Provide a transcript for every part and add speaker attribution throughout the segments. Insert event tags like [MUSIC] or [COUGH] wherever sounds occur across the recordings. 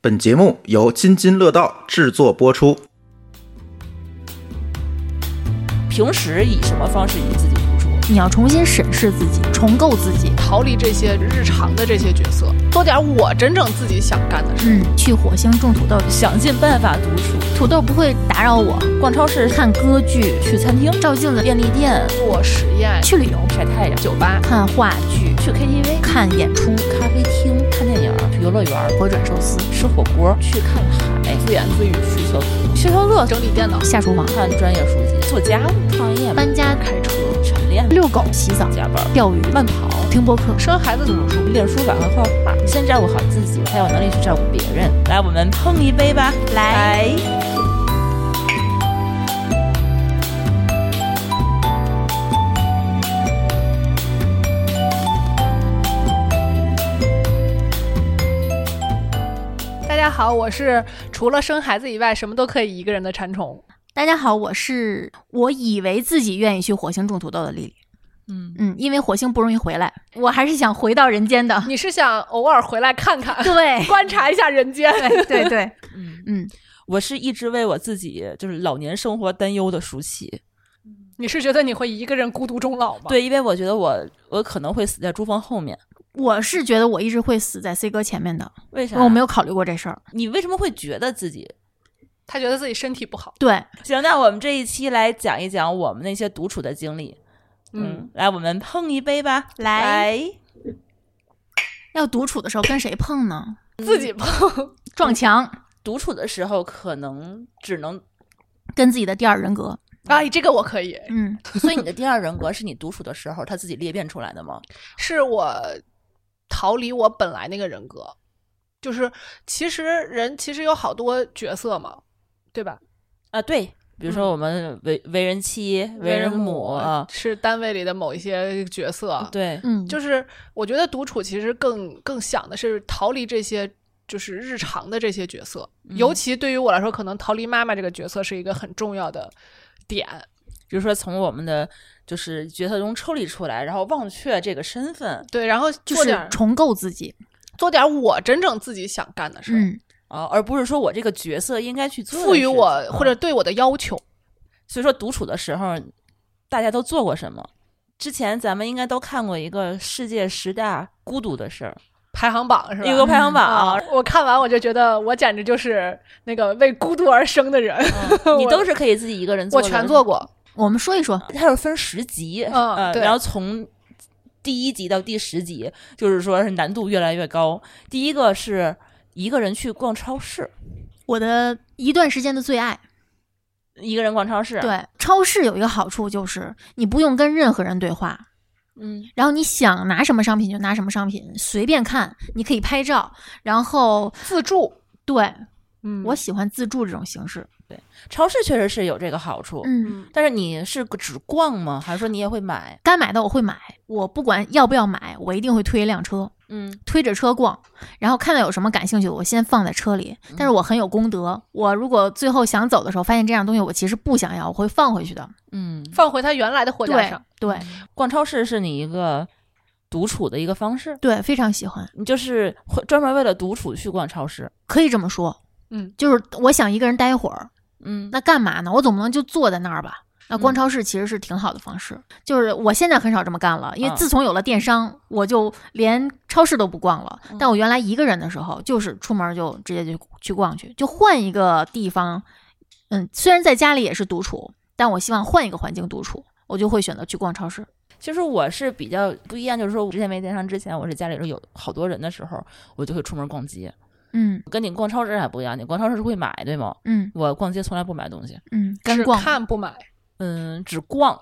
Speaker 1: 本节目由津津乐道制作播出。
Speaker 2: 平时以什么方式与自己独处？
Speaker 3: 你要重新审视自己，重构自己，
Speaker 4: 逃离这些日常的这些角色，做点我真正自己想干的事。
Speaker 3: 嗯，去火星种土豆，
Speaker 2: 想尽办法独处，
Speaker 3: 土豆不会打扰我，
Speaker 2: 逛超市、
Speaker 3: 看歌剧，
Speaker 2: 去餐厅、
Speaker 3: 照镜子，便利店，
Speaker 4: 做实验，
Speaker 3: 去旅游，
Speaker 2: 晒太阳、
Speaker 4: 酒吧，
Speaker 3: 看话剧，
Speaker 2: 去 KTV、
Speaker 3: 看演出，
Speaker 2: 咖啡厅、看电影、去游乐园、
Speaker 3: 回转寿司，
Speaker 2: 吃火锅、去看海、
Speaker 4: 自言自语，
Speaker 2: 去消毒、消消乐、
Speaker 4: 整理电脑，
Speaker 3: 下厨房，
Speaker 2: 看专业书籍、做家务、创业、
Speaker 3: 搬家、
Speaker 4: 开车、
Speaker 2: 晨练、
Speaker 3: 遛狗、洗澡、
Speaker 2: 加班、
Speaker 3: 钓鱼、
Speaker 2: 慢跑、
Speaker 3: 听播客、
Speaker 4: 生孩子、
Speaker 2: 独处、练书法和画画。先照顾好自己，才有能力去照顾别人。来，我们碰一杯吧！
Speaker 3: 来
Speaker 2: 来
Speaker 4: 大家好，我是除了生孩子以外什么都可以一个人的馋虫。
Speaker 3: 大家好，我是我以为自己愿意去火星种土豆的丽丽。
Speaker 4: 嗯，
Speaker 3: 嗯，因为火星不容易回来，我还是想回到人间的。
Speaker 4: 你是想偶尔回来看看， [LAUGHS]
Speaker 3: 对
Speaker 4: 观察一下人间？
Speaker 3: 对对对，
Speaker 2: 嗯，
Speaker 3: 嗯，
Speaker 2: 我是一直为我自己就是老年生活担忧的舒淇。
Speaker 4: 你是觉得你会一个人孤独终老吗？，
Speaker 2: 对，因为我觉得我我可能会死在朱峰后面。
Speaker 3: 我是觉得我一直会死在 C 哥前面的，
Speaker 2: 为啥？
Speaker 3: 我没有考虑过这事儿。
Speaker 2: 你为什么会觉得自己？
Speaker 4: 他觉得自己身体不好。
Speaker 3: 对，
Speaker 2: 行，那我们这一期来讲一讲我们那些独处的经历。
Speaker 4: 嗯，
Speaker 2: 嗯，来，我们碰一杯吧。
Speaker 3: 来要独处的时候跟谁碰呢？
Speaker 2: 嗯
Speaker 4: 自己碰，
Speaker 3: 撞墙，
Speaker 2: 独处的时候可能只能，
Speaker 3: 跟自己的第二人格。
Speaker 2: 嗯
Speaker 4: 哎，这个我可以，
Speaker 3: 嗯，
Speaker 2: 所以你的第二人格是你独处的时候他自己裂变出来的吗？
Speaker 4: 是我逃离我本来那个人格，就是其实人其实有好多角色嘛，对吧？
Speaker 2: 啊，对，比如说我们为为人妻、为人母啊，哦
Speaker 4: 是单位里的某一些角色，
Speaker 2: 对，
Speaker 3: 嗯，
Speaker 4: 就是是我觉得独处其实更更想的是逃离这些。就是日常的这些角色，
Speaker 2: 嗯
Speaker 4: 尤其对于我来说，可能逃离妈妈这个角色是一个很重要的点。
Speaker 2: 比如说从我们的就是角色中抽离出来，然后忘却这个身份。
Speaker 4: 对，然后
Speaker 3: 就
Speaker 4: 做点、
Speaker 3: 是重构自己。
Speaker 4: 做点我真正自己想干的事儿，
Speaker 3: 嗯，
Speaker 2: 啊，而不是说我这个角色应该去做的
Speaker 4: 赋予
Speaker 2: 事情
Speaker 4: 我或者
Speaker 2: 嗯
Speaker 4: 对我的要求。
Speaker 2: 所以说独处的时候，大家都做过什么？之前咱们应该都看过一个世界十大孤独的事儿，
Speaker 4: 排行榜是吧？
Speaker 2: 有个排行
Speaker 4: 啊
Speaker 2: 榜，！
Speaker 4: 我看完我就觉得我简直就是那个为孤独而生的人，
Speaker 2: [LAUGHS] 你
Speaker 4: 嗯我
Speaker 2: 都是可以自己一个人做
Speaker 4: 我
Speaker 2: 的，
Speaker 4: 全做过。
Speaker 3: 我们说一说，
Speaker 2: 它是分十集，
Speaker 4: 嗯
Speaker 2: 呃
Speaker 4: 对
Speaker 2: 然后从第一集到第十集，就是说是难度越来越高。第一个是一个人去逛超市，
Speaker 3: 我的一段时间的最爱。
Speaker 2: 一个人逛超市，，
Speaker 3: 对，超市有一个好处就是你不用跟任何人对话，
Speaker 2: 嗯，
Speaker 3: 然后你想拿什么商品就拿什么商品，随便看，你可以拍照。然后
Speaker 4: 自助，
Speaker 3: 对
Speaker 4: 嗯
Speaker 3: 我喜欢自助这种形式，
Speaker 2: 超市确实是有这个好处。
Speaker 3: 嗯，
Speaker 2: 但是你是只逛吗？还是说你也会买？
Speaker 3: 该买的我会买，我不管要不要买，我一定会推一辆车，
Speaker 2: 嗯，
Speaker 3: 推着车逛，然后看到有什么感兴趣的，我先放在车里。但是我很有功德，我如果最后想走的时候发现这样东西我其实不想要，我会放回去的。
Speaker 2: 嗯，
Speaker 4: 放回他原来的货架
Speaker 3: 对
Speaker 4: 上。
Speaker 3: 对
Speaker 2: 逛超市是你一个独处的一个方式，
Speaker 3: 对，非常喜欢，
Speaker 2: 你就是会专门为了独处去逛超市。
Speaker 3: 可以这么说，
Speaker 4: 嗯，
Speaker 3: 就是我想一个人待一会儿，
Speaker 2: 嗯，
Speaker 3: 那干嘛呢？我总不能就坐在那儿吧？那逛
Speaker 2: 嗯
Speaker 3: 超市其实是挺好的方式，就是我现在很少这么干了，因为
Speaker 2: 嗯
Speaker 3: 自从有了电商，我就连超市都不逛了。
Speaker 2: 嗯
Speaker 3: 但我原来一个人的时候，就是出门就直接就去逛去，就换一个地方。嗯，虽然在家里也是独处，但我希望换一个环境独处，我就会选择去逛超市。
Speaker 2: 其实我是比较不一样，就是说我之前没电商之前，我是家里头有好多人的时候，我就会出门逛街。
Speaker 3: 嗯
Speaker 2: 跟你逛超市还不一样，你逛超市是会买，对吗？
Speaker 3: 嗯
Speaker 2: 我逛街从来不买东西，
Speaker 3: 嗯，
Speaker 4: 只
Speaker 3: 干逛。
Speaker 4: 看不买，
Speaker 2: 嗯，只逛，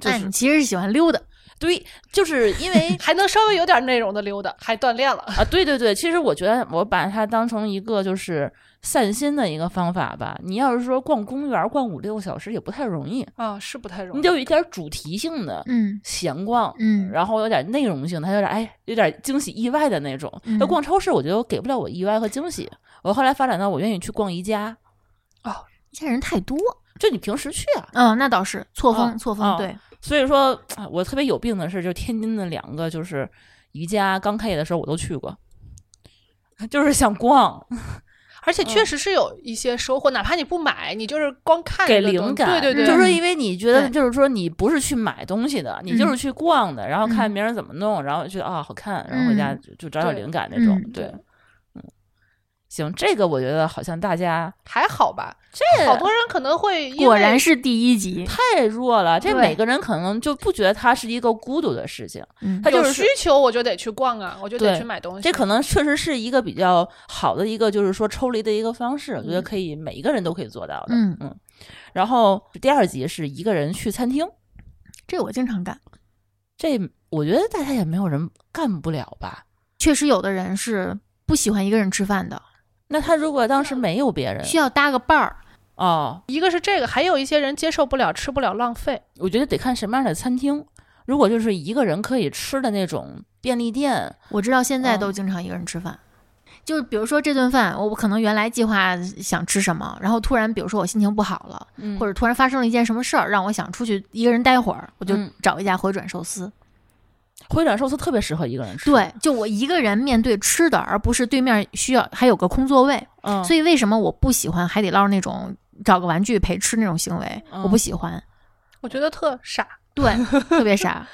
Speaker 2: 就
Speaker 3: 那
Speaker 2: 是
Speaker 3: 你其实是喜欢溜达，
Speaker 2: 对，就是因为
Speaker 4: 还能稍微有点内容的溜达，还锻炼了。
Speaker 2: 啊，对对对，其实我觉得我把它当成一个就是散心的一个方法吧。你要是说逛公园逛五六个小时也不太容易，
Speaker 4: 啊，是不太容易。
Speaker 2: 你得有一点主题性的
Speaker 3: 嗯
Speaker 2: 闲逛，
Speaker 3: 嗯
Speaker 2: 然后有点内容性的，它有点哎，有点惊喜意外的那种。
Speaker 3: 嗯
Speaker 2: 那、逛超市，我觉得我给不了我意外和惊喜。我后来发展到我愿意去逛宜家，
Speaker 3: 现在人太多。
Speaker 2: 就你平时去啊。
Speaker 3: 嗯，那倒是错峰、
Speaker 2: 哦
Speaker 3: 错峰，
Speaker 2: 哦
Speaker 3: 对，
Speaker 2: 所以说，啊我特别有病的是，就天津的两个就是宜家刚开业的时候我都去过，就是想逛，
Speaker 4: 而且确实是有一些收获，哪怕你不买，你就是光看
Speaker 2: 给
Speaker 4: 这个东
Speaker 2: 灵感，
Speaker 4: 对对对，
Speaker 2: 就是说
Speaker 3: 嗯
Speaker 2: 因为你觉得，
Speaker 3: 对
Speaker 2: 就是说你不是去买东西的，你就是去逛的，然后看别人怎么弄，然后觉得啊好看，然后回家
Speaker 3: 嗯
Speaker 2: 就就找点
Speaker 4: 对
Speaker 2: 灵感那种
Speaker 3: 嗯，
Speaker 2: 对，嗯，行，这个我觉得好像大家
Speaker 4: 还好吧。
Speaker 2: 这
Speaker 4: 好多人可能会因为
Speaker 3: 果然是第一集，
Speaker 2: 太弱了，这
Speaker 3: 对
Speaker 2: 每个人可能就不觉得它是一个孤独的事情，
Speaker 3: 嗯
Speaker 2: 它就
Speaker 4: 有
Speaker 2: 是
Speaker 4: 需求，我就得去逛啊，我就得
Speaker 2: 对
Speaker 4: 去买东西。
Speaker 2: 这可能确实是一个比较好的一个，就是说抽离的一个方式，我觉得
Speaker 4: 嗯
Speaker 2: 可以每一个人都可以做到的。
Speaker 3: 嗯
Speaker 2: 嗯。然后第二集是一个人去餐厅，
Speaker 3: 这我经常干。
Speaker 2: 这我觉得大家也没有人干不了吧？
Speaker 3: 确实，有的人是不喜欢一个人吃饭的，
Speaker 2: 那他如果当时没有别人
Speaker 3: 需要搭个伴儿。
Speaker 2: 哦，
Speaker 4: 一个是这个，还有一些人接受不了吃不了浪费。
Speaker 2: 我觉得得看什么样的餐厅。如果就是一个人可以吃的那种便利店，
Speaker 3: 我知道现在都
Speaker 2: 嗯
Speaker 3: 经常一个人吃饭，就是比如说这顿饭，我可能原来计划想吃什么，然后突然比如说我心情不好了，
Speaker 2: 嗯
Speaker 3: 或者突然发生了一件什么事儿，让我想出去一个人待会儿，我就
Speaker 2: 嗯
Speaker 3: 找一家回转寿司。
Speaker 2: 回转寿司特别适合一个人吃。，
Speaker 3: 对，就我一个人面对吃的，而不是对面需要还有个空座位。
Speaker 2: 嗯，
Speaker 3: 所以为什么我不喜欢海底捞那种找个玩具陪吃那种行为？
Speaker 2: 嗯
Speaker 3: 我不喜欢，
Speaker 4: 我觉得特傻，
Speaker 3: 对，特
Speaker 2: [LAUGHS]
Speaker 3: 别傻。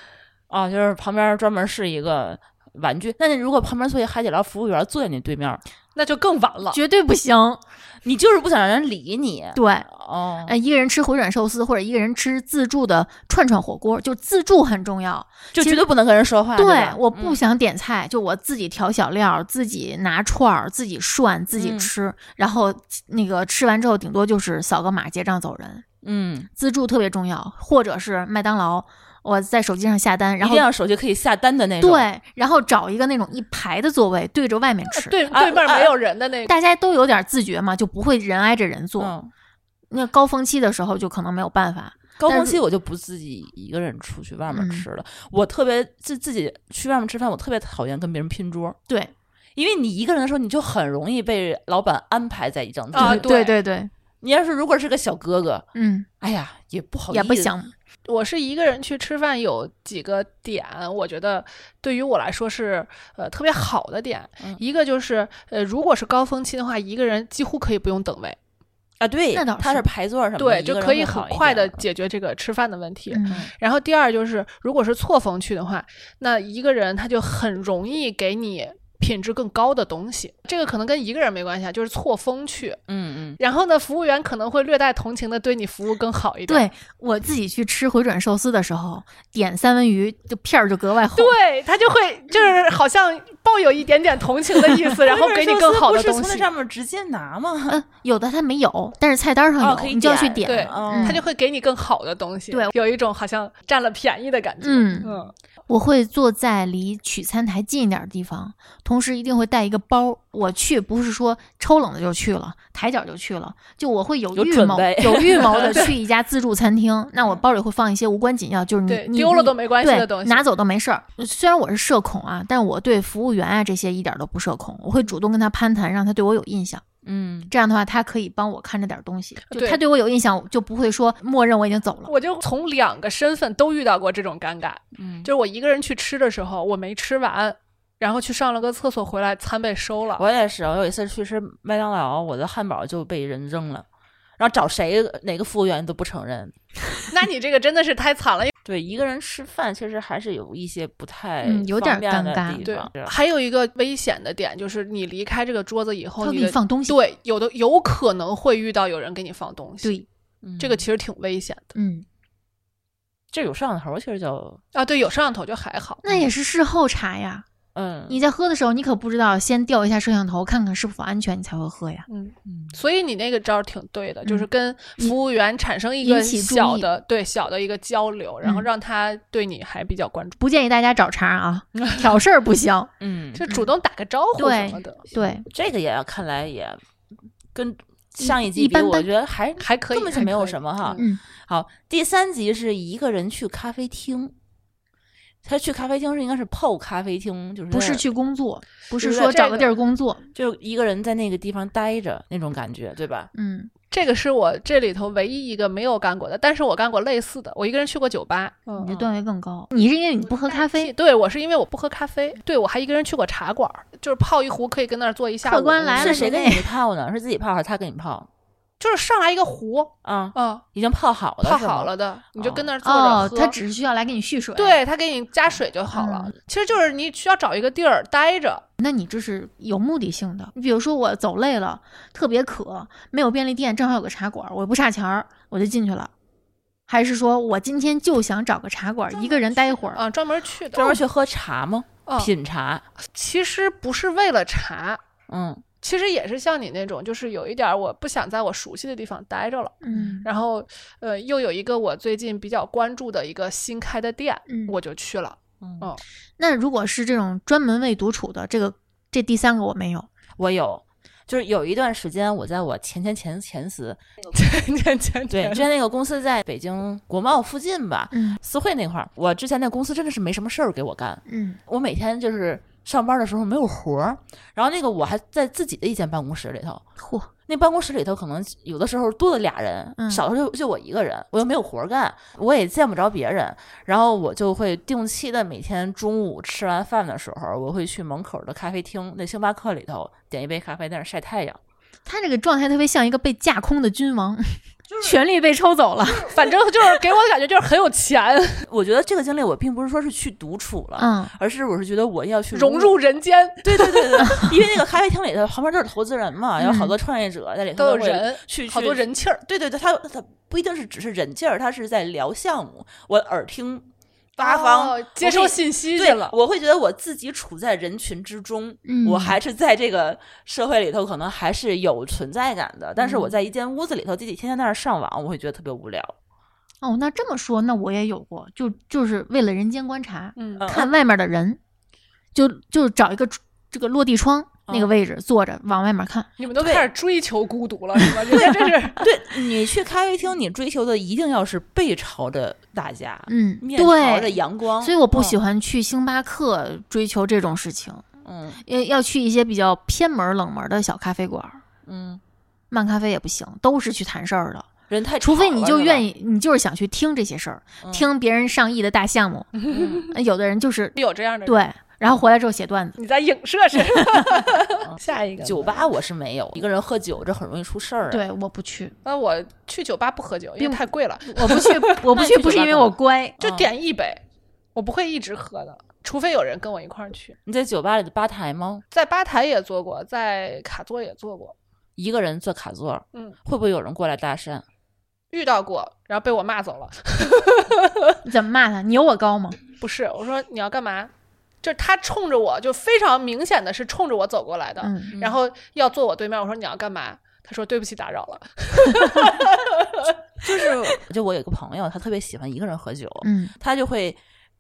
Speaker 2: 啊，就是旁边专门是一个玩具。那你如果旁边坐一海底捞服务员坐在你对面，
Speaker 4: 那就更完了。
Speaker 3: 绝对不行，
Speaker 2: 你就是不想让人理你。
Speaker 3: 对，
Speaker 2: 哦，
Speaker 3: 呃，一个人吃回转寿司或者一个人吃自助的串串火锅，就自助很重要。
Speaker 2: 就
Speaker 3: 其
Speaker 2: 绝
Speaker 3: 实
Speaker 2: 啊对不能跟人说话。
Speaker 3: 对
Speaker 2: 吧，
Speaker 3: 我不
Speaker 2: 嗯
Speaker 3: 想点菜，就我自己调小料，自己拿串儿，自己涮，自己
Speaker 2: 嗯
Speaker 3: 吃，然后那个吃完之后，顶多就是扫个码结账走人。
Speaker 2: 嗯，
Speaker 3: 自助特别重要，或者是麦当劳，我在手机上下单，然
Speaker 2: 一
Speaker 3: 后
Speaker 2: 定要手机可以下单的那种。嗯
Speaker 3: 对，然后找一个那种一排的座位对着外面吃。
Speaker 4: 对，
Speaker 2: 啊
Speaker 4: 对面没有人的那个，
Speaker 3: 大家都有点自觉嘛，就不会人挨着人坐。
Speaker 2: 嗯，
Speaker 3: 那高峰期的时候就可能没有办法，
Speaker 2: 高
Speaker 3: 但
Speaker 2: 峰
Speaker 3: 是
Speaker 2: 期我就不自己一个人出去外面
Speaker 3: 嗯
Speaker 2: 吃了。我特别自自己去外面吃饭，我特别讨厌跟别人拼桌。
Speaker 3: 对
Speaker 2: 因为你一个人的时候，你就很容易被老板安排在一张桌。
Speaker 4: 啊
Speaker 3: 对对
Speaker 4: 对
Speaker 3: 对，
Speaker 2: 你要是如果是个小哥哥，
Speaker 3: 嗯，
Speaker 2: 哎呀，也不好意思，
Speaker 3: 也不想，
Speaker 4: 我是一个人去吃饭，有几个点，我觉得对于我来说是呃特别好的点。
Speaker 2: 嗯
Speaker 4: 一个就是呃，如果是高峰期的话，一个人几乎可以不用等位，
Speaker 2: 啊。对，
Speaker 3: 那倒
Speaker 2: 他
Speaker 3: 是
Speaker 2: 是排座什么的，
Speaker 4: 对，
Speaker 2: 一个
Speaker 4: 就
Speaker 2: 人
Speaker 4: 可以
Speaker 2: 会好一
Speaker 4: 很
Speaker 2: 点啊
Speaker 4: 快的解决这个吃饭的问题。
Speaker 3: 嗯
Speaker 4: 然后第二就是，如果是错峰去的话，那一个人他就很容易给你品质更高的东西。这个可能跟一个人没关系啊，就是错峰去。
Speaker 2: 嗯嗯，
Speaker 4: 然后呢，服务员可能会略带同情的对你服务更好一点。
Speaker 3: 对我自己去吃回转寿司的时候，点三文鱼就片儿就格外厚。
Speaker 4: 对他就会就是好像抱有一点点同情的意思，然后给你更好的
Speaker 2: 不是
Speaker 4: 东
Speaker 2: 从那
Speaker 4: 西，
Speaker 2: 上面直接拿吗？
Speaker 3: 嗯，有的它没有，但是菜单上有，
Speaker 2: 哦可以
Speaker 3: 嗯你就要去
Speaker 2: 点
Speaker 3: 点。
Speaker 4: 对
Speaker 2: 嗯
Speaker 3: 嗯
Speaker 4: 他就会给你更好的东西。
Speaker 3: 对
Speaker 4: 有一种好像占了便宜的感觉。
Speaker 3: 嗯
Speaker 4: 嗯，
Speaker 3: 我会坐在离取餐台近一点的地方，同时一定会带一个包。我去不是说抽冷的就去了，抬脚就去了，就我会有
Speaker 2: 有
Speaker 3: 预
Speaker 2: 准
Speaker 3: 谋、
Speaker 2: 备
Speaker 3: 有预谋
Speaker 4: [LAUGHS]
Speaker 3: 的去一家自助餐厅。那我包里会放一些无关紧要，就是
Speaker 4: 对，
Speaker 3: 你
Speaker 4: 丢了都
Speaker 3: 没
Speaker 4: 没关系的东西。
Speaker 3: 拿走都没事儿。虽然我是社恐啊，但我对服务员啊这些一点都不社恐，我会主动跟他攀谈，让他对我有印象。 [LAUGHS]
Speaker 2: 嗯，
Speaker 3: 这样的话，他可以帮我看着点东西，就
Speaker 4: 呃对
Speaker 3: 他对我有印象，就不会说默认我已经走了。
Speaker 4: 我就从两个身份都遇到过这种尴尬，
Speaker 2: 嗯
Speaker 4: 就是我一个人去吃的时候，我没吃完，然后去上了个厕所，回来餐被收了。
Speaker 2: 我也是，我有一次去吃麦当劳，我的汉堡就被人扔了，然后找谁哪个服务员都不承认。
Speaker 4: 那你这个真的是太惨了。因为
Speaker 2: 对，一个人吃饭其实还是有一些不太
Speaker 3: 嗯有点
Speaker 2: 方便的
Speaker 3: 尴尬
Speaker 2: 地
Speaker 4: 对
Speaker 2: 方，
Speaker 4: 还有一个危险的点就是，你离开这个桌子以
Speaker 3: 他
Speaker 4: 后，
Speaker 3: 会给
Speaker 4: 你
Speaker 3: 你
Speaker 4: 的
Speaker 3: 放东西。
Speaker 4: 对有的有可能会遇到有人给你放东西，
Speaker 3: 对，
Speaker 2: 嗯
Speaker 4: 这个其实挺危险的
Speaker 3: 嗯，
Speaker 2: 这有摄像头，其实就
Speaker 4: 啊。对，有摄像头就还好。
Speaker 3: 那也是事后查呀。
Speaker 2: 嗯，
Speaker 3: 你在喝的时候，你可不知道，先调一下摄像头，看看是否安全，你才会喝呀。
Speaker 4: 嗯，
Speaker 2: 嗯
Speaker 4: 所以你那个招儿挺对的，
Speaker 3: 嗯
Speaker 4: 就是跟服务员产生一
Speaker 3: 引
Speaker 4: 个
Speaker 3: 起注
Speaker 4: 小
Speaker 3: 意
Speaker 4: 的对小的一个交流，然后
Speaker 3: 嗯
Speaker 4: 让他对你还比较关注，
Speaker 3: 不建议大家找茬啊，挑事儿不行。
Speaker 2: 嗯，
Speaker 4: 就主动打个招呼什么的，
Speaker 3: 对，
Speaker 2: 这个也要看来也跟上一
Speaker 3: 一
Speaker 2: 集比，
Speaker 3: 般般
Speaker 2: 我觉得还
Speaker 4: 还可以，
Speaker 2: 根本就
Speaker 4: 还
Speaker 2: 没有
Speaker 4: 可以
Speaker 2: 什么哈
Speaker 4: 嗯
Speaker 3: 嗯，
Speaker 2: 好。第三集是一个人去咖啡厅。他去咖啡厅是应该是泡咖啡厅，就是
Speaker 3: 不是
Speaker 2: 在
Speaker 3: 去工作，不是
Speaker 4: 对
Speaker 3: 说
Speaker 4: 这
Speaker 3: 找个地
Speaker 4: 个
Speaker 3: 儿工作。
Speaker 2: 就一个人在那个地方待着那种感觉，对吧？
Speaker 3: 嗯，
Speaker 4: 这个是我这里头唯一一个没有干过的，但是我干过类似的。我一个人去过酒吧，
Speaker 2: 嗯
Speaker 3: 你的段位更高。你是因为你不喝咖啡，
Speaker 4: 对我是因为我不喝咖啡，对我还一个人去过茶馆儿，就是泡一壶可以跟那儿坐一下午。
Speaker 3: 客官来了
Speaker 2: 是谁
Speaker 3: 就
Speaker 2: 给
Speaker 3: 那
Speaker 2: 你泡呢？是自己泡还是他给你泡？
Speaker 4: 就是上来一个壶，
Speaker 2: 啊，
Speaker 4: 嗯，
Speaker 2: 已经泡好了，
Speaker 4: 泡
Speaker 2: 是吗
Speaker 4: 好了。的，你就跟那儿坐着
Speaker 3: 哦，
Speaker 4: 喝。
Speaker 3: 他只是需要来给你续水。，
Speaker 4: 对他给你加水就好了。
Speaker 2: 嗯
Speaker 4: 其实就是你需要找一个地儿待着，
Speaker 3: 那你这是有目的性的。你比如说我走累了，特别渴，没有便利店，正好有个茶馆，我不差钱儿，我就进去了。还是说我今天就想找个茶馆，一个人待一会儿，
Speaker 4: 啊，专门去的。
Speaker 2: 嗯专门去喝茶吗？
Speaker 4: 嗯
Speaker 2: 品茶。
Speaker 4: 其实不是为了茶，
Speaker 2: 嗯，
Speaker 4: 其实也是像你那种，就是有一点儿我不想在我熟悉的地方待着了。
Speaker 3: 嗯，
Speaker 4: 然后，呃，又有一个我最近比较关注的一个新开的店，
Speaker 3: 嗯
Speaker 4: 我就去了。 [LAUGHS]
Speaker 2: 嗯
Speaker 4: 哦
Speaker 3: 那如果是这种专门为独处的，这个这第三个我没有，
Speaker 2: 我有，就是有一段时间我在我前前前前司，
Speaker 4: 前前
Speaker 2: 对，之前那个公司在北京国贸附近吧，
Speaker 3: 嗯
Speaker 2: 四惠那块儿。我之前那公司真的是没什么事儿给我干，
Speaker 3: 嗯
Speaker 2: 我每天就是上班的时候没有活儿，然后那个我还在自己的一间办公室里头，
Speaker 3: 嚯，
Speaker 2: 那办公室里头可能有的时候多了俩人，
Speaker 3: 嗯
Speaker 2: 少的就就我一个人，我又没有活儿干，我也见不着别人，然后我就会定期的每天中午吃完饭的时候，我会去门口的咖啡厅，那星巴克里头点一杯咖啡，在那儿晒太阳。 [LAUGHS]
Speaker 3: 他这个状态特别像一个被架空的君王， [LAUGHS] 权力被抽走了，
Speaker 4: [LAUGHS] 反正就是给我的感觉就是很有
Speaker 2: [LAUGHS]
Speaker 4: 钱，
Speaker 2: 我觉得这个经历我并不是说是去独处了，
Speaker 3: 嗯
Speaker 2: 而是我是觉得我要去
Speaker 4: 融入人间
Speaker 2: 对对对对，因为那个咖啡厅里头旁边都是投资人嘛，
Speaker 3: 嗯
Speaker 2: 有好多创业者在里头
Speaker 4: 都有
Speaker 2: 会
Speaker 4: 人，
Speaker 2: 去，
Speaker 4: 好多
Speaker 2: 去
Speaker 4: 人气儿。
Speaker 2: 对对对，他他不一定是只是人劲儿，他是在聊项目。我耳听八方，
Speaker 4: 哦接
Speaker 2: 我
Speaker 4: 收
Speaker 2: 会
Speaker 4: 信息去
Speaker 2: 对
Speaker 4: 了，
Speaker 2: 我会觉得我自己处在人群之中，
Speaker 3: 嗯
Speaker 2: 我还是在这个社会里头，可能还是有存在感的。但是我在一间屋子里头，自己天天在那儿上网，我会觉得特别无聊。
Speaker 3: 哦，那这么说，那我也有过，就就是为了人间观察，
Speaker 4: 嗯
Speaker 2: 嗯
Speaker 3: 看外面的人，就就找一个窗这个落地窗
Speaker 2: 嗯
Speaker 3: 那个位置坐着，往外面看。
Speaker 4: 你们都
Speaker 2: 对
Speaker 4: 开始追求孤独了，是吧？ [LAUGHS] 人家这
Speaker 2: [LAUGHS]
Speaker 4: 是
Speaker 2: [LAUGHS] 对你去咖啡厅，你追求的一定要是背朝着大家，
Speaker 3: 嗯，
Speaker 2: 面朝着
Speaker 3: 对，
Speaker 2: 阳嗯光。
Speaker 3: 所以我不喜
Speaker 2: 欢，
Speaker 3: 欢去星巴克追求这种事情，
Speaker 2: 嗯
Speaker 3: 要要去一些比较偏门冷门的小咖啡馆儿，
Speaker 2: 嗯，
Speaker 3: 漫咖啡也不行，都是去谈事儿的。
Speaker 2: 人太
Speaker 3: 除非你就愿
Speaker 2: 意，
Speaker 3: 意，你就是想去听这些事儿，
Speaker 2: 嗯
Speaker 3: 听别人上亿的大项目。
Speaker 2: 嗯
Speaker 3: 呃有的人就是
Speaker 4: 有这样的人。
Speaker 3: 对，然后回来之后写段子。
Speaker 4: 你在影射谁？ [LAUGHS] 下一个
Speaker 2: 酒吧我是没有，一个人喝酒这很容易出事儿啊。
Speaker 3: 对，我不去，
Speaker 4: 那我去酒吧不喝酒，因
Speaker 3: 并
Speaker 4: 为
Speaker 3: 不
Speaker 4: 太贵
Speaker 2: 啊
Speaker 4: 了，
Speaker 3: 我不去，我不
Speaker 2: 那你去
Speaker 3: 去不是
Speaker 2: 酒吧
Speaker 3: 因为
Speaker 2: 干嘛
Speaker 3: 我乖，
Speaker 4: 就
Speaker 2: 嗯
Speaker 4: 点一杯，我不会一直喝的，除非有人跟我一块儿去。
Speaker 2: 你在酒吧里的吧台吗？
Speaker 4: 在吧台也做过，在卡座也做过，
Speaker 2: 一个人坐卡座，
Speaker 4: 嗯，
Speaker 2: 会不会有人过来搭讪？
Speaker 4: 遇到过，然后被我骂走了。
Speaker 3: 你怎么骂他？你有我高吗？
Speaker 4: 不是，我说你要干嘛？就是他冲着我，就非常明显的是冲着我走过来的，
Speaker 3: 嗯，
Speaker 4: 然后要坐我对面。我说你要干嘛？他说对不起，打扰了。
Speaker 2: [LAUGHS] 就是，就我有一个朋友，他特别喜欢一个人喝酒，
Speaker 3: 嗯
Speaker 2: 他就会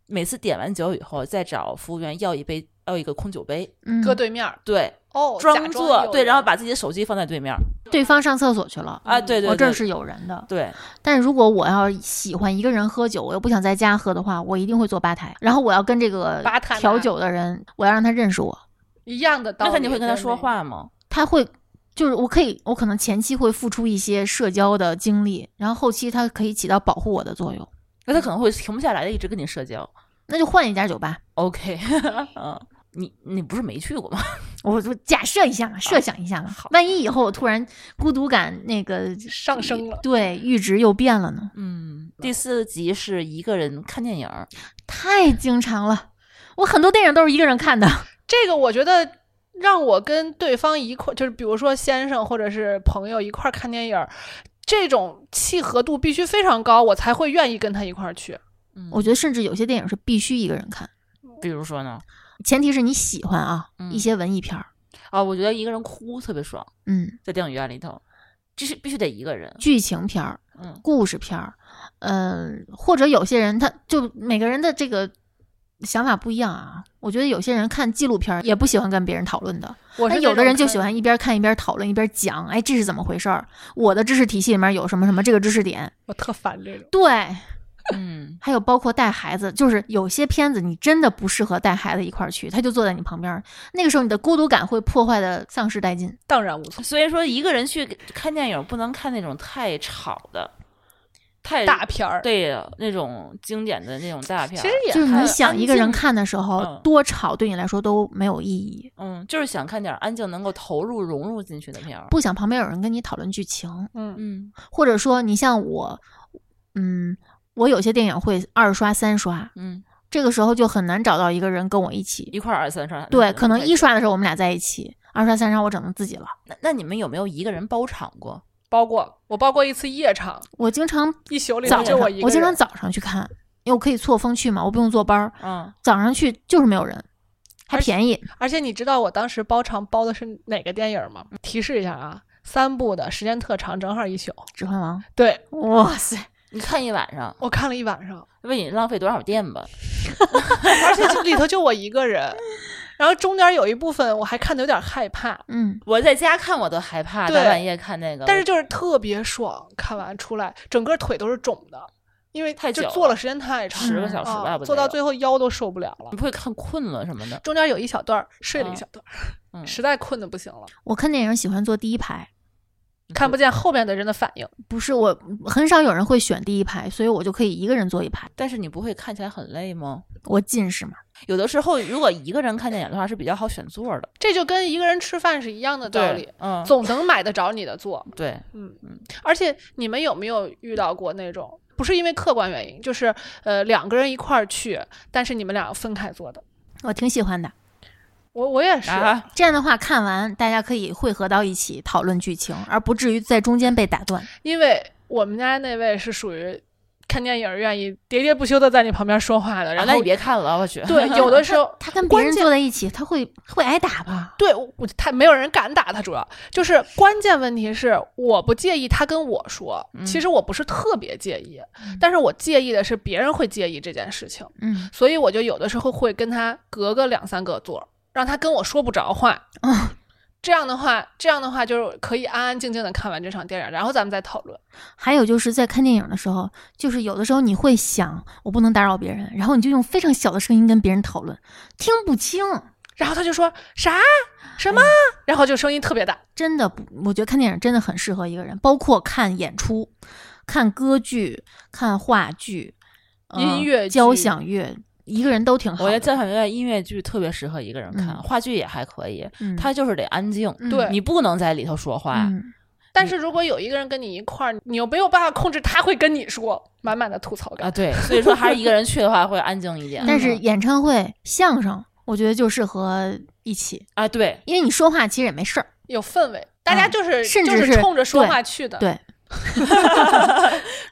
Speaker 2: 每次点完酒以后，再找服务员要一杯，要一个空酒杯，
Speaker 3: 嗯，
Speaker 4: 搁对面儿，
Speaker 2: 对，
Speaker 4: 哦，假
Speaker 2: 装
Speaker 4: 装
Speaker 2: 作
Speaker 4: 有
Speaker 2: 对，
Speaker 4: 人
Speaker 2: 然后把自己的手机放在对面，
Speaker 3: 对方上厕所去了，
Speaker 4: 嗯
Speaker 2: 啊，对对，
Speaker 3: 哦我这儿
Speaker 2: 对
Speaker 3: 是有人的。
Speaker 2: 对，
Speaker 3: 但是如果我要喜欢一个人喝酒，我又不想在家喝的话，我一定会坐吧台，然后我要跟这个
Speaker 4: 吧台嘛
Speaker 3: 调酒的人，我要让他认识我，
Speaker 4: 一样的道
Speaker 2: 那他
Speaker 4: 理。
Speaker 2: 你会跟他
Speaker 4: 就是
Speaker 2: 说话吗？
Speaker 3: 他会。就是我可以，我可能前期会付出一些社交的精力，然后后期他可以起到保护我的作用。
Speaker 2: 那他可能会停不下来的，一直跟你社
Speaker 4: [LAUGHS]
Speaker 2: 交。
Speaker 3: 那就换一家酒吧，
Speaker 2: OK，嗯，你你不是没去过吗？
Speaker 3: 我就假设一下嘛，设想一下嘛，万一以后我突然孤独感那个
Speaker 4: 上升了。
Speaker 3: 对阈值又变了呢？
Speaker 2: 嗯，第四集是一个人看电影儿，
Speaker 3: 太经常了，我很多电影都是一个人看的。
Speaker 4: [LAUGHS] 这个我觉得让我跟对方一块，就是比如说先生或者是朋友一块儿看电影儿，这种契合度必须非常高，我才会愿意跟他一块儿去。
Speaker 2: 嗯，
Speaker 3: 我觉得甚至有些电影是必须一个人看，
Speaker 2: 比如说呢，
Speaker 3: 前提是你喜欢啊、
Speaker 2: 嗯
Speaker 3: 一些文艺片儿。
Speaker 2: 啊，我觉得一个人哭特别爽，
Speaker 3: 嗯，
Speaker 2: 在电影院里头，这是必须得一个
Speaker 4: [LAUGHS]
Speaker 2: 人。
Speaker 3: 剧情片儿、
Speaker 2: 嗯
Speaker 3: 故事片儿，嗯、或者有些人他就每个人的这个想法不一样啊。我觉得有些人看纪录片儿也不喜欢跟别人讨论的，
Speaker 4: 我
Speaker 3: 那
Speaker 4: 是
Speaker 3: 有的人就
Speaker 4: 喜
Speaker 3: 喜
Speaker 4: 欢。
Speaker 3: 欢一边看一边讨论，一边讲，哎，这是怎么回事儿？我的知识体系里面有什么什么这个知识点？
Speaker 4: 我特烦这种。
Speaker 3: 对，
Speaker 2: 嗯
Speaker 3: 还有包括带孩子，就是有些片子你真的不适合带孩子一块儿去，他就坐在你旁边儿，那个时候你的孤独感会破坏的丧失殆尽。
Speaker 4: 荡然无存。
Speaker 2: 所以说一个人去看电影不能看那种太吵的、太
Speaker 4: 大片儿，
Speaker 2: 对那种经典的那种大片儿。
Speaker 4: 其实也
Speaker 3: 就是
Speaker 4: 还
Speaker 3: 你想
Speaker 2: 安
Speaker 3: 一个人
Speaker 2: 静
Speaker 3: 看的时候
Speaker 2: 嗯，
Speaker 3: 多吵对你来说都没有意义，
Speaker 2: 嗯，就是想看点儿安静能够投入融入进去的片儿。
Speaker 3: 不想旁边有人跟你讨论剧情，
Speaker 4: 嗯
Speaker 2: 嗯
Speaker 3: 或者说你像我，嗯，我有些电影会二刷三刷，
Speaker 2: 嗯，
Speaker 3: 这个时候就很难找到一个人跟我一起。
Speaker 2: 一块儿二三刷。
Speaker 3: 对，可能
Speaker 2: 太
Speaker 3: 一刷的时候我们俩在一起，二刷三刷我只能自己了。
Speaker 2: 那那你们有没有一个人包场过？
Speaker 4: 包括我包过一次夜场，
Speaker 3: 我经常
Speaker 4: 一宿里
Speaker 3: 早
Speaker 4: 头
Speaker 3: 上，
Speaker 4: 就
Speaker 3: 我
Speaker 4: 一个人。
Speaker 3: 经常早上去看，因为我可以错峰去嘛，我不用坐班儿，
Speaker 4: 啊
Speaker 2: 嗯，
Speaker 3: 早上去就是没有人，还
Speaker 4: 而且
Speaker 3: 便宜。
Speaker 4: 而且你知道我当时包场包的是哪个电影吗？提示一下啊，三部的时间特长，正好一宿。
Speaker 3: 指环王，
Speaker 4: 对 [LAUGHS]
Speaker 3: 哇塞，
Speaker 2: 你看一晚上，
Speaker 4: 我看了一晚上，
Speaker 2: 为你浪费多少电吧？
Speaker 4: 而且这里头就我一个人，然后中间有一部分我还看的有点害怕，
Speaker 3: 嗯，
Speaker 2: 我在家看我都害怕，
Speaker 4: 对
Speaker 2: 大半夜看那个。
Speaker 4: 但是就是特别爽，看完出来整个腿都是肿的，因为
Speaker 2: 太
Speaker 4: 就
Speaker 2: 久
Speaker 4: 坐了
Speaker 2: 了
Speaker 4: 时间太长，
Speaker 2: 十个小时吧，
Speaker 4: 啊，
Speaker 2: 不
Speaker 4: 坐到
Speaker 2: 得有
Speaker 4: 最后腰都受不了了
Speaker 2: 你。不会看困了什么的。
Speaker 4: 中间有一小段儿睡了一
Speaker 2: 嗯
Speaker 4: 小段儿，
Speaker 2: 嗯，
Speaker 4: [LAUGHS] 实在困的不行了，
Speaker 3: 我看电影喜欢坐第一
Speaker 2: 嗯
Speaker 3: 排，
Speaker 4: 看不见后面的人的反应。
Speaker 3: 不是我很少有人会选第一排，所以我就可以一个人坐一排，
Speaker 2: 但是你不会看起来很累吗？
Speaker 3: 我近视嘛。
Speaker 2: 有的时候，如果一个人看电影的话，是比较好选座的。
Speaker 4: 这就跟一个人吃饭是一样的道理，，
Speaker 2: 嗯，
Speaker 4: 总能买得着你的座。
Speaker 2: 对，
Speaker 4: 嗯
Speaker 2: 嗯，
Speaker 4: 而且你们有没有遇到过那种不是因为客观原因，就是呃两个人一块儿去，但是你们俩分开坐的？
Speaker 3: 我挺喜欢的，
Speaker 4: 我我也是，
Speaker 2: 啊，
Speaker 3: 这样的话看完大家可以汇合到一起讨论剧情，而不至于在中间被打断。
Speaker 4: [LAUGHS] 因为我们家那位是属于看电影愿意喋喋不休的在你旁边说话的，然
Speaker 2: 然
Speaker 4: 后、
Speaker 2: 后你别看了，我去。
Speaker 4: [LAUGHS] 对有的时候
Speaker 3: 呃他跟别
Speaker 4: 关
Speaker 3: 人
Speaker 4: 键
Speaker 3: 坐在一起，他会会挨打吧？
Speaker 4: 对我我他没有人敢打他，主要就是关键问题是我不介意他跟我说，
Speaker 2: 嗯
Speaker 4: 其实我不是特别介意，
Speaker 3: 嗯
Speaker 4: 但是我介意的是别人会介意这件事情，
Speaker 3: 嗯，
Speaker 4: 所以我就有的时候会跟他隔个两三个座儿，让他跟我说不着话。
Speaker 3: 啊
Speaker 4: 这样的话，这样的话就是可以安安静静的看完这场电影，然后咱们再讨论。
Speaker 3: [LAUGHS] 还有就是在看电影的时候，就是有的时候你会想，我不能打扰别人，然后你就用非常小的声音跟别人讨论，听不清。
Speaker 4: 然后他就说啥什么，然后就声音特别大。
Speaker 3: 真的不，我觉得看电影真的很适合一个人，包括看演出、看歌剧、看话剧、呃
Speaker 4: 音乐剧
Speaker 3: 交响乐，一个人都挺好的。
Speaker 2: 我觉得交响乐、音乐剧特别适合一个人看，
Speaker 3: 嗯
Speaker 2: 话剧也还可以，
Speaker 3: 嗯
Speaker 2: 它就是得安静，
Speaker 3: 嗯
Speaker 4: 对
Speaker 2: 你不能在里头说话。
Speaker 3: 嗯
Speaker 4: 但是如果有一个人跟你一块儿，你又没有办法控制他会跟你说满满的吐槽
Speaker 2: 啊，
Speaker 4: 感。
Speaker 2: 对，所以说还是一个人去的话会安静一点。
Speaker 3: [LAUGHS] 但是
Speaker 2: 嗯
Speaker 3: 演唱会、相声，我觉得就适合一起，
Speaker 2: 啊，对，
Speaker 3: 因为你说话其实也没事儿。
Speaker 4: 有氛围，大家就是、
Speaker 3: 啊甚
Speaker 4: 就
Speaker 3: 至
Speaker 4: 是
Speaker 3: 是
Speaker 4: 冲着说话去的。
Speaker 3: 对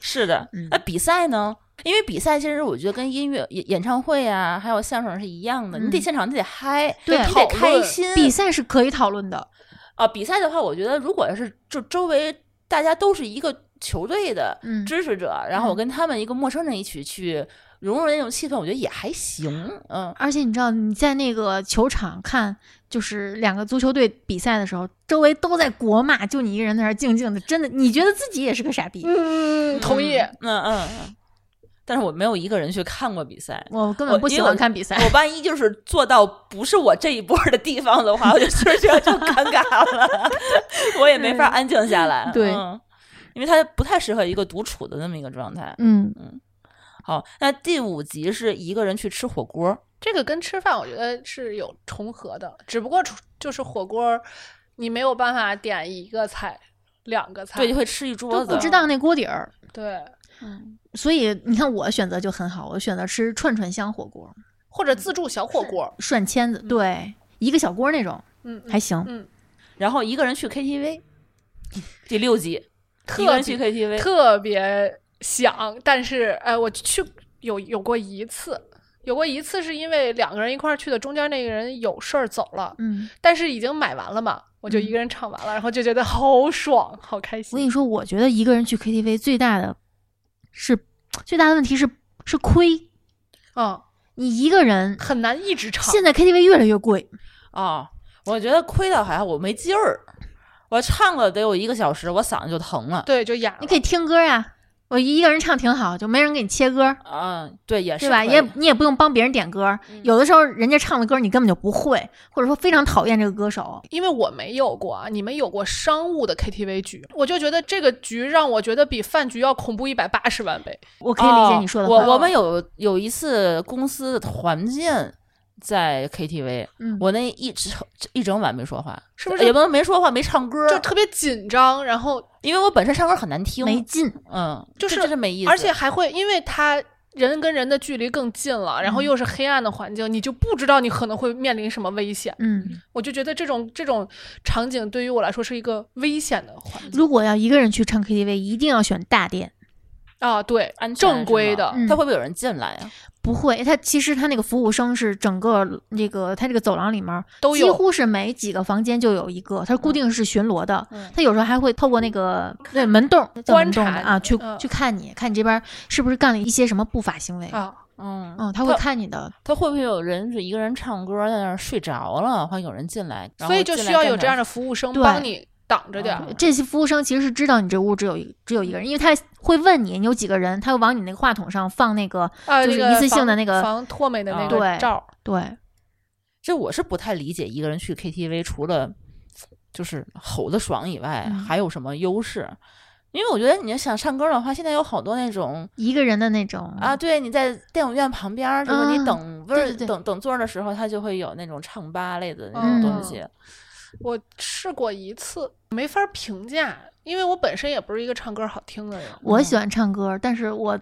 Speaker 2: 是的
Speaker 3: 嗯，
Speaker 2: 那比赛呢？因为比赛其实我觉得跟音乐、演演唱会啊，还有相声是一样的，
Speaker 3: 嗯
Speaker 2: 你得现场你得嗨，
Speaker 3: 对
Speaker 2: 你
Speaker 4: 讨
Speaker 2: 得
Speaker 4: 论
Speaker 2: 开心。
Speaker 3: 比赛是可以讨论的，
Speaker 2: 啊，比赛的话，我觉得如果要是就周围大家都是一个球队的
Speaker 3: 嗯
Speaker 2: 支持者，然后我
Speaker 3: 嗯
Speaker 2: 跟他们一个陌生人一起去融入那种气氛，我觉得也还行。嗯，
Speaker 3: 而且你知道你在那个球场看，就是两个足球队比赛的时候，周围都在国骂，就你一个人在那儿静静的，真的，你觉得自己也是个傻逼。
Speaker 4: 嗯，同意。
Speaker 2: 嗯嗯嗯。但是我没有一个人去看过比赛。
Speaker 3: 我根本不喜欢看比赛，
Speaker 2: 我万一就是坐到不是我这一波的地方的话，我就确实觉得就尴尬了，我也没法安静下来。
Speaker 3: 对
Speaker 2: 嗯因为它不太适合一个独处的那么一个状态。
Speaker 3: 嗯，
Speaker 2: 好，那第五集是一个人去吃火
Speaker 3: 啊
Speaker 2: 锅，
Speaker 4: 这个跟吃饭我觉得是有重合的，只不过除就是火锅儿，你没有办法点一个菜、两个菜。
Speaker 2: 对，就会吃一桌
Speaker 3: 都
Speaker 2: 子。
Speaker 3: 不知道那锅底儿。
Speaker 4: 对，
Speaker 3: 所以你看，我选择就很好，我选择吃串串香火锅，
Speaker 4: 或
Speaker 2: 嗯
Speaker 4: 者自助小火锅儿。
Speaker 3: 涮签子，
Speaker 4: 嗯
Speaker 3: 对，一个小锅那种
Speaker 4: 嗯，嗯
Speaker 3: 还行。
Speaker 4: 嗯，
Speaker 2: 然后一个人去
Speaker 3: [LAUGHS]
Speaker 2: KTV，第六集，一个
Speaker 4: 特
Speaker 2: 人去
Speaker 4: 别
Speaker 2: KTV，
Speaker 4: 特别想，但是哎，我去有有过一次。有过一次是因为两个人一块儿去的，中间那个人有事儿走了，
Speaker 3: 嗯，
Speaker 4: 但是已经买完了嘛，我就一个人唱完了，然后就觉得好爽，好开
Speaker 3: 我跟你
Speaker 4: 心。
Speaker 3: 说，我觉得一个人去 KTV 最大的是最大的问题是是亏，
Speaker 4: 嗯，
Speaker 3: 你一个人，
Speaker 4: 很难一直唱。
Speaker 3: 现在 KTV 越来越贵，
Speaker 2: 啊、我觉得亏到好像我没劲儿，我唱了得有一个小时，我嗓子就疼了。
Speaker 4: 对，就哑了。
Speaker 3: 你可以听歌呀、我一个人唱挺好，就没人给你切歌，
Speaker 2: 嗯，对，也是
Speaker 3: 啊对
Speaker 2: 可
Speaker 3: 吧？
Speaker 2: 以嗯
Speaker 3: 也你也不用帮别人点歌，有的时候人家唱的歌你根本就不会，或者说非常讨厌这个歌手。
Speaker 4: 因为我没有过啊，你们有过商务的 KTV 局，我就觉得这个局让我觉得比饭局要恐怖一百八十万倍。
Speaker 3: 我可以理解你说的话，
Speaker 2: 哦我我们有有一次公司的团建在 KTV，、
Speaker 3: 嗯
Speaker 2: 我那一整一整晚没说话，
Speaker 4: 是不是
Speaker 2: 也不能没说话，没唱歌，
Speaker 4: 就特别紧张，然后
Speaker 2: 因为我本身唱歌很难听，
Speaker 3: 没劲。
Speaker 2: 嗯，
Speaker 4: 就
Speaker 2: 这
Speaker 4: 是
Speaker 2: 这是没意思，
Speaker 4: 而且还会因为他人跟人的距离更近了，然后
Speaker 3: 嗯
Speaker 4: 又是黑暗的环境，你就不知道你可能会面临什么危险。
Speaker 3: 嗯，
Speaker 4: 我就觉得这种这种场景对于我来说是一个危险的环境
Speaker 3: 如果要一个人去唱 KTV，一定要选大店，
Speaker 4: 啊，对
Speaker 2: 安，全
Speaker 4: 正规的
Speaker 2: 是
Speaker 3: 嗯
Speaker 2: 吗他会不会有人进来啊呀、
Speaker 3: 不会。他其实他那个服务生是整个那个他这个走廊里面
Speaker 4: 都
Speaker 3: 几
Speaker 4: 有。
Speaker 3: 乎是每几个房间就有一个，它固定是巡逻的，
Speaker 2: 嗯
Speaker 3: 它有时候还会透过那个对门洞叫门洞的
Speaker 4: 观察
Speaker 3: 啊，去、
Speaker 4: 嗯
Speaker 3: 去看你看你这边是不是干了一些什么不法行为。
Speaker 4: 啊，
Speaker 2: 嗯
Speaker 3: 嗯，他会看你的，
Speaker 2: 他会不会有人是一个人唱歌在那儿睡着了，或者有人进来，然后
Speaker 4: 所以就需要有这样
Speaker 2: 的
Speaker 4: 的服务生
Speaker 3: 对啊
Speaker 4: 帮你挡着点儿
Speaker 2: 嗯
Speaker 3: 这些服务生其实是知道你这屋只有一只有一个人，因为他会问你你有几个人，他会往你那个话筒上放那个
Speaker 4: 啊，
Speaker 3: 就是
Speaker 4: 那个
Speaker 3: 一次性的
Speaker 4: 防
Speaker 3: 那个
Speaker 4: 防脱霉的那
Speaker 3: 啊
Speaker 4: 个罩儿。
Speaker 3: 对，
Speaker 2: 这我是不太理解，一个人去 KTV 除了就是吼的爽以外，
Speaker 3: 嗯
Speaker 2: 还有什么优势？因为我觉得你要想唱歌的话，现在有好多那种
Speaker 3: 一个人的那种
Speaker 2: 啊，，对，你在电影院旁边儿，就是
Speaker 3: 嗯
Speaker 2: 你等位
Speaker 3: 对
Speaker 2: 儿、
Speaker 3: 对对
Speaker 2: 等等座儿的时候，它就会有那种唱吧类的那种
Speaker 3: 嗯
Speaker 2: 东西。
Speaker 4: 我试过一次，没法评价，因为我本身也不是一个唱歌好听的人。
Speaker 3: 我喜欢唱歌，但是我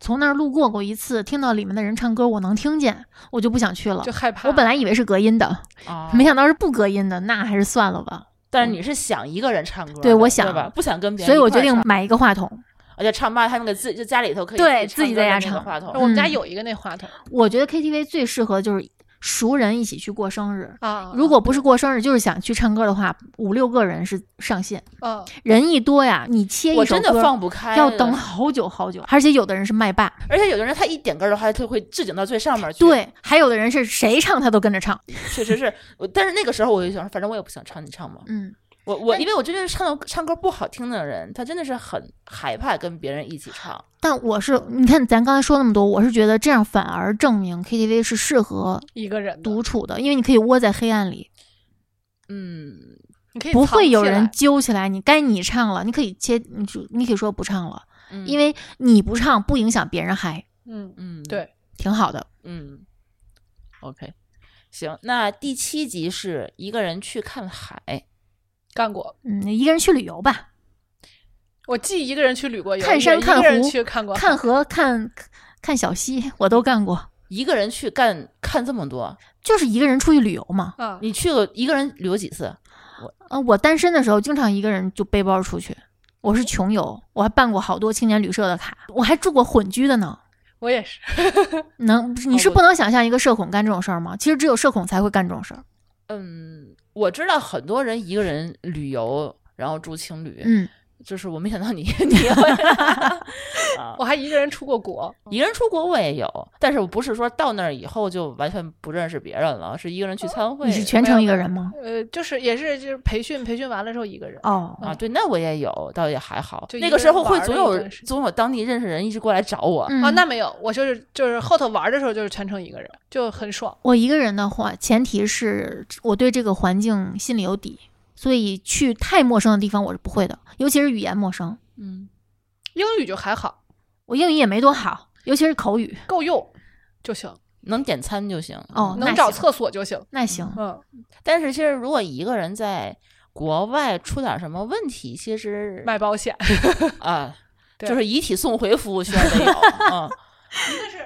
Speaker 3: 从那儿路过过一次，听到里面的人唱歌，我能听见，我就不想去了
Speaker 4: 就。害怕。
Speaker 3: 我本来以为是隔音的，
Speaker 2: 啊
Speaker 3: 没，想到是不隔音的，那还是算了吧。
Speaker 2: 但是你是想一个人唱歌的，
Speaker 3: 对我
Speaker 2: 对
Speaker 3: 想
Speaker 2: 吧？不想跟别人，
Speaker 3: 所以我决定，买一个话筒。
Speaker 2: 而且唱吧他那个自就家里头可以
Speaker 3: 对
Speaker 2: 自
Speaker 3: 自己
Speaker 2: 在
Speaker 3: 在家
Speaker 2: 唱歌的那
Speaker 3: 唱
Speaker 2: 个话筒，
Speaker 4: 我们家
Speaker 3: 嗯
Speaker 4: 有一个那话筒、
Speaker 3: 我觉得 KTV 最适合就是熟人一起去过生日。
Speaker 4: 啊，
Speaker 3: 如果不是过生日，就是想去唱歌的话，五六个人是上限。
Speaker 4: 嗯，
Speaker 3: 人一多呀，你切
Speaker 2: 我
Speaker 3: 一首
Speaker 2: 真的
Speaker 3: 歌
Speaker 2: 放不开，
Speaker 3: 要等好久好久，而且有的人是麦霸，
Speaker 2: 而且有的人他一点歌的话，他就会置顶到最上面去。，
Speaker 3: 对，还有的人是谁唱他都跟着唱。
Speaker 2: 确实是。我但是那个时候我就想，反正我也不想唱，你唱吧。
Speaker 3: 嗯，
Speaker 2: 我我因为我真的是唱到唱歌不好听的人，他真的是很害怕跟别人一起唱。
Speaker 3: 但我是你看咱刚才说那么多，我是觉得这样反而证明 KTV 是适合
Speaker 4: 一个人的
Speaker 3: 独处的，因为你可以窝在黑暗里，
Speaker 2: 嗯，
Speaker 4: 你可以
Speaker 3: 不
Speaker 4: 藏
Speaker 3: 会有
Speaker 4: 起来
Speaker 3: 人揪起来你，该你唱了，你可以切，你就你可以说不唱了，
Speaker 2: 嗯
Speaker 3: 因为你不唱不影响别人嗨，
Speaker 4: 嗯，
Speaker 2: 嗯
Speaker 4: 对
Speaker 3: 挺好的。
Speaker 2: 嗯，OK，行，那第七集是一个人去看海，
Speaker 4: 干过。
Speaker 3: 嗯，一个人去旅游吧，
Speaker 4: 我既一个人去旅过游，
Speaker 3: 看山
Speaker 4: 也
Speaker 3: 看
Speaker 4: 一个人
Speaker 3: 湖
Speaker 4: 去看过
Speaker 3: 看河看看小溪，我都干过，
Speaker 2: 一个人去干看这么多，
Speaker 3: 就是一个人出去旅游嘛。
Speaker 4: 啊，
Speaker 2: 你去过一个人旅游几次？
Speaker 3: 啊，我单身的时候经常一个人就背包出去，我是穷游，我还办过好多青年旅社的卡，我还住过混居的呢。
Speaker 4: 我也是
Speaker 3: 能，你
Speaker 2: 哦
Speaker 3: 是
Speaker 2: 我
Speaker 3: 不能想象一个社恐干这种事儿吗？其实只有社恐才会干这种事儿。
Speaker 2: 嗯，我知道很多人一个人旅游，然后住青旅，
Speaker 3: 嗯，
Speaker 2: 就是我没想到你 [LAUGHS] 你会啊
Speaker 4: 我，还一个人出过国，
Speaker 3: 嗯
Speaker 2: 一个人出国我也有，但是我不是说到那儿以后就完全不认识别人了，是一个人去参会。
Speaker 3: 哦你是全程一个人吗？
Speaker 4: 呃，就是也是就是培训培训完了之后一个人，
Speaker 3: 哦，
Speaker 2: 啊，对，那我也有，倒也还好
Speaker 4: 就。一
Speaker 2: 那
Speaker 4: 个
Speaker 2: 个时
Speaker 4: 人
Speaker 2: 候会
Speaker 4: 玩儿
Speaker 2: 总
Speaker 4: 了一
Speaker 2: 有
Speaker 4: 段时间
Speaker 2: 总有当地认识人一直过来找我，
Speaker 3: 嗯
Speaker 4: 啊，那没有，我就是就是后头玩的时候就是全程一个人，就很爽。
Speaker 3: 我一个人的话，前提是我对这个环境心里有底，所以去太陌生的地方我是不会的，尤其是语言陌生，
Speaker 2: 嗯，
Speaker 4: 英语就还好，
Speaker 3: 我英语也没多好，尤其是口语。
Speaker 4: 够用就行，
Speaker 2: 能点餐就行。
Speaker 3: 哦
Speaker 2: 嗯
Speaker 3: 那
Speaker 4: 能找
Speaker 3: 行
Speaker 4: 厕所就行。
Speaker 3: 那行，
Speaker 4: 嗯，
Speaker 2: 但是其实如果一个人在国外出点什么问题，其实
Speaker 4: 买保险，
Speaker 2: 啊，
Speaker 4: 对
Speaker 2: 就是遗体送回服务圈没有。嗯，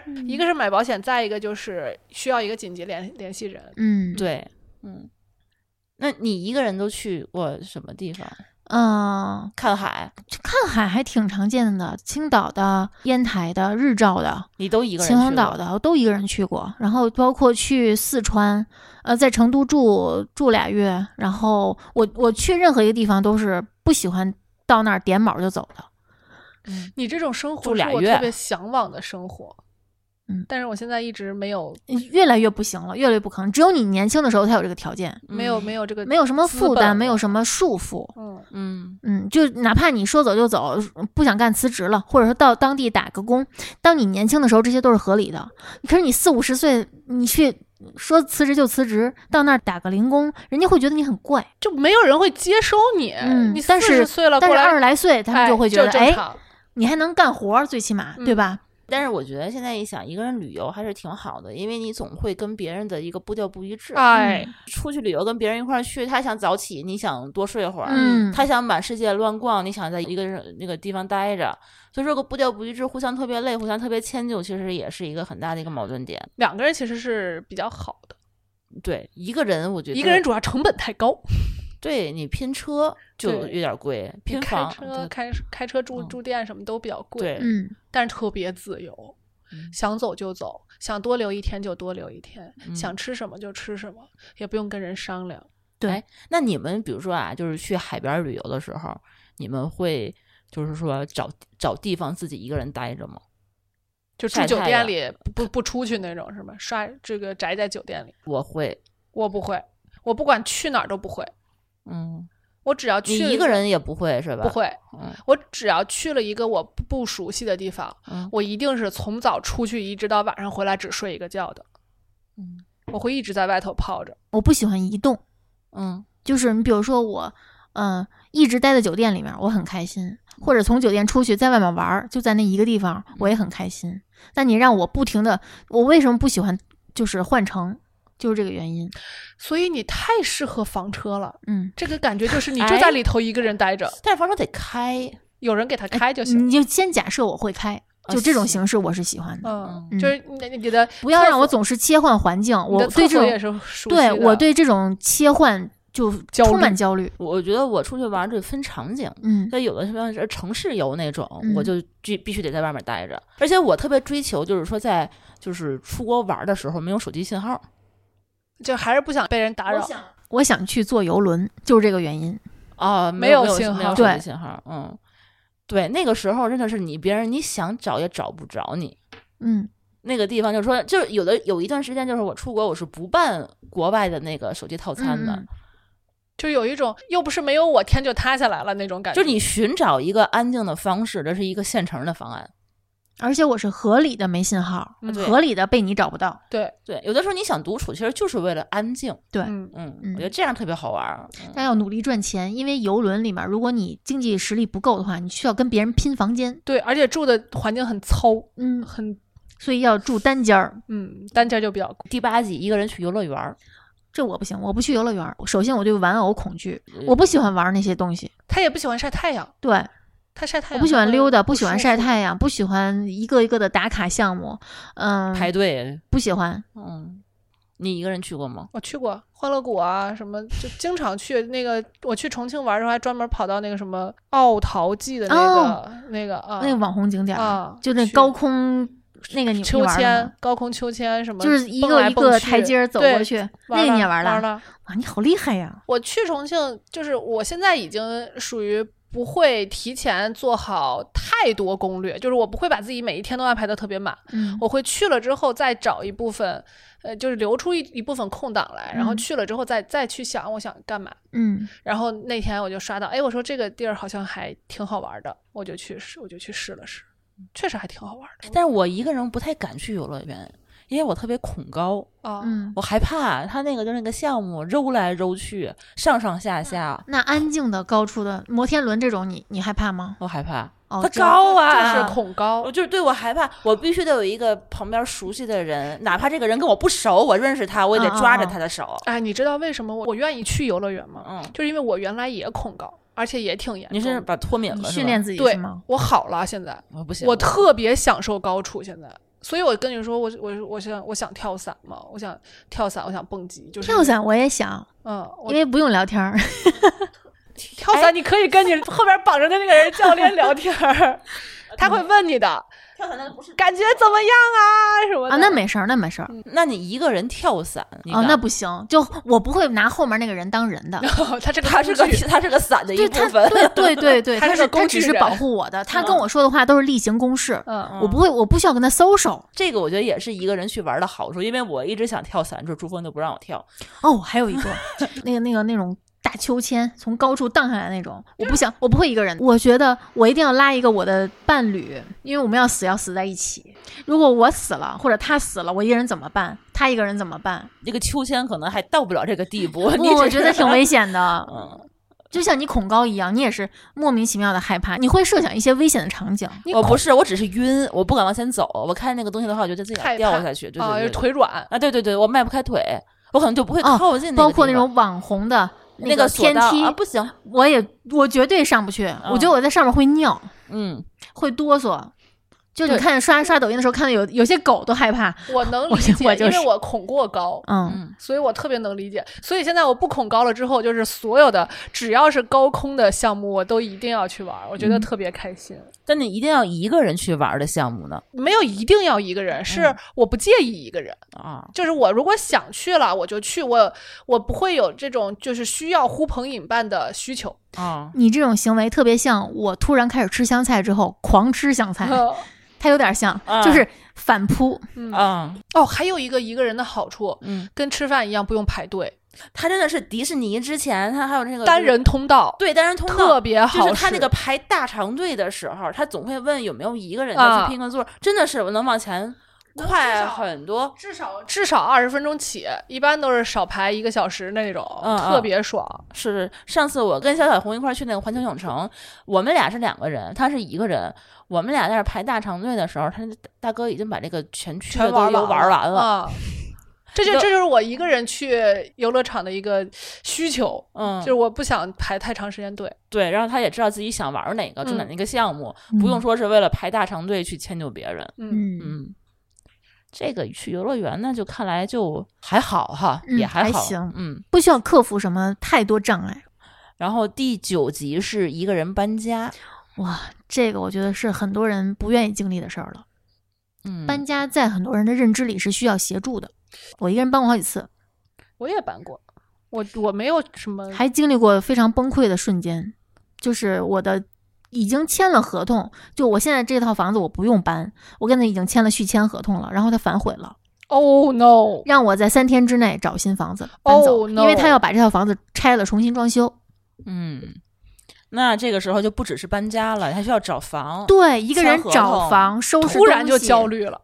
Speaker 3: 嗯
Speaker 4: 一个是买保险，再一个就是需要一个紧急联联系人。
Speaker 3: [LAUGHS] 嗯，
Speaker 2: 对，嗯。那你一个人都去过什么地方？
Speaker 3: 嗯，
Speaker 2: 看海，
Speaker 3: 看海还挺常见的，青岛的、烟台的、日照的、
Speaker 2: 你都一个人去
Speaker 3: 秦
Speaker 2: 过？
Speaker 3: 皇岛的，我都一个人去过。然后包括去四川，呃，在成都住住俩月。然后我我去任何一个地方都是不喜欢到那儿点卯就走的。
Speaker 4: 你这种生
Speaker 2: 住
Speaker 4: 活是
Speaker 2: 俩
Speaker 4: 我
Speaker 2: 月
Speaker 4: 特别向往的生活，
Speaker 3: 嗯
Speaker 4: 但是我现在一直没有
Speaker 3: 越来越不行了，越来越不可能。只有你年轻的时候才有这个条件，
Speaker 2: 嗯
Speaker 4: 没有没有这个
Speaker 3: 没有什么
Speaker 4: 资
Speaker 3: 负
Speaker 4: 本
Speaker 3: 担，没有什么束缚。
Speaker 4: 嗯，
Speaker 2: 嗯，
Speaker 3: 嗯，嗯，就哪怕你说走就走，不想干辞职了，或者说到当地打个工，当你年轻的时候，这些都是合理的。可是你四五十岁，你去说辞职就辞职，到那儿打个零工，人家会觉得你很怪。
Speaker 4: 就没有人会接收你。
Speaker 3: 嗯
Speaker 4: 你
Speaker 3: 但
Speaker 4: 四
Speaker 3: 是
Speaker 4: 十岁了
Speaker 3: 但
Speaker 4: 过
Speaker 3: 是二
Speaker 4: 来，
Speaker 3: 十来岁，他们
Speaker 4: 哎
Speaker 3: 就会觉得，
Speaker 4: 这
Speaker 3: 哎
Speaker 4: 正，常
Speaker 3: 你还能干活儿，最起码
Speaker 4: 嗯
Speaker 3: 对吧？
Speaker 2: 但是我觉得现在一想，一个人旅游还是挺好的，因为你总会跟别人的一个步调不一致。
Speaker 4: 哎，
Speaker 3: 嗯
Speaker 2: 出去旅游跟别人一块儿去，他想早起，你想多睡会儿；
Speaker 3: 嗯
Speaker 4: 哎
Speaker 2: 他想满世界乱逛，你想在一个人那个地方待着。所以说，个步调不一致，互相特别累，互相特别迁就，其实也是一个很大的一个矛盾点。
Speaker 4: 两个人其实是比较好的，
Speaker 2: 对一个人，我觉得
Speaker 4: 一个人主要成本太高，
Speaker 2: 对你拼车就
Speaker 4: 对
Speaker 2: 有点贵，
Speaker 4: 你
Speaker 2: 拼
Speaker 4: 开
Speaker 2: 房
Speaker 4: 车、
Speaker 2: 对
Speaker 4: 开开车住
Speaker 2: 嗯
Speaker 4: 住店什么都比较贵。
Speaker 2: 对
Speaker 3: 嗯，
Speaker 4: 但是特别自由，
Speaker 2: 嗯
Speaker 4: 想走就走，想多留一天就多留一天，
Speaker 2: 嗯
Speaker 4: 想吃什么就吃什么，也不用跟人商量。
Speaker 2: 那你们比如说啊，就是去海边儿旅游的时候，你们会就是说找找地方自己一个人待着吗？
Speaker 4: 就住
Speaker 2: 晒
Speaker 4: 酒
Speaker 2: 太
Speaker 4: 店
Speaker 2: 阳
Speaker 4: 里不不不出去那种是吗？刷这个宅在酒店里，
Speaker 2: 我会，
Speaker 4: 我不会，我不管去哪儿都不会，
Speaker 2: 嗯，
Speaker 4: 我只要
Speaker 2: 你
Speaker 4: 去
Speaker 2: 一个人也不会是吧？
Speaker 4: 不，会，
Speaker 2: 嗯
Speaker 4: 我只要去了一个我不不熟悉的地方，
Speaker 2: 嗯
Speaker 4: 我一定是从早出去一直到晚上回来只睡一个觉的，
Speaker 2: 嗯
Speaker 4: 我会一直在外头泡着。
Speaker 3: 我不喜欢移动，
Speaker 2: 嗯
Speaker 3: 就是你比如说我，嗯、一直待在酒店里面，我很开心；或者从酒店出去，在外面玩儿，就在那一个地方，我
Speaker 4: 嗯
Speaker 3: 也很开心。但你让我不停的，我为什么不喜欢就是换乘，就是这个原因。
Speaker 4: 所以你太适合房车了，
Speaker 3: 嗯，
Speaker 4: 这个感觉就是你就
Speaker 2: 哎
Speaker 4: 在里头一个人待着，
Speaker 2: 但是房车得开，
Speaker 4: 有人给他开就行。
Speaker 3: 你就先假设我会开，
Speaker 2: 啊
Speaker 3: 就这种
Speaker 2: 行
Speaker 3: 形式我是喜欢的。
Speaker 2: 呃
Speaker 4: 嗯，
Speaker 3: 嗯
Speaker 4: 就是你的你的
Speaker 3: 不要
Speaker 4: 厕
Speaker 3: 让我
Speaker 4: 所
Speaker 3: 总是切换环境，
Speaker 4: 你
Speaker 3: 我
Speaker 4: 的
Speaker 3: 对这
Speaker 4: 厕所
Speaker 3: 种
Speaker 4: 也是熟悉
Speaker 3: 对
Speaker 4: 的
Speaker 3: 我对这种切换就
Speaker 4: 焦
Speaker 3: 充满
Speaker 4: 虑
Speaker 3: 焦虑。
Speaker 2: 我觉得我出去玩儿得分场景。
Speaker 3: 嗯
Speaker 2: 那有的什么是城市游那种，
Speaker 3: 嗯
Speaker 2: 我就必必须得在外面待着，而且我特别追求，就是说在就是出国玩儿的时候没有手机信号，
Speaker 4: 就还是不想被人打扰。
Speaker 3: 我想去坐游轮，就是这个原因。
Speaker 2: 啊，
Speaker 4: 没有
Speaker 2: 没有
Speaker 4: 信
Speaker 2: 没有
Speaker 4: 号
Speaker 2: 手
Speaker 3: 对
Speaker 2: 机信号，嗯，对，那个时候真的是你别人你想找也找不着你。
Speaker 3: 嗯
Speaker 2: 那个地方就是说，就是有的有一段时间，就是我出国，我是不办国外的那个手机套餐的，
Speaker 3: 嗯
Speaker 4: 就有一种又不是没有我天就塌下来了那种感觉。
Speaker 2: 就是你寻找一个安静的方式，这是一个现成的方案。
Speaker 3: 而且我是合理的没信号，
Speaker 4: 嗯
Speaker 2: 对
Speaker 3: 合理的被你找不到。
Speaker 4: 对，
Speaker 2: 对，有的时候你想独处，其实就是为了安静。
Speaker 3: 对
Speaker 4: 嗯，
Speaker 2: 嗯，
Speaker 3: 嗯
Speaker 2: 我觉得这样特别好玩儿。嗯
Speaker 3: 但要努力赚钱，因为游轮里面，如果你经济实力不够的话，你需要跟别人拼房间，
Speaker 4: 对，而且住的环境很糙，
Speaker 3: 嗯，
Speaker 4: 很
Speaker 3: 所以要住单间儿。
Speaker 4: 嗯，单间就比较贵。
Speaker 2: 第八集一个人去游乐园儿，
Speaker 3: 这我不行，我不去游乐园儿。首先，我对玩偶恐惧，
Speaker 4: 嗯
Speaker 3: 我不喜欢玩那些东西。
Speaker 4: 他也不喜欢晒太阳，
Speaker 3: 对，
Speaker 4: 他晒
Speaker 3: 我
Speaker 4: 太阳
Speaker 3: 不喜欢溜达，不喜欢晒
Speaker 4: 太
Speaker 3: 太阳，不喜欢一个一个的打卡项目，嗯，
Speaker 2: 排队。
Speaker 3: 不喜欢。
Speaker 2: 嗯，你一个人去过吗？
Speaker 4: 我去过欢乐谷啊，什么就经常去那个。我去重庆玩的时候，还专门跑到那个什么奥陶纪的那个、
Speaker 3: 哦
Speaker 4: 那个啊，
Speaker 3: 那个网红景点儿，
Speaker 4: 啊
Speaker 3: 就那
Speaker 4: 去
Speaker 3: 高空那个你你
Speaker 4: 秋
Speaker 3: 玩了吗
Speaker 4: 千、高空秋千什么，
Speaker 3: 就是一
Speaker 4: 蹦
Speaker 3: 个
Speaker 4: 来
Speaker 3: 一
Speaker 4: 蹦
Speaker 3: 个
Speaker 4: 去
Speaker 3: 台阶儿走
Speaker 4: 对
Speaker 3: 过去，
Speaker 4: 玩
Speaker 3: 那个你也
Speaker 4: 玩
Speaker 3: 玩了？
Speaker 4: 了。
Speaker 3: 哇，你好厉害呀！
Speaker 4: 我去重庆，就是我现在已经属于不会提前做好太多攻略，就是我不会把自己每一天都安排的特别满，
Speaker 3: 嗯
Speaker 4: 我会去了之后再找一部分，呃，就是留出一一部分空档来，然后
Speaker 3: 嗯
Speaker 4: 去了之后再再去想我想干嘛。
Speaker 3: 嗯
Speaker 4: 然后那天我就刷到，哎，我说这个地儿好像还挺好玩的，我就去试，我就去试了试，
Speaker 3: 嗯
Speaker 4: 确实还挺好玩的。
Speaker 2: 但是我一个人不太敢去游乐园，因为我特别恐高，
Speaker 4: 啊，
Speaker 3: 嗯，
Speaker 2: 我害怕他那个就是那个项目揉来揉去，上上下下，
Speaker 3: 那安静的高处的摩天轮这种你，你害怕吗？
Speaker 2: 我害怕。
Speaker 3: 哦，
Speaker 2: 它
Speaker 3: 这样
Speaker 2: 高
Speaker 4: 就
Speaker 2: 啊，
Speaker 4: 是恐高
Speaker 2: 我，就是对我害怕，我必须得有一个旁边熟悉的人，哪怕这个人跟我不熟，我认识他，我也得抓着他的手。
Speaker 4: 哎，你知道为什么我我愿意去游乐园吗？
Speaker 2: 嗯，
Speaker 4: 就是因为我原来也恐高，而且也挺严重
Speaker 2: 哦你
Speaker 4: 的。
Speaker 2: 是把脱敏
Speaker 3: 你
Speaker 2: 了是
Speaker 3: 训
Speaker 2: 吧
Speaker 3: 练自己
Speaker 4: 对
Speaker 3: 是吗？
Speaker 4: 我好了，现在
Speaker 2: 我不行，
Speaker 4: 我特别享受高处，现在。所以，我跟你说，我我我想我想跳伞嘛，我想跳伞，我想蹦极，就是
Speaker 3: 跳，伞我也想，
Speaker 4: 嗯，我
Speaker 3: 因为不用聊天儿。
Speaker 4: 跳
Speaker 2: 哎
Speaker 4: 伞你可以跟你后边绑着的那个人教练聊
Speaker 2: [LAUGHS]
Speaker 4: 天儿，他会问你的，
Speaker 2: 嗯跳伞那不是。
Speaker 4: 感觉怎么样啊什么的。 [LAUGHS]
Speaker 3: 啊，那没事儿，那没事儿。
Speaker 2: 那你一个人跳伞，嗯你
Speaker 3: 哦，
Speaker 2: 敢
Speaker 3: 那不行，就我不会拿后面那个人当人的。
Speaker 4: 他这个
Speaker 2: 他是个
Speaker 4: 工具
Speaker 2: 他是个伞的一
Speaker 3: 对
Speaker 2: 部
Speaker 3: 他，
Speaker 2: 分。
Speaker 3: 对对对对，
Speaker 4: 他
Speaker 3: 他
Speaker 4: 是个
Speaker 3: 是他
Speaker 4: 工
Speaker 3: 只
Speaker 4: 具
Speaker 3: 是
Speaker 4: 人
Speaker 3: 保护我的，他跟我说的话都是例行公事，
Speaker 4: 嗯，
Speaker 3: 我不会，我不需要跟他 social。
Speaker 2: 这个我觉得也是一个人去玩的好处，因为我一直想跳伞，这珠峰就不让我跳。
Speaker 3: [LAUGHS] 哦，还有一个，那个那个那种大秋千从高处荡下来那种，我不想，我不会一个人。我觉得我一定要拉一个我的伴侣，因为我们要死要死在一起。如果我死了或者他死了，我一个人怎么办？他一个人怎么办？
Speaker 2: 这个秋千可能还到不了这个地步。
Speaker 3: 不
Speaker 2: 你，只
Speaker 3: 我觉得挺危险的。 [LAUGHS]
Speaker 2: 嗯，
Speaker 3: 就像你恐高一样，你也是莫名其妙的害怕，你会设想一些危险的场景。
Speaker 4: 你
Speaker 2: 我哦不是，我只是晕，我不敢往前走。我看那个东西的话，我就在自己
Speaker 4: 害
Speaker 2: 想
Speaker 4: 怕
Speaker 2: 掉下去，对
Speaker 4: 啊，
Speaker 2: 对
Speaker 4: 就
Speaker 2: 对
Speaker 4: 是腿软，
Speaker 2: 啊，对对对，我迈不开腿，我可能就不会
Speaker 3: 哦
Speaker 2: 靠近、
Speaker 3: 包括那种网红的
Speaker 2: 那
Speaker 3: 个
Speaker 2: 索
Speaker 3: 天
Speaker 2: 道
Speaker 3: 梯，
Speaker 2: 啊，不行，
Speaker 3: 我也我绝对上不去。我觉得我在上面会尿，
Speaker 2: 嗯，
Speaker 3: 会哆嗦。就你
Speaker 2: 对嗯
Speaker 3: 看刷刷抖音的时候，看到有有些狗都害怕。
Speaker 4: 我能
Speaker 3: 我
Speaker 4: 理解，
Speaker 3: 我就
Speaker 4: 因
Speaker 3: 是
Speaker 4: 为我恐过高。
Speaker 3: 嗯，
Speaker 4: 所以我特别能理解，所以现在我不恐高了之后，就是所有的只要是高空的项目，我都一定要去玩儿，我
Speaker 2: 嗯
Speaker 4: 觉得特别开心。
Speaker 2: 但你一定要一个人去玩的项目呢
Speaker 4: 没有一定要一个人，是
Speaker 2: 嗯
Speaker 4: 我不介意一个人，
Speaker 2: 啊，
Speaker 4: 就是我如果想去了我就去，我我不会有这种就是需要呼朋引伴的需求。
Speaker 2: 啊，
Speaker 3: 你这种行为特别像我突然开始吃香菜之后狂吃香
Speaker 2: 哎
Speaker 3: 菜，它有点像，
Speaker 2: 哦啊
Speaker 3: 就是反扑。
Speaker 4: [LAUGHS] 嗯
Speaker 2: 啊，
Speaker 4: 哦，还有一个一个人的好处，
Speaker 2: 嗯，
Speaker 4: 跟吃饭一样不用排队，
Speaker 2: 他真的是迪士尼之前，他还有那个
Speaker 4: 单人通道
Speaker 2: 对单人通
Speaker 4: 特
Speaker 2: 道。
Speaker 4: 别
Speaker 2: 就
Speaker 4: 好
Speaker 2: 是
Speaker 4: 使。
Speaker 2: 他那个排大长队的时候，他总会问有没有一个人
Speaker 4: 啊
Speaker 2: 要去拼个座，真的是我能往前
Speaker 4: 能
Speaker 2: 快
Speaker 4: 至少
Speaker 2: 很多。
Speaker 4: 至少至少二十分钟起，一般都是少排一个小时那种，
Speaker 2: 嗯
Speaker 4: 特别爽。
Speaker 2: 是上次我跟小小红一块儿去那个环球影城，我们俩是两个人，他是一个人。我们俩在那儿排大长队的时候，他大哥已经把这个全区的
Speaker 4: 全
Speaker 2: 都
Speaker 4: 玩
Speaker 2: 都玩完了。嗯
Speaker 4: 啊、这就
Speaker 2: 一个
Speaker 4: 这就是我一个人去游乐场的一个需求，
Speaker 2: 嗯，
Speaker 4: 就是我不想排太长时间队。
Speaker 2: 对，然后他也知道自己想玩哪个，就哪
Speaker 4: 嗯
Speaker 2: 一个项目，
Speaker 3: 嗯
Speaker 2: 不用说是为了排大长队去迁就别人。
Speaker 4: 嗯，
Speaker 3: 嗯，
Speaker 2: 嗯，这个去游乐园呢，就看来就还好哈，
Speaker 3: 嗯
Speaker 2: 也
Speaker 3: 还
Speaker 2: 好，
Speaker 3: 行
Speaker 2: 嗯。
Speaker 3: 不需要克服什么太多障碍。
Speaker 2: 然后第九集是一个人搬家，
Speaker 3: 哇，这个我觉得是很多人不愿意经历的事儿了。
Speaker 2: 嗯，
Speaker 3: 搬家在很多人的认知里是需要协助的。我一个人搬过好几次，
Speaker 4: 我也搬过，我我没有什么，
Speaker 3: 还经历过非常崩溃的瞬间，就是我的已经签了合同，就我现在这套房子我不用搬，我跟他已经签了续签合同了，然后他反悔了，
Speaker 4: Oh no！
Speaker 3: 让我在三天之内找新房子搬走
Speaker 4: Oh,
Speaker 3: 因为
Speaker 4: no.
Speaker 3: 他要把这套房子拆了重新装修。
Speaker 2: 哦嗯，那这个时候就不只是搬家了，还需要找房。
Speaker 3: 对，一个
Speaker 2: 签
Speaker 3: 人
Speaker 2: 合
Speaker 3: 找
Speaker 2: 同
Speaker 3: 房、收拾
Speaker 4: 突然
Speaker 3: 东
Speaker 4: 就
Speaker 3: 西
Speaker 4: 焦，虑了，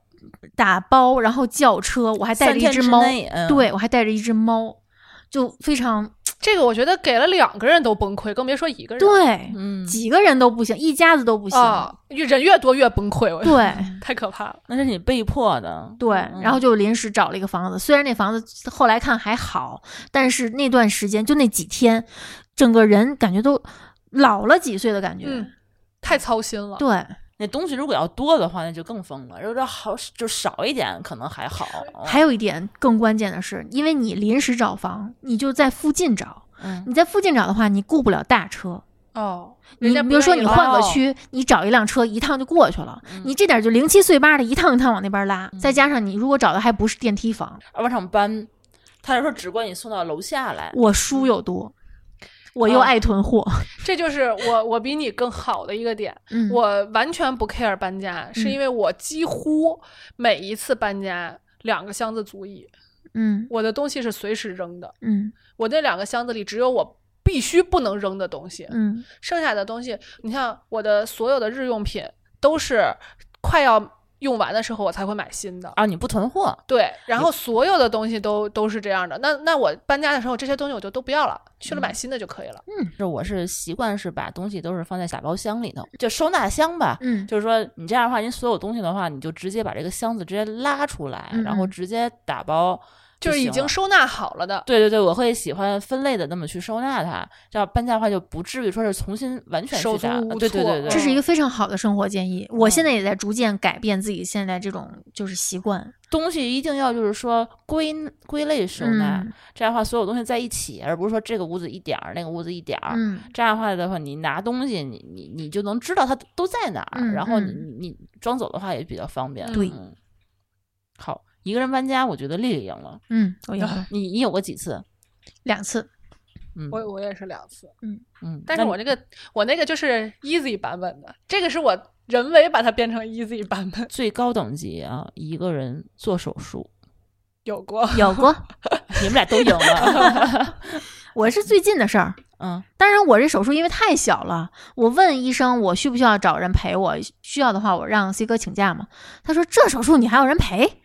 Speaker 3: 打包，然后叫车，我还带
Speaker 2: 三
Speaker 3: 着一
Speaker 2: 天
Speaker 3: 只
Speaker 2: 之
Speaker 3: 猫，
Speaker 2: 内，嗯、
Speaker 3: 对我还带着一只猫，就非常
Speaker 4: 这个我觉得给了两个人都崩溃，更别说一个人。
Speaker 3: 对，
Speaker 2: 嗯，哦
Speaker 3: 几个人都不行，一家子都不行。
Speaker 4: 啊，越人越多越崩溃，我觉得
Speaker 3: 对，
Speaker 4: 太可怕了。
Speaker 2: 那是你被迫的，
Speaker 3: 对，
Speaker 2: 嗯
Speaker 3: 然后就临时找了一个房子，虽然那房子后来看还好，但是那段时间就那几天，整个人感觉都老了几岁的感觉。
Speaker 4: 嗯，太操心了。
Speaker 3: 对，
Speaker 2: 那东西如果要多的话，那就更疯了；如果要好就少一点，可能还好。
Speaker 3: 还有一点更关键的是，因为你临时找房，你就在附近找，
Speaker 2: 嗯
Speaker 3: 你在附近找的话，你雇不了大车。
Speaker 4: 哦，人
Speaker 3: 你
Speaker 4: 家
Speaker 3: 比
Speaker 4: 不
Speaker 3: 如说
Speaker 4: 愿
Speaker 3: 你
Speaker 4: 意哦嗯
Speaker 3: 换个
Speaker 4: 来
Speaker 3: 区，你找一辆车一趟就过去了，你这点就零七碎八的一趟一趟往那边拉，
Speaker 4: 嗯
Speaker 3: 再加上你如果找的还不是电梯房，
Speaker 2: 往上搬，他就说只管你送到楼下来。
Speaker 3: 我书又多，我又
Speaker 4: 嗯哦
Speaker 3: 爱囤货，
Speaker 4: 这就是我我比你更好的一个点，
Speaker 3: 嗯，
Speaker 4: 我完全不 care 搬家，是因为我几乎每一次搬家两个箱子足矣，
Speaker 3: 嗯
Speaker 4: 我的东西是随时扔的，
Speaker 3: 嗯
Speaker 4: 我那两个箱子里只有我。必须不能扔的东西，
Speaker 3: 嗯
Speaker 4: 剩下的东西，你像我的所有的日用品都是快要用完的时候我才会买新的，
Speaker 2: 啊，你不囤货，
Speaker 4: 对，然后所有的东西都都是这样的。那那我搬家的时候这些东西我就都不要了，去了买新的就可以了。
Speaker 2: 就是我是习惯是把东西都是放在打包箱里头，就收纳箱吧。
Speaker 3: 嗯，
Speaker 2: 就是说，你这样的话，您所有东西的话，你就直接把这个箱子直接拉出来，
Speaker 3: 嗯
Speaker 2: 然后
Speaker 3: 嗯
Speaker 2: 直接打包
Speaker 4: 就是已
Speaker 2: 行
Speaker 4: 经
Speaker 2: 了
Speaker 4: 收纳好了的，
Speaker 2: 对对对，我会喜欢分类的那么去收纳它，这样搬家的话就不至于说是重新完全
Speaker 4: 手
Speaker 2: 去打。
Speaker 4: 足无
Speaker 2: 对对对
Speaker 4: 措
Speaker 2: 对，
Speaker 3: 这是一个非常好的生活建议。我
Speaker 2: 嗯
Speaker 3: 现在也在逐渐改变自己现在这种就是习惯。
Speaker 2: 东西一定要就是说归归类收纳，
Speaker 3: 嗯
Speaker 2: 这样的话所有东西在一起，而不是说这个屋子一点儿，那个屋子一点儿。
Speaker 3: 嗯
Speaker 2: 这样的话的话，你拿东西，你你你就能知道它都在哪儿，
Speaker 3: 嗯
Speaker 2: 然后你
Speaker 3: 嗯
Speaker 2: 你你装走的话也比较方便。
Speaker 3: 对
Speaker 2: 嗯好，一个人搬家，我觉得丽丽赢了。
Speaker 3: 嗯，我
Speaker 4: [LAUGHS]
Speaker 3: 有过
Speaker 2: 你你有过几次？
Speaker 3: 两次，
Speaker 2: 嗯
Speaker 4: 我我也是两次，
Speaker 2: 嗯，
Speaker 4: 但是
Speaker 2: 那
Speaker 4: 我这个我那个就是 easy 版本的，这个是我人为把它变成 easy 版本，
Speaker 2: 最高等级啊，一个人做手术，
Speaker 4: 有过。
Speaker 3: 有过。
Speaker 4: [LAUGHS]
Speaker 2: 你们俩都赢了。
Speaker 3: 我是最近的事儿。
Speaker 2: 嗯
Speaker 3: 当然，我这手术因为太小了，我问医生我需不需要找人陪我，需要的话我让 C 哥请假嘛。他说这手术你还要人陪，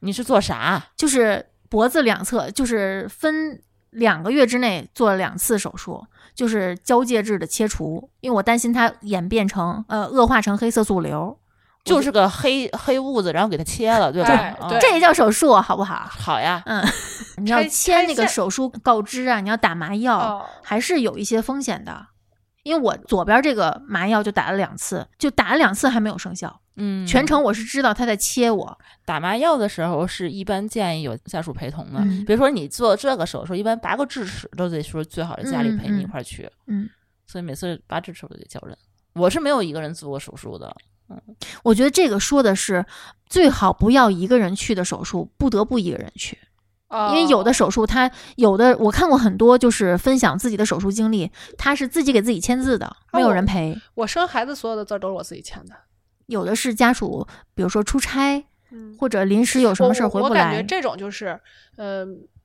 Speaker 2: 你是做啥？
Speaker 3: 就是脖子两侧就是分两个月之内做了两次手术，就是交界质的切除，因为我担心它演变成呃恶化成黑色素瘤，
Speaker 2: 就是个黑黑痦子，然后给它切了，对吧？
Speaker 4: 哎
Speaker 2: 嗯
Speaker 4: 对
Speaker 3: 这也叫手术好不好？
Speaker 2: 好呀，
Speaker 3: 你要
Speaker 4: 拆
Speaker 3: 签那
Speaker 4: 拆
Speaker 3: 个
Speaker 4: 线
Speaker 3: 手术告知啊，你要打麻药，
Speaker 4: [LAUGHS] 哦，
Speaker 3: 还是有一些风险的。因为我左边这个麻药就打了两次，就打了两次还没有生效，
Speaker 2: 嗯，
Speaker 3: 全程我是知道他在切我，
Speaker 2: 打麻药的时候是一般建议有家属陪同的，
Speaker 3: 嗯
Speaker 2: 比如说你做这个手术，一般拔个智齿都得说最好是家里陪你一块儿去，
Speaker 3: 嗯嗯嗯
Speaker 2: 所以每次拔智齿我都得叫人。我是没有一个人做过手术的，
Speaker 3: 我觉得这个说的是最好不要一个人去的手术，不得不一个人去，
Speaker 4: 哦
Speaker 3: 因为有的手术他有的我看过很多就是分享自己的手术经历，他是自己给自己签字的，
Speaker 4: 哦
Speaker 3: 没有人陪，
Speaker 4: 我生孩子所有的字儿都是我自己签的。
Speaker 3: 有的是家属，比如说出差
Speaker 4: 嗯，
Speaker 3: 或者临时有什么事儿回
Speaker 4: 我
Speaker 3: 不
Speaker 4: 我感觉
Speaker 3: 来，
Speaker 4: 这种就是，呃，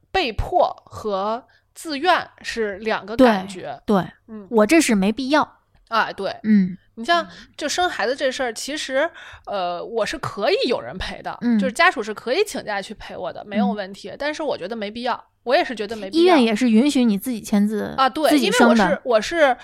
Speaker 4: 被迫和自愿是两个
Speaker 3: 对
Speaker 4: 感觉。
Speaker 3: 对
Speaker 4: 嗯，
Speaker 3: 我这是没必要，
Speaker 4: 啊，对
Speaker 3: 嗯
Speaker 4: 你像就生孩子这事儿，其实呃，我是可以有人陪的，
Speaker 3: 嗯
Speaker 4: 就是家属是可以请假去陪我的，没有
Speaker 3: 嗯
Speaker 4: 问题。但是我觉得没必要，我也是觉得没必要。
Speaker 3: 医院也是允许你自己签字
Speaker 4: 啊，对，
Speaker 3: 自
Speaker 4: 因
Speaker 3: 己
Speaker 4: 为
Speaker 3: 生
Speaker 4: 我
Speaker 3: 的
Speaker 4: 是。我是。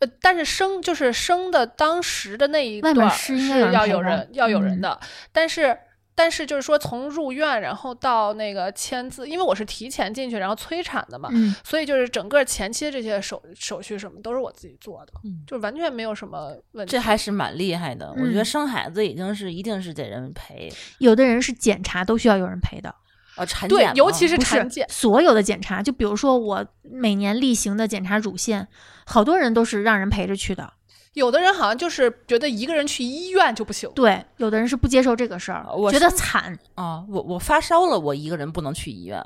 Speaker 4: 呃，但是生就是生的当时的那一
Speaker 3: 外
Speaker 4: 段
Speaker 3: 面
Speaker 4: 儿
Speaker 3: 是
Speaker 4: 是
Speaker 3: 应该有人
Speaker 4: 要
Speaker 3: 陪的
Speaker 4: 有人要有人
Speaker 3: 嗯
Speaker 4: 的，但是但是就是说从入院然后到那个签字，因为我是提前进去然后催产的嘛，
Speaker 3: 嗯，
Speaker 4: 所以就是整个前期的这些手手续什么都是我自己做的，
Speaker 2: 嗯
Speaker 4: 就完全没有什么问题。
Speaker 2: 这还是蛮厉害的。我觉
Speaker 3: 嗯
Speaker 2: 得生孩子已经是一定是得人陪，
Speaker 3: 有的人是检查都需要有人陪的，
Speaker 2: 呃，产
Speaker 4: 对
Speaker 2: 检，
Speaker 4: 尤
Speaker 2: 嘛
Speaker 4: 其是
Speaker 3: 不
Speaker 4: 产
Speaker 3: 是
Speaker 4: 检，
Speaker 3: 所有的检查。就比如说我每年例行的检查乳腺，好多人都是让人陪着去的。
Speaker 4: 有的人好像就是觉得一个人去医院就不行，
Speaker 3: 对，有的人是不接受这个事儿
Speaker 2: 我，
Speaker 3: 觉得
Speaker 2: 是
Speaker 3: 惨。
Speaker 2: 啊，我我发烧了，我一个人不能去医院，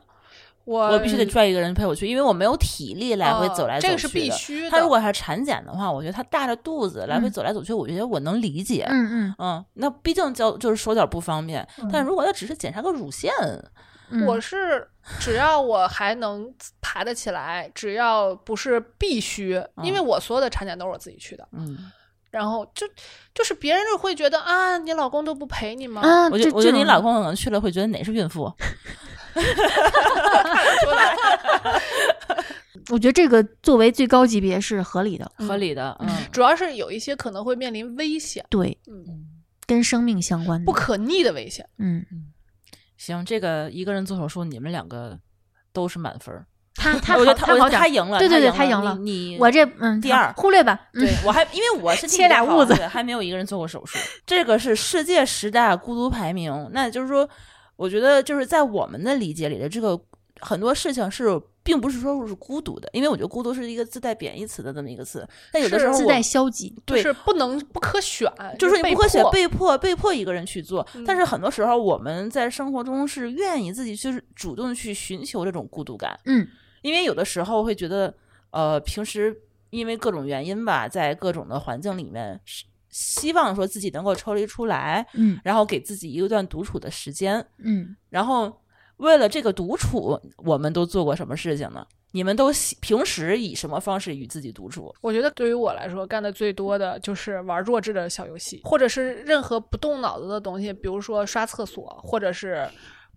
Speaker 4: 我
Speaker 2: 我必须得拽一个人陪我去，因为我没有体力来回
Speaker 4: 啊
Speaker 2: 走来走去的。
Speaker 4: 呃这个是必须的。
Speaker 2: 他如果还是产检的话，我觉得他大着肚子来回
Speaker 3: 嗯
Speaker 2: 走来走去，我觉得我能理解。
Speaker 3: 嗯
Speaker 2: 嗯，那毕竟就就是手脚不方便，但如果要只是检查个乳腺，
Speaker 3: 嗯，
Speaker 4: 我
Speaker 3: 嗯
Speaker 4: 是只要我还能爬得起来，只要不是必须，因为我所有的产检都是我自己去的，
Speaker 2: 嗯，
Speaker 4: 然后就就是别人就会觉得啊，你老公都不陪你吗？
Speaker 3: 啊，
Speaker 2: 我觉
Speaker 3: 这
Speaker 2: 得我觉
Speaker 3: 这
Speaker 2: 得你
Speaker 3: 种
Speaker 2: 老公可能去了会觉得哪是孕妇，
Speaker 4: 出来
Speaker 3: 我觉得这个作为最高级别是合理的，
Speaker 2: 合理的，嗯，
Speaker 4: 主要是有一些可能会面临危险，
Speaker 3: 对，
Speaker 4: 嗯，
Speaker 3: 跟生命相关的，
Speaker 4: 不可逆的危险。 [LAUGHS]
Speaker 3: 嗯，
Speaker 2: 行，这个一个人做手术，你们两个都是满分儿，
Speaker 3: 他他
Speaker 2: 我觉得
Speaker 3: 好
Speaker 2: 他
Speaker 3: 他
Speaker 2: 我觉
Speaker 3: 好
Speaker 2: 得
Speaker 3: 点
Speaker 2: 他
Speaker 3: 儿，
Speaker 2: 赢了，
Speaker 3: 对对对
Speaker 2: 他
Speaker 3: 他
Speaker 2: 赢
Speaker 3: 赢了
Speaker 2: 你你
Speaker 3: 我这嗯，
Speaker 2: 第
Speaker 3: 好
Speaker 2: 二
Speaker 3: 忽略吧，嗯
Speaker 2: 对，我还因为我是
Speaker 3: 切俩
Speaker 2: 痦
Speaker 3: 痦子
Speaker 2: 还没有一个人做过手术。这个是世界十大孤独排名，那就是说，我觉得就是在我们的理解里的这个很多事情是。并不是说是孤独的，因为我觉得孤独是一个自带贬义词的这么一个词。但有的
Speaker 4: 是
Speaker 2: 时候
Speaker 3: 自
Speaker 2: 我
Speaker 3: 带消极，
Speaker 2: 对
Speaker 4: 就是不能不可选，
Speaker 2: 就是你
Speaker 4: 被
Speaker 2: 不可选
Speaker 4: 迫
Speaker 2: 被迫被迫一个人去做，但
Speaker 4: 嗯
Speaker 2: 是很多时候我们在生活中是愿意自己去主动去寻求这种孤独感，
Speaker 3: 嗯，
Speaker 2: 因为有的时候会觉得，呃，平时因为各种原因吧，在各种的环境里面，是希望说自己能够抽离出来，
Speaker 3: 嗯
Speaker 2: 然后给自己一段独处的时间，
Speaker 3: 嗯，
Speaker 2: 然后为了这个独处，我们都做过什么事情呢？你们都喜平时以什么方式与自己独处？
Speaker 4: 我觉得对于我来说，干的最多的就是玩弱智的小游戏，或者是任何不动脑子的东西，比如说刷厕所，或者是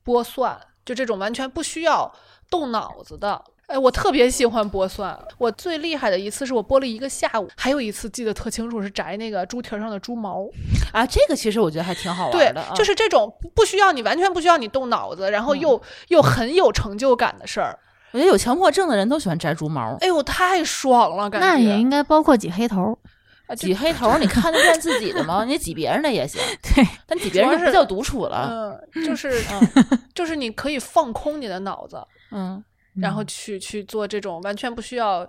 Speaker 4: 剥蒜，就这种完全不需要动脑子的。哎，我特别喜欢剥蒜。我最厉害的一次是我剥了一个下午，还有一次记得特清楚是摘那个猪蹄儿上的猪毛。
Speaker 2: 啊，这个其实我觉得还挺好
Speaker 4: 对
Speaker 2: 玩的啊，，
Speaker 4: 就是这种不不需要你完全不需要你动脑子，然后又、
Speaker 2: 嗯
Speaker 4: 又很有成就感的事儿。
Speaker 2: 我觉得有强迫症的人都喜欢摘猪毛。
Speaker 4: 哎呦，太爽了，感觉
Speaker 3: 那也应该包括挤黑头儿，
Speaker 4: 啊就
Speaker 2: 挤黑头儿，你看得见自己的吗？你 [LAUGHS] 挤别人的也行，
Speaker 3: 对，
Speaker 2: 但挤别人
Speaker 4: 主要
Speaker 2: 就是不叫独处了。
Speaker 4: 嗯，就是就是你可以放空你的脑子，
Speaker 2: 嗯，
Speaker 4: 然后
Speaker 3: 嗯
Speaker 4: 去去做这种完全不需要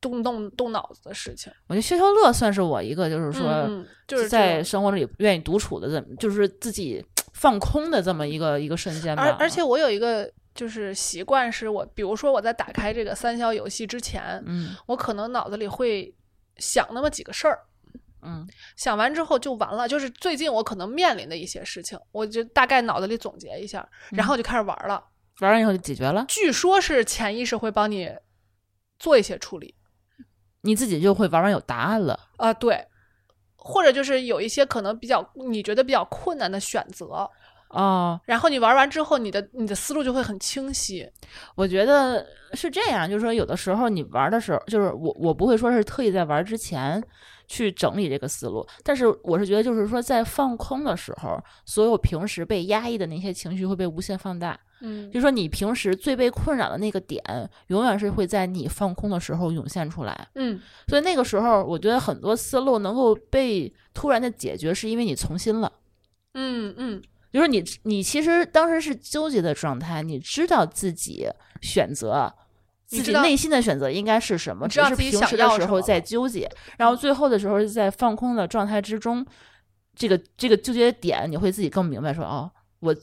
Speaker 4: 动动动脑子的事情。
Speaker 2: 我觉得消消乐算是我一个，就是说、
Speaker 4: 嗯嗯就是
Speaker 2: 在
Speaker 4: 这种
Speaker 2: 生活里愿意独处的这么，就是自己放空的这么一个一个瞬间吧。
Speaker 4: 而而且，我有一个就是习惯，是我比如说我在打开这个三消游戏之前，
Speaker 2: 嗯
Speaker 4: 我可能脑子里会想那么几个事儿。
Speaker 2: 嗯，
Speaker 4: 想完之后就完了，就是最近我可能面临的一些事情，我就大概脑子里总
Speaker 2: 嗯
Speaker 4: 结一下，然后就开始玩了。
Speaker 2: 玩完以后就解决了。
Speaker 4: 据说是潜意识会帮你做一些处理。
Speaker 2: 你自己就会玩完有答案了。
Speaker 4: 啊、对，或者就是有一些可能比较你觉得比较困难的选择，
Speaker 2: 哦，
Speaker 4: 然后你玩完之后，你的你的思路就会很清晰。
Speaker 2: 我觉得是这样，就是说有的时候你玩的时候，就是我我不会说是特意在玩之前去整理这个思路，但是我是觉得就是说在放空的时候，所有平时被压抑的那些情绪会被无限放大。
Speaker 4: 嗯
Speaker 2: 就，是说你平时最被困扰的那个点，永远是会在你放空的时候涌现出来。
Speaker 4: 嗯，
Speaker 2: 所以那个时候，我觉得很多思路能够被突然的解决，是因为你从心了。
Speaker 4: 嗯嗯，
Speaker 2: 就是你，你其实当时是纠结的状态，你知道自己选择，
Speaker 4: 你
Speaker 2: 自己
Speaker 4: 知道
Speaker 2: 内心的选择应该是什么，
Speaker 4: 你
Speaker 2: 只
Speaker 4: 知道
Speaker 2: 是
Speaker 4: 自己
Speaker 2: 平
Speaker 4: 想
Speaker 2: 时的
Speaker 4: 要
Speaker 2: 时
Speaker 4: 什
Speaker 2: 候
Speaker 4: 么
Speaker 2: 在
Speaker 4: 了
Speaker 2: 纠结，然后最后的时候是在放空的状态之中，这个这个纠结点，你会自己更明白说，哦，我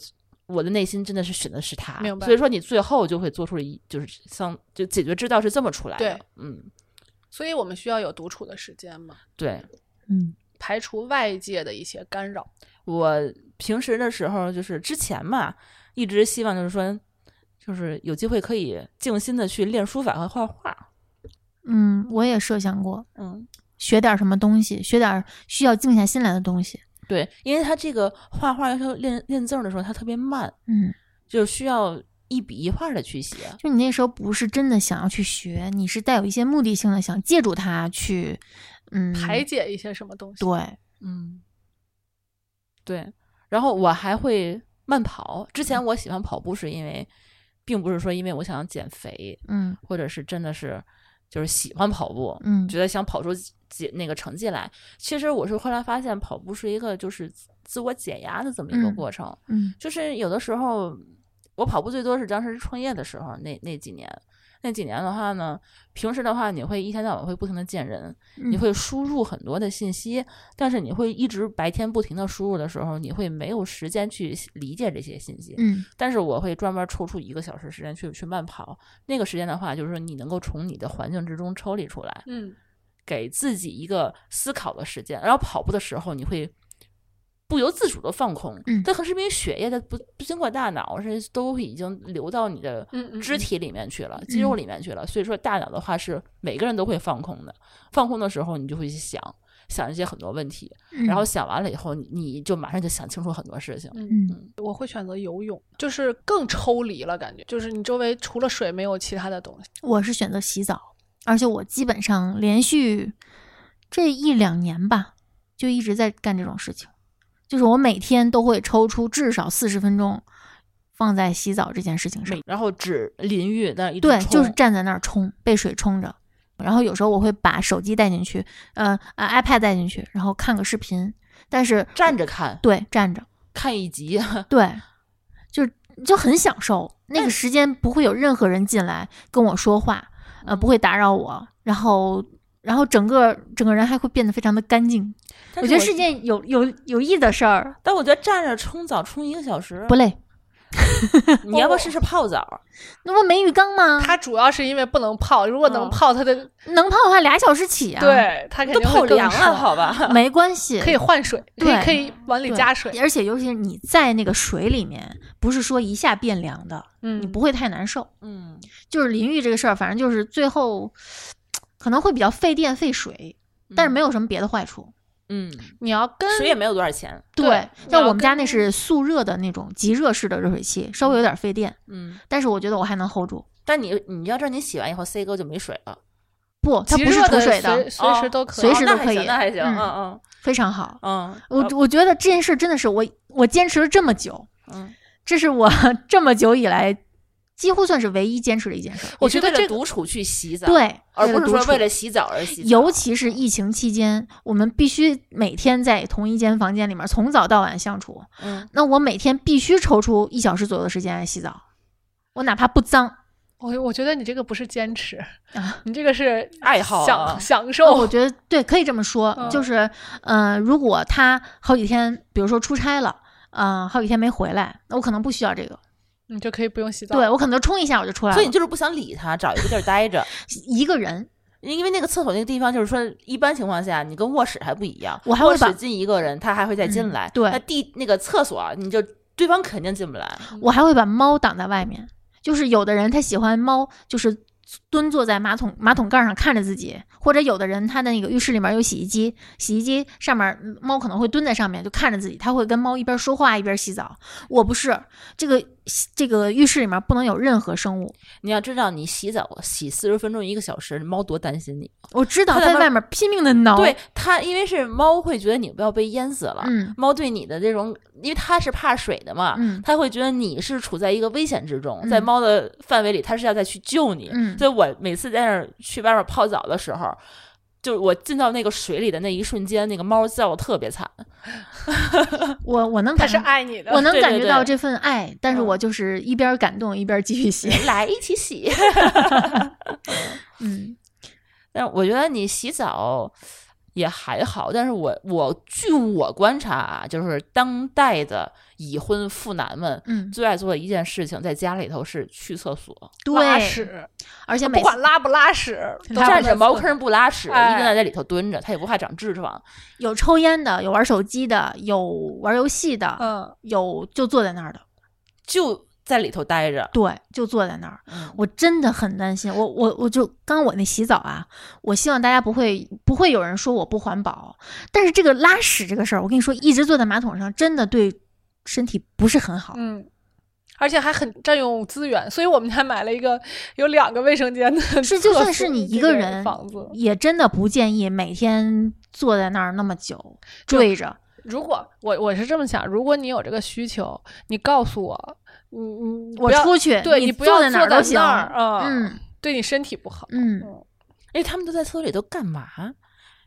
Speaker 2: 我的内心真的是选的是他，
Speaker 4: 明白
Speaker 2: 所以说你最后就会做出了一就是像就解决之道是这么出来的
Speaker 4: 对，
Speaker 2: 嗯，
Speaker 4: 所以我们需要有独处的时间嘛，
Speaker 2: 对
Speaker 3: 嗯，
Speaker 4: 排除外界的一些干扰。
Speaker 2: 我平时的时候就是之前嘛，一直希望就是说，就是有机会可以静心的去练书法和画画，
Speaker 3: 嗯，我也设想过
Speaker 2: 嗯，
Speaker 3: 学点什么东西，学点需要静下心来的东西。
Speaker 2: 对，因为他这个画画要求练练字儿的时候，他特别慢，
Speaker 3: 嗯，
Speaker 2: 就需要一笔一画的去
Speaker 3: [SNIFFS]
Speaker 2: 写，
Speaker 3: 就你那时候不是真的想要去学，你是带有一些目的性的，想借助它去，嗯，
Speaker 4: 排解一些什么东西。
Speaker 3: 对，
Speaker 2: 嗯，对，然后我还会慢跑，之前我喜欢跑步是因为，并不是说因为我想减肥，
Speaker 3: 嗯
Speaker 2: 或者是真的是就是喜欢跑步，
Speaker 3: 嗯
Speaker 2: 觉得想跑出几那个成绩来。其实我是后来发现，跑步是一个就是自自我解压的这么一个
Speaker 3: 嗯
Speaker 2: 过程。
Speaker 3: 嗯
Speaker 2: 就是有的时候我跑步最多是当时创业的时候，那那几年，那几年的话呢，平时的话你会一天到晚会不停的见人，
Speaker 3: 嗯
Speaker 2: 你会输入很多的信息，但是你会一直白天不停的输入的时候，你会没有时间去理解这些信息。
Speaker 3: 嗯
Speaker 2: 但是我会专门抽出一个小时时间去去慢跑。那个时间的话，就是说你能够从你的环境之中抽离出来，
Speaker 4: 嗯，
Speaker 2: 给自己一个思考的时间。然后跑步的时候，你会不由自主的放空，
Speaker 3: 嗯
Speaker 2: 但可能是因为血液它不不经过大脑，是都已经流到你的
Speaker 4: 嗯嗯
Speaker 2: 肢
Speaker 4: 嗯
Speaker 2: 体里面去了，肌
Speaker 3: 嗯
Speaker 2: 肉里面去了。所以说，大脑的话是每个人都会放空的。放空的时候，你就会去想想一些很多问题，
Speaker 3: 嗯，
Speaker 2: 然后想完了以后，你你就马上就想清楚很多事情。
Speaker 4: 嗯，
Speaker 3: 嗯
Speaker 4: 我会选择游泳，就是更抽离了，感觉就是你周围除了水没有其他的东西。
Speaker 3: 我是选择洗澡，而且我基
Speaker 2: 嗯
Speaker 3: 本上连续这一两年吧，就一直在干这种事情，就是我每天都会抽出至少四十分钟放在洗澡这件事情上。
Speaker 2: 然后只淋浴，但是一直
Speaker 3: 对，就是
Speaker 2: 冲
Speaker 3: 站在那儿冲，被水冲着。然后有时候我会把手机带进去，呃啊，iPad 带进去，然后看个视频。但是
Speaker 2: 站着看，
Speaker 3: 对站着，
Speaker 2: 看一集，
Speaker 3: 对，就就很享受那个时间，不会有任何人进来跟我说话，呃，不会打扰我。然后，然后整个整个人还会变得非常的干净。
Speaker 2: 但 [LAUGHS]
Speaker 3: 我觉
Speaker 2: 是
Speaker 3: 得是件有有有益的事儿，
Speaker 2: 但我觉得站着冲澡冲一个小
Speaker 4: 嗯
Speaker 2: 时
Speaker 3: 不，累。
Speaker 2: 你要不要试试泡澡？
Speaker 3: 那不没浴缸吗？
Speaker 4: 它主要是因为不能泡，如果
Speaker 2: 嗯
Speaker 4: 能泡，它的
Speaker 3: 能泡的话俩小时起啊。，
Speaker 4: 对它肯
Speaker 2: 都
Speaker 4: 定
Speaker 2: 泡
Speaker 4: 会更
Speaker 2: 凉了，
Speaker 4: 爽
Speaker 2: 好吧？
Speaker 3: 没关系，
Speaker 4: 可以换水，可
Speaker 3: 对
Speaker 4: 以可以往里
Speaker 3: 对
Speaker 4: 加水。
Speaker 3: 而且尤其是你在那个水里面，不是说一下变凉的，
Speaker 4: 嗯，
Speaker 3: 你不会太难受。
Speaker 2: 嗯，
Speaker 3: 就是淋浴这个事儿，反正就是最后 [SNIFFS] 可能会比较费电费水，
Speaker 4: 嗯
Speaker 3: 但是没
Speaker 2: 有，
Speaker 3: 有什么别的坏处。
Speaker 2: 嗯，
Speaker 4: 你要跟
Speaker 2: 水也没有多少钱，
Speaker 4: 对你
Speaker 3: 像
Speaker 4: 要
Speaker 3: 我们家那
Speaker 4: 跟
Speaker 2: 嗯
Speaker 3: 是速热的那种即热式的热水器，稍微有点费电，
Speaker 2: 嗯，
Speaker 3: 但是我觉得我还能 hold 住。
Speaker 2: 但你你要知道，你洗完以后 C 哥就没水了，
Speaker 3: 不，它
Speaker 4: 极
Speaker 3: 不是
Speaker 4: 热
Speaker 3: 储水
Speaker 4: 的，随
Speaker 3: 的，
Speaker 4: 随时
Speaker 2: 哦
Speaker 4: 都可以。
Speaker 3: 随时
Speaker 2: 哦那
Speaker 3: 都
Speaker 2: 还
Speaker 3: 可
Speaker 2: 行
Speaker 3: 以
Speaker 2: 那还行，
Speaker 3: 嗯
Speaker 2: 嗯
Speaker 3: 非常好。
Speaker 2: 嗯嗯，
Speaker 3: 我我觉得这件事真的是我我坚持了这么久，
Speaker 2: 嗯，
Speaker 3: 这是我 [LAUGHS] 这么久以来几乎算是唯一坚持的一件事儿。
Speaker 4: 我觉得
Speaker 2: 你是为
Speaker 4: 这
Speaker 2: 了
Speaker 4: 个
Speaker 2: 独处去洗澡，，
Speaker 3: 对，
Speaker 2: 而不
Speaker 3: 了
Speaker 2: 是
Speaker 3: 独
Speaker 2: 说
Speaker 3: 处
Speaker 2: 为了洗澡而洗澡，嗯
Speaker 3: 尤其是疫情期间，我们必须每天在同一间房间里面从早到晚相处。
Speaker 2: 嗯，
Speaker 3: 那我每天必须抽出一小时左右的时间来洗澡，我哪怕不脏
Speaker 4: 我我觉得你这个不是坚持，
Speaker 3: 啊。
Speaker 4: 你这个是
Speaker 2: 爱好
Speaker 4: 享、
Speaker 2: 啊
Speaker 4: 享
Speaker 3: 哦，我
Speaker 4: 受。
Speaker 3: 觉得对，可以这么说，
Speaker 4: 嗯
Speaker 3: 就是，呃，如果他好几天，比如说出差了，嗯、好几天没回来，那我可能不需要这个，
Speaker 4: 你就可以不用洗澡。
Speaker 3: 对我可能冲一下我就出来了。
Speaker 2: 所以你就是不想理他，找一个地儿待着，
Speaker 3: 一个人，
Speaker 2: 因为那个厕所那个地方，就是说，一般情况下，你跟卧室还不一样，
Speaker 3: 我还
Speaker 2: 卧
Speaker 3: 会把
Speaker 2: 室进一个人，他还会再进
Speaker 3: 嗯
Speaker 2: 来，
Speaker 3: 对
Speaker 2: 那地那个厕所，啊你就对方肯定进不来，
Speaker 3: 我还会把猫挡在外面。就是有的人他喜欢猫，就是蹲坐在马桶马桶盖上看着自己，或者有的人他的那个浴室里面有洗衣机，洗衣机上面嗯猫可能会蹲在上面就看着自己，他会跟猫一边说话一边洗澡。我不是这个这个浴室里面不能有任何生物，
Speaker 2: 你要知道，你洗澡洗四十分钟一个小时，猫多担心你。
Speaker 3: 我知道
Speaker 2: 它在
Speaker 3: 它在
Speaker 2: 外
Speaker 3: 外面拼命的挠，
Speaker 2: 对它，因为是猫会觉得你不要被淹死了。
Speaker 3: 嗯
Speaker 2: 猫对你的这种，因为它是怕水的嘛，
Speaker 3: 嗯
Speaker 2: 它会觉得你是处在一个危险之中，
Speaker 3: 嗯
Speaker 2: 在猫的范围里，它是要再去救你。
Speaker 3: 嗯
Speaker 2: 所以我每次在那儿去外面泡澡的时候。就是我进到那个水里的那一瞬间，那个猫叫的特别惨，
Speaker 3: 我我能
Speaker 4: 它
Speaker 3: 感
Speaker 4: 是
Speaker 3: 觉
Speaker 4: 爱你的，
Speaker 3: 我能
Speaker 2: 对
Speaker 3: 感
Speaker 2: 对
Speaker 3: 觉
Speaker 2: 对
Speaker 3: 到这份爱，但是
Speaker 2: 嗯
Speaker 3: 我就是一边感动一边继续洗。
Speaker 2: 来一起洗。
Speaker 3: 嗯，
Speaker 2: 但是我觉得你洗澡也还好，但是我我据我观察啊，就是当代的已婚妇男们
Speaker 3: 嗯，
Speaker 2: 最爱做的一件事情，在家里头是去厕所，
Speaker 4: 拉
Speaker 3: 对，
Speaker 4: 屎，
Speaker 3: 而
Speaker 2: 啊
Speaker 3: 且
Speaker 4: 不
Speaker 3: 每次
Speaker 4: 管拉不拉屎，都
Speaker 3: 拉不
Speaker 2: 站
Speaker 4: 站
Speaker 2: 着
Speaker 4: 着
Speaker 2: 茅坑不拉屎，
Speaker 4: 哎
Speaker 2: 一定要在里头蹲着，他也不怕长痔疮。
Speaker 3: 有抽烟的，有玩手机的，有玩游戏的，
Speaker 4: 嗯，
Speaker 3: 有就坐在那儿的，
Speaker 2: 就在里头待着。
Speaker 3: 对，就坐在那儿。
Speaker 2: 嗯
Speaker 3: 我真的很担心，我我我就刚我那洗澡啊，我希望大家不会不会有人说我不环保，但是这个拉屎这个事儿，我跟你说，一直坐在马桶上真的对身体不是很好。
Speaker 4: 嗯，而且还很占用资源，所以我们还买了一个有两个卫生间的厕所，
Speaker 3: 是就算是你一
Speaker 4: 这个
Speaker 3: 人
Speaker 4: 房子，
Speaker 3: 也真的不建议每天坐在那儿那么久坠着。
Speaker 4: 如果我我是这么想，如果你有这个需求，你告诉我，你你
Speaker 3: 我
Speaker 4: 不要
Speaker 3: 出去，
Speaker 4: 对
Speaker 3: 你
Speaker 4: 不要
Speaker 3: 坐在哪
Speaker 4: 儿
Speaker 3: 都行。
Speaker 4: 那儿啊，
Speaker 3: 嗯
Speaker 4: 对你身体不好。
Speaker 3: 嗯，
Speaker 2: 哎，他们都在厕所里头干嘛？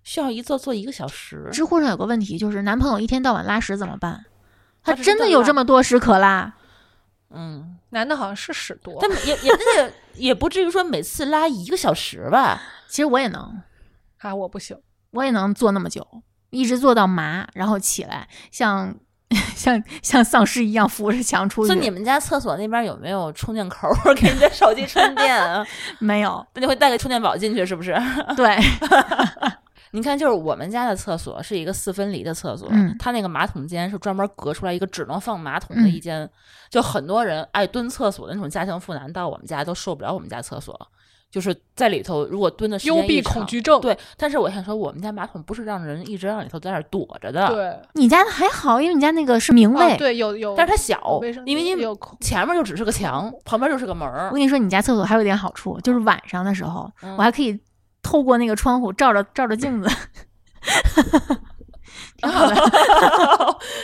Speaker 2: 需要一坐坐一个小时？
Speaker 3: 知乎上有个问题，就是男朋友一天到晚拉屎怎么办？
Speaker 2: 他
Speaker 3: 他
Speaker 2: 只是
Speaker 3: 真的
Speaker 2: 断
Speaker 3: 有
Speaker 2: 拉
Speaker 3: 这么多屎可拉？
Speaker 2: 嗯，
Speaker 4: 男的好像是屎多，
Speaker 2: 他们也也那个也不至于说每次拉一个小时吧。
Speaker 3: 其实我也能，
Speaker 4: 啊我不行，
Speaker 3: 我也能坐那么久，一直坐到麻，然后起来，像 [LAUGHS] 像像丧尸一样扶着墙出去。
Speaker 2: 就你们家厕所那边有没有充电口儿 [LAUGHS] 给你的手机充电啊？ [LAUGHS]
Speaker 3: 没有？
Speaker 2: 那你会带个充电宝进去是不是？
Speaker 3: 对，
Speaker 2: 你看，就是我们家的厕所是一个四分离的厕所，
Speaker 3: 嗯
Speaker 2: 它那个马桶间是专门隔出来一个只能放马桶
Speaker 4: 嗯
Speaker 2: 的一间，就很多人爱蹲厕所的那种家庭妇男到我们家都受不了我们家厕所，就是在里头如果蹲的时间
Speaker 4: 幽闭
Speaker 2: 一长
Speaker 4: 恐惧症。
Speaker 2: 对，但是我想说，我们家马桶不是让人一直让里头在那儿躲着的，，
Speaker 4: 对，
Speaker 3: 你家的还好，因为你家那个是明卫。
Speaker 4: 啊对有有，
Speaker 2: 但是它小
Speaker 4: 卫生，
Speaker 2: 因为
Speaker 4: 间
Speaker 2: 你 [LAUGHS]
Speaker 4: 有空
Speaker 2: 前面就只是个墙，旁边就是个门儿
Speaker 4: [LAUGHS]
Speaker 2: [LAUGHS]
Speaker 3: 我，跟你说，你家厕所还有一点好处，就是晚上的时候，
Speaker 2: 嗯
Speaker 3: 我还可以透过那个窗户照着照
Speaker 2: [LAUGHS]
Speaker 3: 着镜子，挺好的。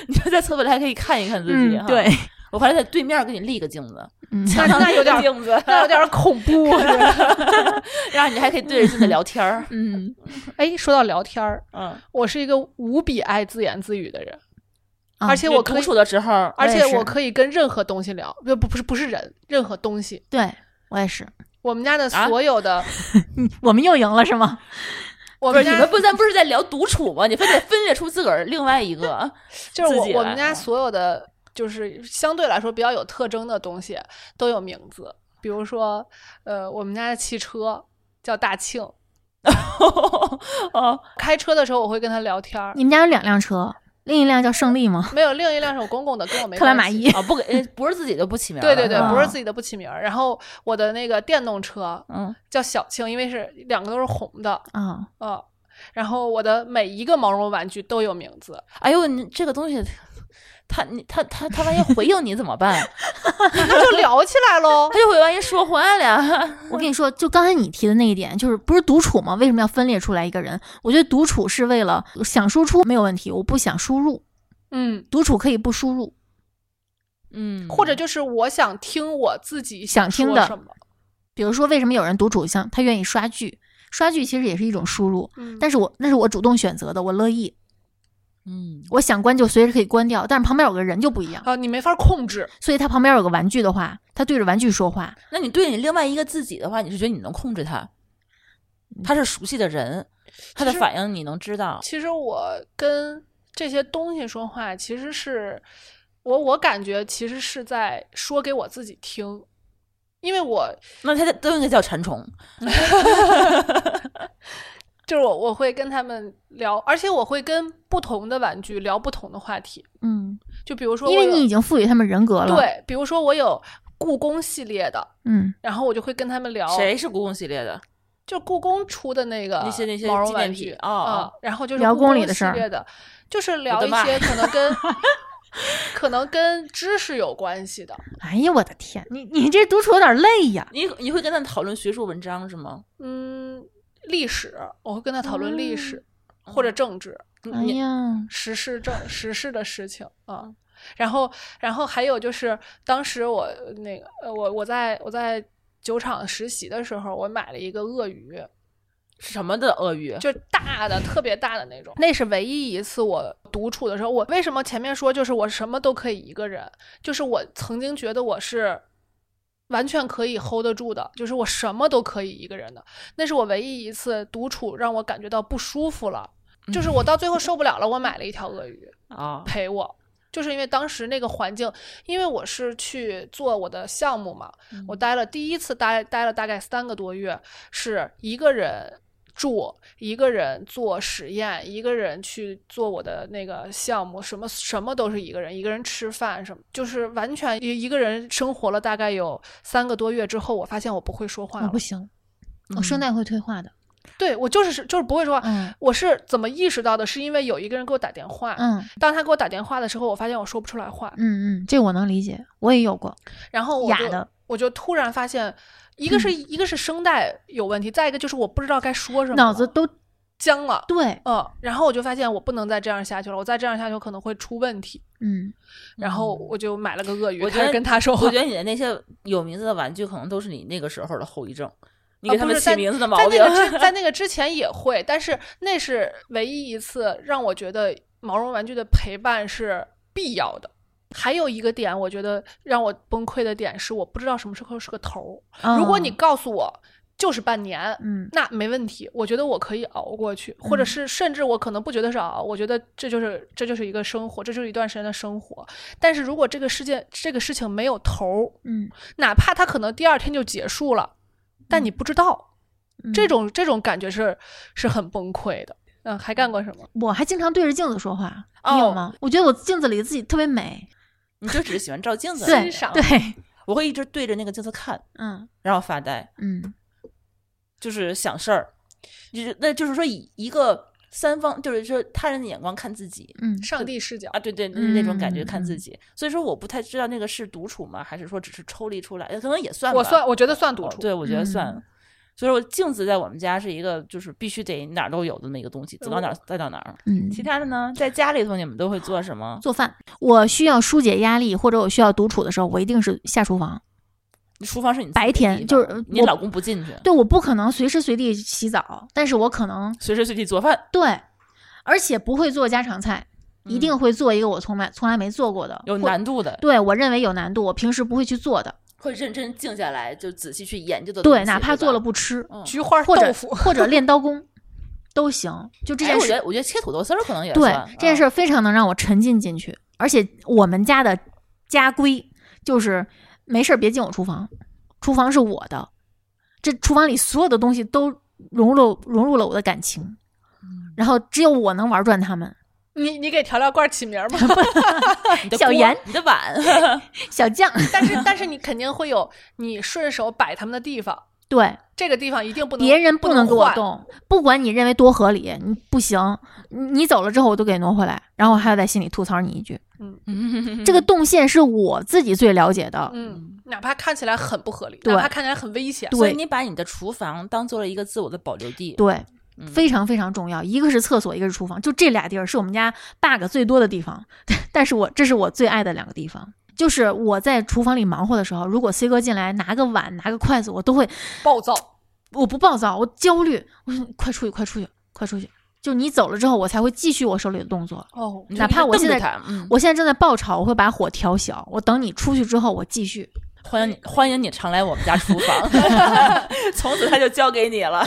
Speaker 2: 你就在厕所里还可以看一看自己，
Speaker 3: 嗯，
Speaker 2: 哈
Speaker 3: 对，
Speaker 2: 我回来在对面给你立个镜子， [LAUGHS]
Speaker 3: 嗯，
Speaker 2: 墙上
Speaker 4: 那有
Speaker 2: 立个
Speaker 4: 点
Speaker 2: 镜子，
Speaker 4: 那有点恐怖。 [LAUGHS] 我觉得
Speaker 2: 然后你还可以对着镜子聊天儿，
Speaker 3: 嗯，
Speaker 4: 哎，说到聊天儿，
Speaker 2: 嗯。
Speaker 4: 我是一个无比爱自言自语的人，
Speaker 3: 啊
Speaker 4: 而且
Speaker 2: 我
Speaker 4: 我可
Speaker 2: 独
Speaker 4: 以，
Speaker 2: 处的时候，哎
Speaker 4: 而
Speaker 3: 我
Speaker 4: 且
Speaker 3: 也是
Speaker 4: 我可以跟任何东西聊，不不不是不是人，任何东西。
Speaker 3: 对我也是。
Speaker 4: 我们家的
Speaker 2: 啊
Speaker 4: 所有的，
Speaker 3: 我们又赢了是吗？
Speaker 4: 我
Speaker 2: 不是
Speaker 4: 们
Speaker 2: 你
Speaker 4: 家
Speaker 2: 们不，咱不是在聊独处吗？你非得分裂出自个儿另外一个，啊
Speaker 4: 就是
Speaker 2: 自
Speaker 4: 我
Speaker 2: 己
Speaker 4: 我
Speaker 2: 来
Speaker 4: 们家所有的，就是相对来说比较有特征的东西都有名字，比如说，呃，我们家的汽车叫大庆，
Speaker 2: [LAUGHS] 哦，
Speaker 4: 开车的时候我会跟他聊天儿。
Speaker 3: 你们家有两辆车，另一辆叫胜利吗？
Speaker 4: 没有，另一辆是我公公的，
Speaker 2: [LAUGHS]
Speaker 4: 跟我没
Speaker 3: 克莱玛
Speaker 4: 关系
Speaker 3: 依。
Speaker 2: 啊，不给，呃不是自己的不起名儿
Speaker 4: 对
Speaker 2: 了，啊
Speaker 4: 对对，
Speaker 2: 是吧
Speaker 4: 不是自己的不起名儿。然后我的那个电动车
Speaker 2: 嗯，
Speaker 4: 叫小庆，因为是两个都是红的，
Speaker 3: 啊，
Speaker 4: 嗯。然后我的每一个毛绒玩具都有名字，
Speaker 2: 哎呦，你这个东西，他你他他他万一回应你怎么办？
Speaker 4: 那就聊起来喽
Speaker 2: [LAUGHS] 他。就会万一说话了，
Speaker 3: 我跟你说，就刚才你提的那一点，就是不是独处吗？为什么要分裂出来一个人？我觉得独处是为了想输出没有问题，我不想输入，
Speaker 4: 嗯，
Speaker 3: 独处可以不输入。
Speaker 2: [LAUGHS] 嗯，
Speaker 4: 或者就是我想听我自己
Speaker 3: 想听
Speaker 4: 说
Speaker 3: 的
Speaker 4: 什么，
Speaker 3: 比如说，为什么有人独处像他愿意刷剧？刷剧其实也是一种输入，
Speaker 4: 嗯
Speaker 3: 但是我那是我主动选择的，我乐意，
Speaker 2: 嗯，
Speaker 3: 我想关就随时可以关掉，但是旁边有个人就不一样，
Speaker 4: 啊，你没法控制，
Speaker 3: 所以他旁边有个玩具的话，他对着玩具说话，
Speaker 2: 那你对你另外一个自己的话，你是觉得你能控制他，他是熟悉的人，他的
Speaker 4: 其实
Speaker 2: 反应你能知道，
Speaker 4: 啊其实我跟这些东西说话，其实是我我感觉其实是在说给我自己听，因
Speaker 3: [LAUGHS]
Speaker 4: 为我
Speaker 2: 那他都应该叫馋虫，
Speaker 4: 就是我我会跟他们聊，而且我会跟不同的玩具聊不同的话题，
Speaker 3: 嗯，
Speaker 4: 就比如说
Speaker 3: 因
Speaker 4: 我
Speaker 3: 为
Speaker 4: 有
Speaker 3: 你已经赋予他们人格了，
Speaker 4: 对，比如说我有故宫系列的，
Speaker 3: 嗯
Speaker 4: 然后我就会跟他们聊，
Speaker 2: 谁是故宫系列的？
Speaker 4: 就故宫出的那个
Speaker 2: 那些那些
Speaker 4: 毛绒
Speaker 2: 纪念
Speaker 4: 玩
Speaker 2: 品
Speaker 4: 具
Speaker 2: 哦
Speaker 4: 啊
Speaker 2: 哦，
Speaker 4: 然后就是
Speaker 3: 聊
Speaker 4: 故
Speaker 3: 宫
Speaker 4: 宫
Speaker 3: 里的事
Speaker 4: 系
Speaker 3: 儿
Speaker 4: 列的，就是聊
Speaker 2: 的
Speaker 4: 一
Speaker 2: 妈
Speaker 4: 些可
Speaker 2: [LAUGHS]
Speaker 4: 能跟可能跟知识有关系的，
Speaker 3: 哎呀，我的天，你你这独处有点累呀。
Speaker 2: 你你会跟他们讨论学术文章是吗？
Speaker 4: 嗯，历史，我会跟他讨论
Speaker 2: 哦
Speaker 4: 历史、
Speaker 2: 嗯
Speaker 4: 或者政治、
Speaker 3: 哎
Speaker 2: 你
Speaker 3: 呀，
Speaker 4: 时事政时事的事情啊。然后，然后还有就是，当时我那个呃，我我在我在酒厂实习的时候，我买了一个鳄鱼，
Speaker 2: 什么的鳄鱼？
Speaker 4: 就是大的，特别大的那种。那是唯一一次我独处的时候。我为什么前面说就是我什么都可以一个人？就是我曾经觉得我是完全可以 hold 得住的，就是我什么都可以一个人的。那是我唯一一次独处让我感觉到不舒服了，就是我到最后受不了了，我买了一条鳄鱼。
Speaker 2: 啊，
Speaker 4: 陪我，就是因为当时那个环境，因为我是去做我的项目嘛，
Speaker 3: 嗯
Speaker 4: 我待了第一次待待了大概三个多月，是一个人住，一个人做实验，一个人去做我的那个项目，什么什么都是一个人，一个人吃饭什么，就是完全一一个人生活了大概有三个多月之后，我发现我不会说话
Speaker 3: 我
Speaker 4: 了
Speaker 3: 哦
Speaker 4: 嗯
Speaker 3: 不，行，我声带会退化的。
Speaker 4: 对我就是就是不会说话。
Speaker 3: 嗯
Speaker 4: 我是怎么意识到的？是因为有一个人给我打电话，
Speaker 3: 嗯
Speaker 4: 当他给我打电话的时候，我发现我说不出来话，
Speaker 3: 嗯嗯，这我能理解，我也有过。
Speaker 4: 然后哦我
Speaker 3: 哑
Speaker 4: 就
Speaker 3: 的嗯
Speaker 4: 我就突然发现，一个是、一个是声带有问题，再一个就是我不知道该说什么了，哦
Speaker 3: 脑子都
Speaker 4: 僵了。
Speaker 3: 对，
Speaker 4: 嗯，然后我就发现我不能再这样下去了，我再这样下去我可能会出问题。
Speaker 3: 嗯，
Speaker 4: 然后我就买了个鳄鱼，
Speaker 2: 我觉
Speaker 4: 开始
Speaker 2: 得
Speaker 4: 跟他说话。
Speaker 2: 我觉得你的那些有名字的玩具，可能都是你那个时候的后遗症。你给
Speaker 4: 啊
Speaker 2: 他
Speaker 4: 不
Speaker 2: 们
Speaker 4: 是
Speaker 2: 起
Speaker 4: 在
Speaker 2: 名字的毛病
Speaker 4: 在，
Speaker 2: [LAUGHS]
Speaker 4: 那个之在那个之前也会，但是那是唯一一次让我觉得毛绒玩具的陪伴是必要的。还有一个点，我觉得让我崩溃的点是，我不知道什么时候是个头儿。如果你
Speaker 3: 嗯
Speaker 4: 告诉我就是半年，
Speaker 3: 嗯
Speaker 4: 那没问题，我觉得我可以熬过去，或者
Speaker 3: 嗯
Speaker 4: 是甚至我可能不觉得是熬，我觉得这就是这就是一个生活，这就是一段时间的生活。但是如果这个事件这个事情没有头儿，
Speaker 3: 嗯，
Speaker 4: 哪怕它可能第二天就结束了，但你不知道，
Speaker 3: 嗯
Speaker 4: 这种这种感觉是是很崩溃的。嗯，还干过什么？
Speaker 3: 我还经常对着镜子说话，
Speaker 2: 哦
Speaker 3: 你有吗？我觉得我镜子里自己特别美，
Speaker 2: 你就只是喜欢照镜子。
Speaker 3: 对
Speaker 4: 赏
Speaker 3: 对，
Speaker 2: 我会一直对着那个镜子看，
Speaker 3: 嗯
Speaker 2: 然后发呆，
Speaker 3: 嗯
Speaker 2: 就是想事儿，就是那就是说以一个三方，就是说他人的眼光看自己
Speaker 3: 嗯，
Speaker 4: 上帝视角
Speaker 2: 啊，对对，那那种感觉
Speaker 3: 嗯
Speaker 2: 看自己。所以说，我不太知道那个是独处吗，还是说只是抽离出来？呃可能也算吧，
Speaker 4: 我算，我觉得算独
Speaker 2: 哦
Speaker 4: 处。
Speaker 2: 对，我觉得算。
Speaker 3: 嗯
Speaker 2: 所以说，镜子在我们家是一个，就是必须得哪儿都有的那么一个东西，走到哪儿带到哪儿。
Speaker 3: 嗯
Speaker 2: 其他的呢，在家里头你们都会做什么？
Speaker 3: 做饭，我需要疏解压力或者我需要独处的时候，我一定是下厨房。
Speaker 2: 厨房是你自己
Speaker 3: 白
Speaker 2: 的
Speaker 3: 天
Speaker 2: 地
Speaker 3: 就是呃
Speaker 2: 方你
Speaker 3: 我
Speaker 2: 老公不进去，
Speaker 3: 对，我不可能随时随地洗澡，但是我可能
Speaker 2: 随时随地做饭，
Speaker 3: 对，而且不会做家常菜，一定会做一个我从来从来没做过的，
Speaker 2: 嗯有
Speaker 3: 或
Speaker 2: 难度的，
Speaker 3: 对我认为有难度，我平时不会去做的，
Speaker 2: 会认真静下来，就仔细去研究的东西。
Speaker 3: 对，哪怕
Speaker 2: 吧
Speaker 3: 做了，不吃，
Speaker 2: 嗯，
Speaker 4: 菊花
Speaker 3: 或者
Speaker 4: 豆腐，
Speaker 3: 或者练刀工 [LAUGHS] 都行，就这
Speaker 2: 哎
Speaker 3: 件
Speaker 2: 我觉
Speaker 3: 事，
Speaker 2: 得我觉得切土豆丝儿可能也
Speaker 3: 对
Speaker 2: 算啊嗯
Speaker 3: 这件事，儿非常能让我沉浸进去，而且我们家的家规就是没事儿别进我厨房，厨房是我的，这厨房里所有的东西都融入融入了我的感情，然后只有我能玩转他们，
Speaker 4: 你你给调料罐起名 [LAUGHS] 儿吗？
Speaker 2: 啊你的
Speaker 3: 小
Speaker 2: 锅
Speaker 3: 盐、
Speaker 2: 你的碗，
Speaker 3: 小将，
Speaker 4: 但是但是你肯定会有你顺手摆他们的地方，
Speaker 3: 对。
Speaker 4: 这个地方一定不能
Speaker 3: 别人
Speaker 4: 不
Speaker 3: 不能给我
Speaker 4: 换。嗯
Speaker 3: 动，不管你认为多合理，你不行，你你走了之后我都给挪回来，然后我还要在心里吐槽你一句。 [LAUGHS] 这个动线是我自己最了解的，
Speaker 4: 嗯，哪怕看起来很不合理，
Speaker 3: 对
Speaker 4: 哪怕看起来很危险，
Speaker 3: 对
Speaker 2: 所以你把你的厨房当做了一个自我的保留地，
Speaker 3: 对，
Speaker 2: 嗯
Speaker 3: 非常非常重要。一个是厕所，一个是厨房，就这俩地儿是我们家 bug 最多的地方， [LAUGHS] 但是我这是我最爱的两个地方。就是我在厨房里忙活的时候，如果 C 哥进来拿个碗、拿个筷子，我都会
Speaker 4: 暴躁。
Speaker 3: 我不暴躁，我焦虑，我说快出去，快出去，快出去。就你走了之后，我才会继续我手里的动作。
Speaker 4: 哦，
Speaker 2: 你就
Speaker 3: 哪
Speaker 2: 一直
Speaker 3: 怕我
Speaker 2: 瞪
Speaker 3: 现
Speaker 2: 着
Speaker 3: 在
Speaker 2: 它嗯
Speaker 3: 我现在正在爆炒，我会把火调小，我等你出去之后，我继续。
Speaker 2: 欢迎你，欢迎你常来我们家厨房，
Speaker 3: [LAUGHS]
Speaker 2: 从此他就交给你了。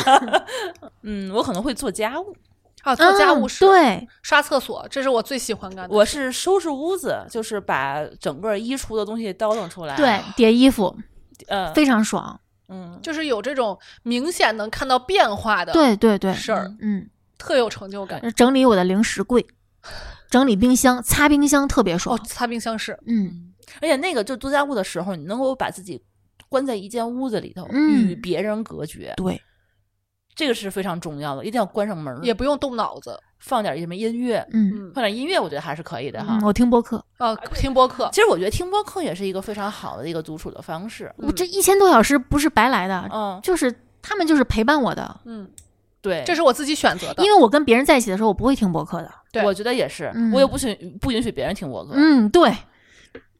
Speaker 2: [LAUGHS] 嗯，我可能会做家务，
Speaker 4: 啊，做家务
Speaker 3: 嗯
Speaker 4: 事、
Speaker 3: 对，
Speaker 4: 刷厕所，这是我最喜欢干的。
Speaker 2: 我是收拾屋子，就是把整个衣橱的东西倒腾出来。
Speaker 4: 哎
Speaker 3: 对，叠衣服
Speaker 2: 呃，
Speaker 3: 非常爽。
Speaker 2: 嗯，
Speaker 4: 就是有这种明显能看到变化的
Speaker 3: 对对对，
Speaker 4: 事儿，
Speaker 3: 嗯，
Speaker 4: 特有成就感。
Speaker 3: 整理我的零食柜，整理冰箱，擦冰箱特别
Speaker 4: 哦
Speaker 3: 爽，。
Speaker 4: 擦冰箱是
Speaker 3: 嗯，
Speaker 2: 而且那个就度假屋的时候，你能够把自己关在一间屋子里头，
Speaker 3: 嗯
Speaker 2: 与别人隔绝，
Speaker 3: 对，
Speaker 2: 这个是非常重要的，一定要关上门儿，
Speaker 4: 也不用动脑子。
Speaker 2: 放点什么音乐，
Speaker 3: 嗯，
Speaker 4: 嗯
Speaker 2: 放点音乐，我觉得还是可以的哈。
Speaker 3: 嗯我听播客，
Speaker 4: 啊，听播客
Speaker 2: 其实我觉得听播客也是一个非常好的一个独处的方式。
Speaker 4: 嗯
Speaker 3: 我这一千多小时不是白来的，
Speaker 2: 嗯，
Speaker 3: 就是他们就是陪伴我的，
Speaker 4: 嗯，
Speaker 2: 对，
Speaker 4: 这是我自己选择的
Speaker 3: 因。为我跟别人在一起的时候，我不会听播客的。
Speaker 4: 对
Speaker 2: 我觉得也是，
Speaker 3: 嗯
Speaker 2: 我也不许不允许别人听我歌，
Speaker 3: 嗯，对，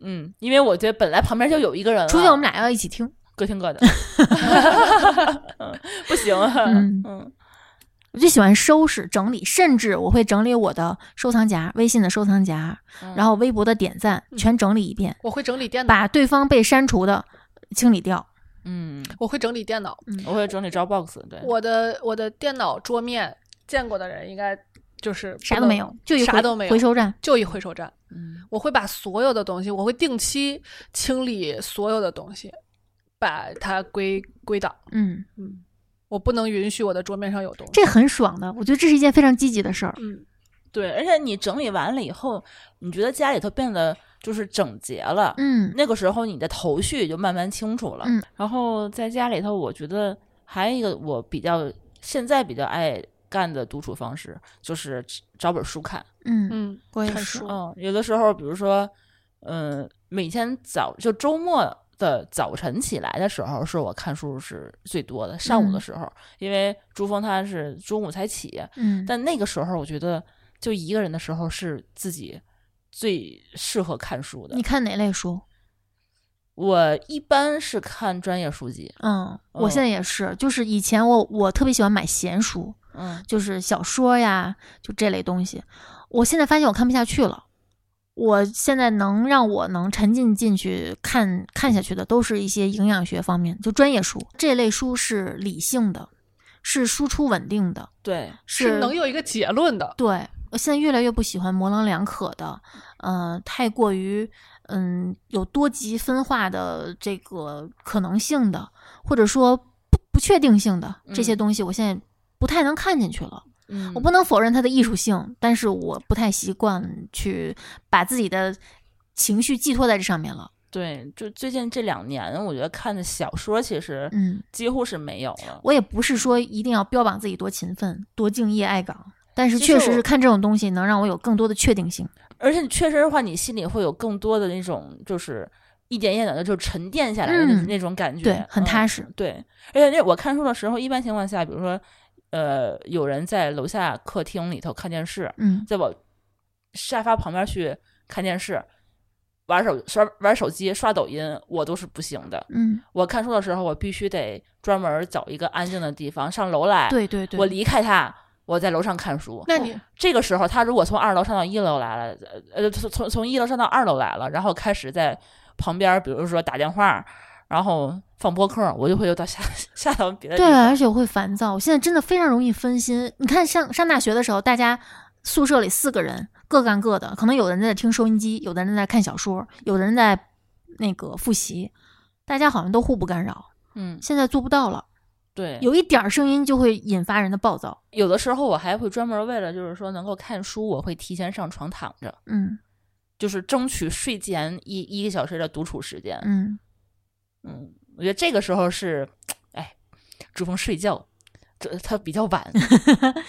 Speaker 2: 嗯，因为我觉得本来旁边就有一个人了，
Speaker 3: 除非我们俩要一起听。
Speaker 2: 各听各 [LAUGHS] 的，不行啊，
Speaker 3: 嗯
Speaker 2: 嗯
Speaker 3: 我就喜欢收拾整理，甚至我会整理我的收藏夹、微信的收藏夹，
Speaker 2: 嗯
Speaker 3: 然后微博的点赞全整理一遍，
Speaker 4: 我会整理电脑，
Speaker 3: 把对方被删除的清理掉。
Speaker 2: 嗯，
Speaker 4: 我会整理电脑。
Speaker 2: 我会整理 Dropbox，对，
Speaker 3: 嗯
Speaker 4: 我的我的电脑桌面见过的人应该就是不
Speaker 3: 啥都
Speaker 4: 能
Speaker 3: 没有，就一
Speaker 4: 啥
Speaker 3: 回
Speaker 4: 都没有
Speaker 3: 回收站。
Speaker 4: 就一回收站。
Speaker 2: 嗯
Speaker 4: 我会把所有的东西，我会定期清理所有的东西，把它归归档。
Speaker 3: 嗯，
Speaker 4: 嗯，我不能允许我的桌面上有东西。
Speaker 3: 这很爽的，我觉得这是一件非常积极的事儿。
Speaker 4: 嗯，
Speaker 2: 对，而且你整理完了以后，你觉得家里头变得就是整洁了，
Speaker 3: 嗯
Speaker 2: 那个时候你的头绪也就慢慢清楚了。
Speaker 3: 嗯
Speaker 2: 然后在家里头，我觉得还有一个我比较现在比较爱干的独处方式，就是找本书看。
Speaker 3: 嗯，
Speaker 4: 嗯，
Speaker 3: 我也
Speaker 4: 看
Speaker 3: 是
Speaker 4: 书。
Speaker 2: 嗯，有的时候，比如说，嗯，每天早就周末的早晨起来的时候，是我看书是最多的。上午的
Speaker 3: 嗯
Speaker 2: 时候，因为珠峰他是中午才起，
Speaker 3: 嗯，
Speaker 2: 但那个时候我觉得，就一个人的时候是自己最适合看书的
Speaker 3: 你。看哪类书？
Speaker 2: 我一般是看专业书籍，
Speaker 3: 嗯，我
Speaker 2: 嗯
Speaker 4: 哦
Speaker 3: 现在也是，就是以前我我特别喜欢买闲书，
Speaker 2: 嗯，
Speaker 3: 就是小说呀，就这类东西。我现在发现我看不下去了，我现在能让我能沉浸进去看看下去的，都是一些营养学方面，就专业书这类书是理性的，是输出稳定的，
Speaker 2: 对，
Speaker 4: 是能有一个结论的。
Speaker 3: 对，我现在越来越不喜欢模棱两可的，呃，太过于嗯有多级分化的这个可能性的，或者说不不确定性的这些
Speaker 2: 嗯
Speaker 3: 东西，我现在不太能看进去了。
Speaker 2: 嗯，
Speaker 3: 我不能否认它的艺术性，但是我不太习惯去把自己的情绪寄托在这上面了。
Speaker 2: 对，就最近这两年，我觉得看的小说其实
Speaker 3: 嗯，
Speaker 2: 几乎是没有了。
Speaker 3: 我也不是说一定要标榜自己多勤奋、多敬业爱岗，但是
Speaker 2: 其实
Speaker 3: 确实
Speaker 2: 我
Speaker 3: 是看这种东西能让我有更多的确定性。
Speaker 2: 而且确实的话，你心里会有更多的那种，就是一点一点的就沉淀下来的那、
Speaker 3: 嗯
Speaker 2: 那种感觉，
Speaker 3: 对，很踏
Speaker 2: 实、
Speaker 3: 实。
Speaker 2: 对，而且那我看书的时候，一般情况下，比如说，呃，有人在楼下客厅里头看电视，
Speaker 3: 嗯
Speaker 2: 在我沙发旁边去看电视。玩手刷玩手机刷抖音，我都是不行的。
Speaker 3: 嗯，
Speaker 2: 我看书的时候，我必须得专门找一个安静的地方，上楼来，
Speaker 3: 对对对，
Speaker 2: 我离开他，我在楼上看书。
Speaker 4: 那你
Speaker 2: 这个时候，他如果从二楼上到一楼来了，呃呃，从从从一楼上到二楼来了，然后开始在旁边，比如说打电话，然后放播客，我就会又到下下到别的地
Speaker 3: 对，啊而
Speaker 2: 方。
Speaker 3: 且我会烦躁。我现在真的非常容易分心。你看上，上大学的时候，大家宿舍里四个人各干各的，可能有的人在听收音机，有的人在看小说，有的人在那个复习，大家好像都互不干扰。
Speaker 2: 嗯，
Speaker 3: 现在做不到了，
Speaker 2: 对，有
Speaker 3: 有一点儿声音就会引发人的暴躁。
Speaker 2: 有的时候我还会专门为了就是说能够看书，我会提前上床躺着，
Speaker 3: 嗯
Speaker 2: 就是争取睡前一一个小时的独处时间。
Speaker 3: 嗯，
Speaker 2: 嗯，我觉得这个时候是，哎，朱峰睡觉，这他比较
Speaker 3: [LAUGHS]
Speaker 2: 晚，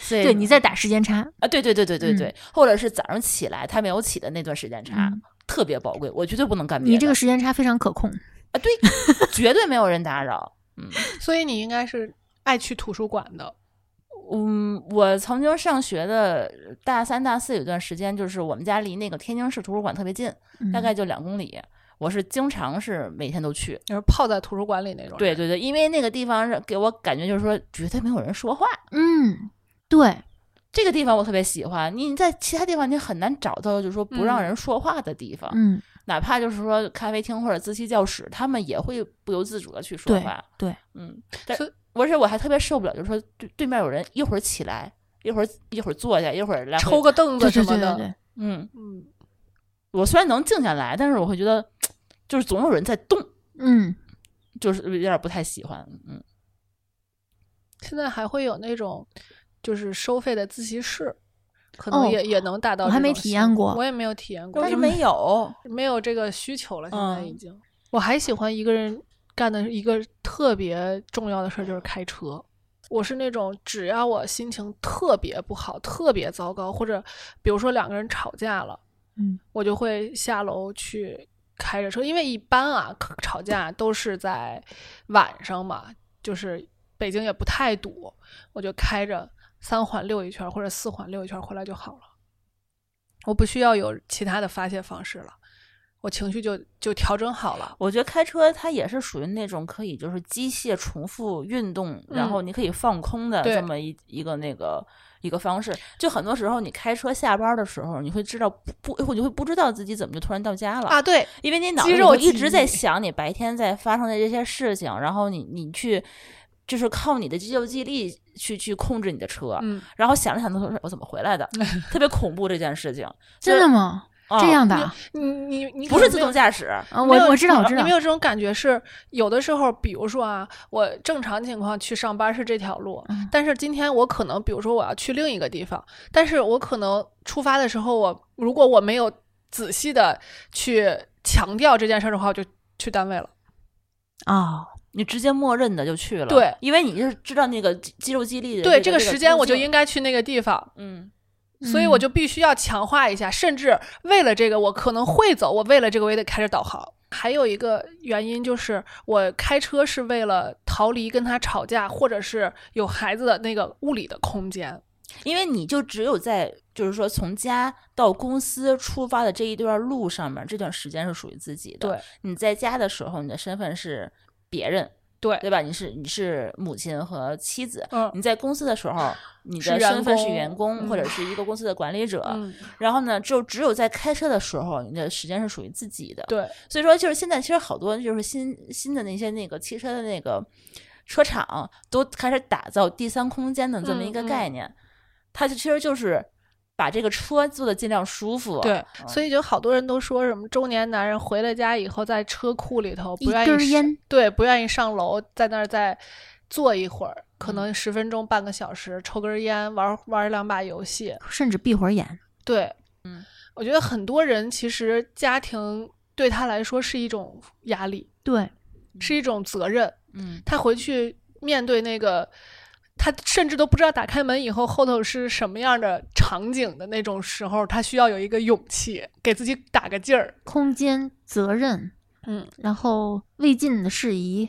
Speaker 2: 所以
Speaker 3: 对，你在打时间差。
Speaker 2: 啊，对对对对对对，
Speaker 3: 嗯
Speaker 2: 或者是早上起来他没有起的那段时间差，
Speaker 3: 嗯
Speaker 2: 特别宝贵，我绝对不能干别的。
Speaker 3: 你这个时间差非常可控，
Speaker 2: 啊，对，绝对没有人打扰。嗯
Speaker 4: 所以你应该是爱去图书馆的。
Speaker 2: [LAUGHS] 嗯，我曾经上学的大三、大四有段时间，就是我们家离那个天津市图书馆特别近，
Speaker 3: 嗯
Speaker 2: 大概就两公里。我是经常是每天都去，
Speaker 4: 就是泡在图书馆里那种人。
Speaker 2: 哦对对对，因为那个地方让给我感觉就是说绝对没有人说话，
Speaker 3: 嗯，对，
Speaker 2: 这个地方我特别喜欢。你在其他地方你很难找到就是说不让
Speaker 4: 嗯
Speaker 2: 人说话的地方，
Speaker 3: 嗯
Speaker 2: 哪怕就是说咖啡厅或者自习教室，他们也会不由自主的去说
Speaker 3: 对
Speaker 2: 话。
Speaker 3: 对，
Speaker 2: 嗯，但
Speaker 4: 所以
Speaker 2: 而且我还特别受不了，就是说对对面有人一会儿起来，一会儿一会儿坐下，一会儿来回
Speaker 4: 抽。个凳子
Speaker 3: 对
Speaker 4: 什
Speaker 3: 对
Speaker 4: 么
Speaker 3: 对
Speaker 4: 的。
Speaker 3: 对对，
Speaker 2: 嗯，
Speaker 4: 嗯，
Speaker 2: 我虽然能静下来，但是我会觉得就是总有人在动，
Speaker 3: 嗯
Speaker 2: 就是有点不太喜欢。嗯，
Speaker 4: 现在还会有那种就是收费的自习室，可能
Speaker 3: 哦
Speaker 4: 也、也能达到。
Speaker 3: 我还没体验过
Speaker 4: 我也没有体验过，
Speaker 2: 但
Speaker 4: 就是
Speaker 2: 没有，
Speaker 4: 没有这个需求了。现在
Speaker 2: 嗯
Speaker 4: 已经，我还喜欢一个人干的一个特别重要的事儿就是开车。我是那种只要我心情特别不好、特别糟糕，或者比如说两个人吵架了，
Speaker 3: 嗯，
Speaker 4: 我就会下楼去开着车，因为一般啊可吵架都是在晚上嘛，就是北京也不太堵，我就开着三环溜一圈或者四环溜一圈回来就好了，我不需要有其他的发泄方式了，我情绪就就调整好了。
Speaker 2: 我觉得开车它也是属于那种可以就是机械重复运动，然后你可以放空的
Speaker 4: 嗯对
Speaker 2: 这么一一个那个一个方式。就很多时候你开车下班的时候，你会知道不哎不，你会不知道自己怎么就突然到家了
Speaker 4: 啊，对，
Speaker 2: 因为你脑
Speaker 4: 肌
Speaker 2: 子里
Speaker 4: 肉
Speaker 2: 会一
Speaker 4: 记
Speaker 2: 直在
Speaker 4: 忆
Speaker 2: 想你白天在发生的这些事情，然后你你去就是靠你的肌肉记忆力去去控制你的车，
Speaker 4: 嗯，
Speaker 2: 然后想着想着说我怎么回
Speaker 4: [LAUGHS]
Speaker 2: 来的，特别恐怖这件事情，
Speaker 3: 真的吗？
Speaker 2: 啊
Speaker 3: 这样的啊，
Speaker 4: 你你你
Speaker 2: 不
Speaker 4: 可
Speaker 2: 是
Speaker 4: 能
Speaker 2: 自
Speaker 4: 没有
Speaker 2: 动驾驶，
Speaker 3: 啊
Speaker 4: 没有哦
Speaker 3: 我我知道我知
Speaker 4: 你
Speaker 3: 道
Speaker 4: 没，有这种感觉是有的时候，比如说啊，我正常情况去上班是这条路，
Speaker 3: 嗯
Speaker 4: 但是今天我可能，比如说我要去另一个地方，但是我可能出发的时候我，如果我没有仔细的去强调这件事儿的话，我就去单位了。
Speaker 3: 哦，
Speaker 2: 你直接默认的就去了，
Speaker 4: 啊对
Speaker 2: 因为你就是知道那个肌肌肉记忆力的
Speaker 4: 对
Speaker 2: 这
Speaker 4: 这
Speaker 2: 个
Speaker 4: 个时间，我就
Speaker 2: 路径
Speaker 4: 应该去那个地方。
Speaker 2: 嗯，
Speaker 4: 所以我
Speaker 3: 嗯
Speaker 4: 就必须要强化一下，甚至为了这个，我可能会走，我为了这个我也得开着导航。还有一个原因就是，我开车是为了逃离跟他吵架，或者是有孩子的那个物理的空间。
Speaker 2: 因为你就只有在就是说从家到公司出发的这一段路上面，这段时间是属于自己的。
Speaker 4: 对，
Speaker 2: 你在家的时候，你的身份是别人，
Speaker 4: 对，
Speaker 2: 对吧？你是你是母亲和妻子。
Speaker 4: 嗯
Speaker 2: 你在公司的时候，你
Speaker 4: 是
Speaker 2: 的
Speaker 4: 员
Speaker 2: 身份是
Speaker 4: 工
Speaker 2: 员工
Speaker 4: 嗯
Speaker 2: 或者是一个公司的管理者。
Speaker 4: 嗯，
Speaker 2: 然后呢，就只有在开车的时候，你的时间是属于自己的。
Speaker 4: 对，
Speaker 2: 所以说，就是现在其实好多就是新新的那些那个汽车的那个车厂都开始打造第三空间的这么一个
Speaker 4: 嗯嗯
Speaker 2: 概念，它就其实就是把这个车做的尽量舒服。
Speaker 4: 对，
Speaker 2: 嗯
Speaker 4: 所以就好多人都说什么中年男人回了家以后，在车库里头
Speaker 3: 一
Speaker 4: 不愿意
Speaker 3: 根
Speaker 4: 上
Speaker 3: 烟，
Speaker 4: 对，不愿意上楼，在那儿再坐一会儿，可能十分钟、半个小时，抽根烟，玩玩两把游戏。
Speaker 3: 甚至闭会儿眼，
Speaker 4: 对，
Speaker 2: 嗯，
Speaker 4: 我觉得很多人其实家庭对他来说是一种压力，
Speaker 3: 对，
Speaker 4: 是一种责任。
Speaker 2: 嗯，
Speaker 4: 他回去面对那个，他甚至都不知道打开门以后后头是什么样的场景的那种时候，他需要有一个勇气，给自己打个劲儿。
Speaker 3: 空间、责任，
Speaker 4: 嗯
Speaker 3: 然后未尽的事宜，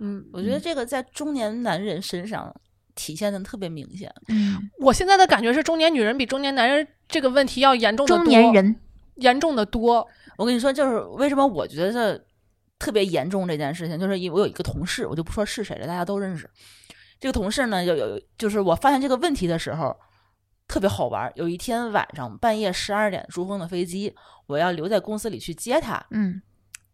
Speaker 4: 嗯，
Speaker 2: 我觉得这个在中年男人身上体现的特别明显。
Speaker 3: 嗯，
Speaker 4: 我现在的感觉是，中年女人比中年男人这个问题要严重的多，
Speaker 3: 中年人
Speaker 4: 严重的多。
Speaker 2: 我跟你说，就是为什么我觉得特别严重这件事情，就是因为我有一个同事，我就不说是谁了，大家都认识。这个同事呢，有有就是我发现这个问题的时候，特别好玩。有一天晚上半夜十二点，珠峰的飞机，我要留在公司里去接他。
Speaker 3: 嗯，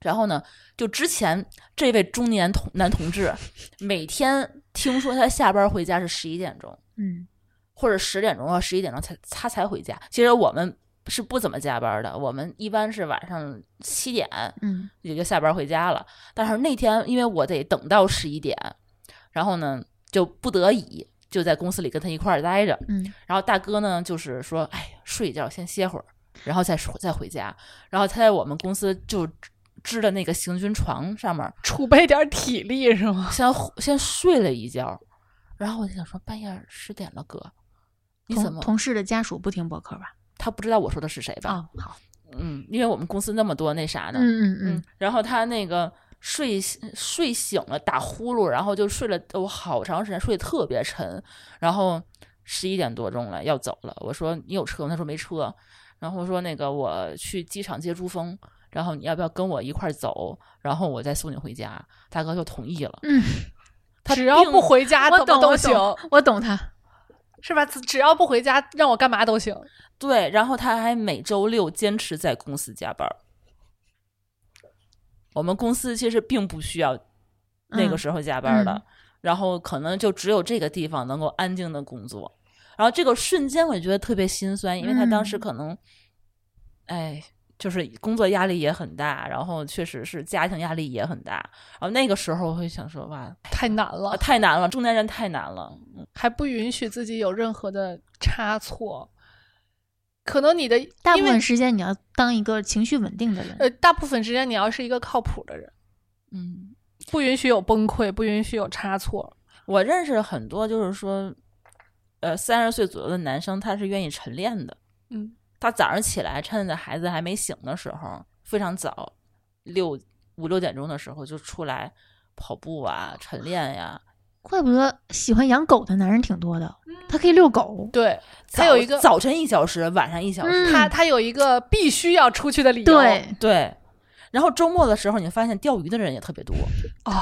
Speaker 2: 然后呢，就之前这位中年同男同志，每天听说他下班回家是十一点钟，
Speaker 3: 嗯
Speaker 2: 或者十点钟到十一点钟才他才回家。其实我们是不怎么加班的，我们一般是晚上七点
Speaker 3: 嗯
Speaker 2: 也就下班回家了。但是那天因为我得等到十一点，然后呢就不得已就在公司里跟他一块儿待着。
Speaker 3: 嗯，
Speaker 2: 然后大哥呢就是说，哎，睡一觉先歇会儿，然后再睡再回家。然后他在我们公司就支支的那个行军床上面
Speaker 4: 储备点儿体力是吗？
Speaker 2: 先先睡了一觉，然后我就想说半夜十点了，哥，你怎
Speaker 3: 同
Speaker 2: 么
Speaker 3: 同事的家属不听博客吧？
Speaker 2: 他不知道我说的是谁吧？
Speaker 3: 哦，好，
Speaker 2: 嗯，因为我们公司那么多那啥呢，
Speaker 3: 嗯嗯
Speaker 2: 嗯
Speaker 3: 嗯，
Speaker 2: 然后他那个睡睡醒了打呼噜，然后就睡了我好长时间，睡得特别沉，然后十一点多钟了要走了，我说你有车吗？他说没车，然后我说那个我去机场接珠峰。然后你要不要跟我一块儿走？然后我再送你回家。大哥就同意了。
Speaker 3: 嗯，
Speaker 2: 他
Speaker 4: 只要
Speaker 2: 并
Speaker 4: 不回家，
Speaker 3: 我
Speaker 4: 怎么
Speaker 3: 懂
Speaker 4: 都
Speaker 3: 我
Speaker 4: 行，
Speaker 3: 懂我懂他，
Speaker 4: 是吧？只只要不回家，让我干嘛都行。
Speaker 2: 对，然后他还每周六坚持在公司加班儿。我们公司其实并不需要那个
Speaker 3: 嗯
Speaker 2: 时候加班儿的，
Speaker 3: 嗯
Speaker 2: 然后可能就只有这个地方能够安静的工作。然后这个瞬间我觉得特别心酸，因为他当时
Speaker 3: 嗯
Speaker 2: 可能，哎，就是工作压力也很大，然后确实是家庭压力也很大。然后那个时候我会想说，哇，
Speaker 4: 太难了
Speaker 3: 呃
Speaker 2: 啊，太难了，中年人太难了。
Speaker 4: 还不允许自己有任何的差错，可能你的
Speaker 3: 大部
Speaker 4: 因为
Speaker 3: 分时间你要当一个情绪稳定的人。
Speaker 4: 呃，大部分时间你要是一个靠谱的人，
Speaker 2: 嗯，
Speaker 4: 不允许有崩溃，不允许有差错。
Speaker 2: 我认识很多就是说，呃，三十岁左右的男生，他是愿意晨练的。
Speaker 4: 嗯，
Speaker 2: 他早上起来，趁着孩子还没醒的时候，非常早，六五六点钟的时候就出来跑步啊、晨练呀、
Speaker 3: 怪不得喜欢养狗的男人挺多的，他可以遛狗。
Speaker 4: 对，
Speaker 2: 早
Speaker 4: 他有一个
Speaker 2: 早晨一小时，晚上一小时，
Speaker 3: 嗯
Speaker 4: 他他有一个必须要出去的理由。
Speaker 3: 对，
Speaker 2: 对。然后周末的时候，你发现钓鱼的人也特别多。
Speaker 4: 哦，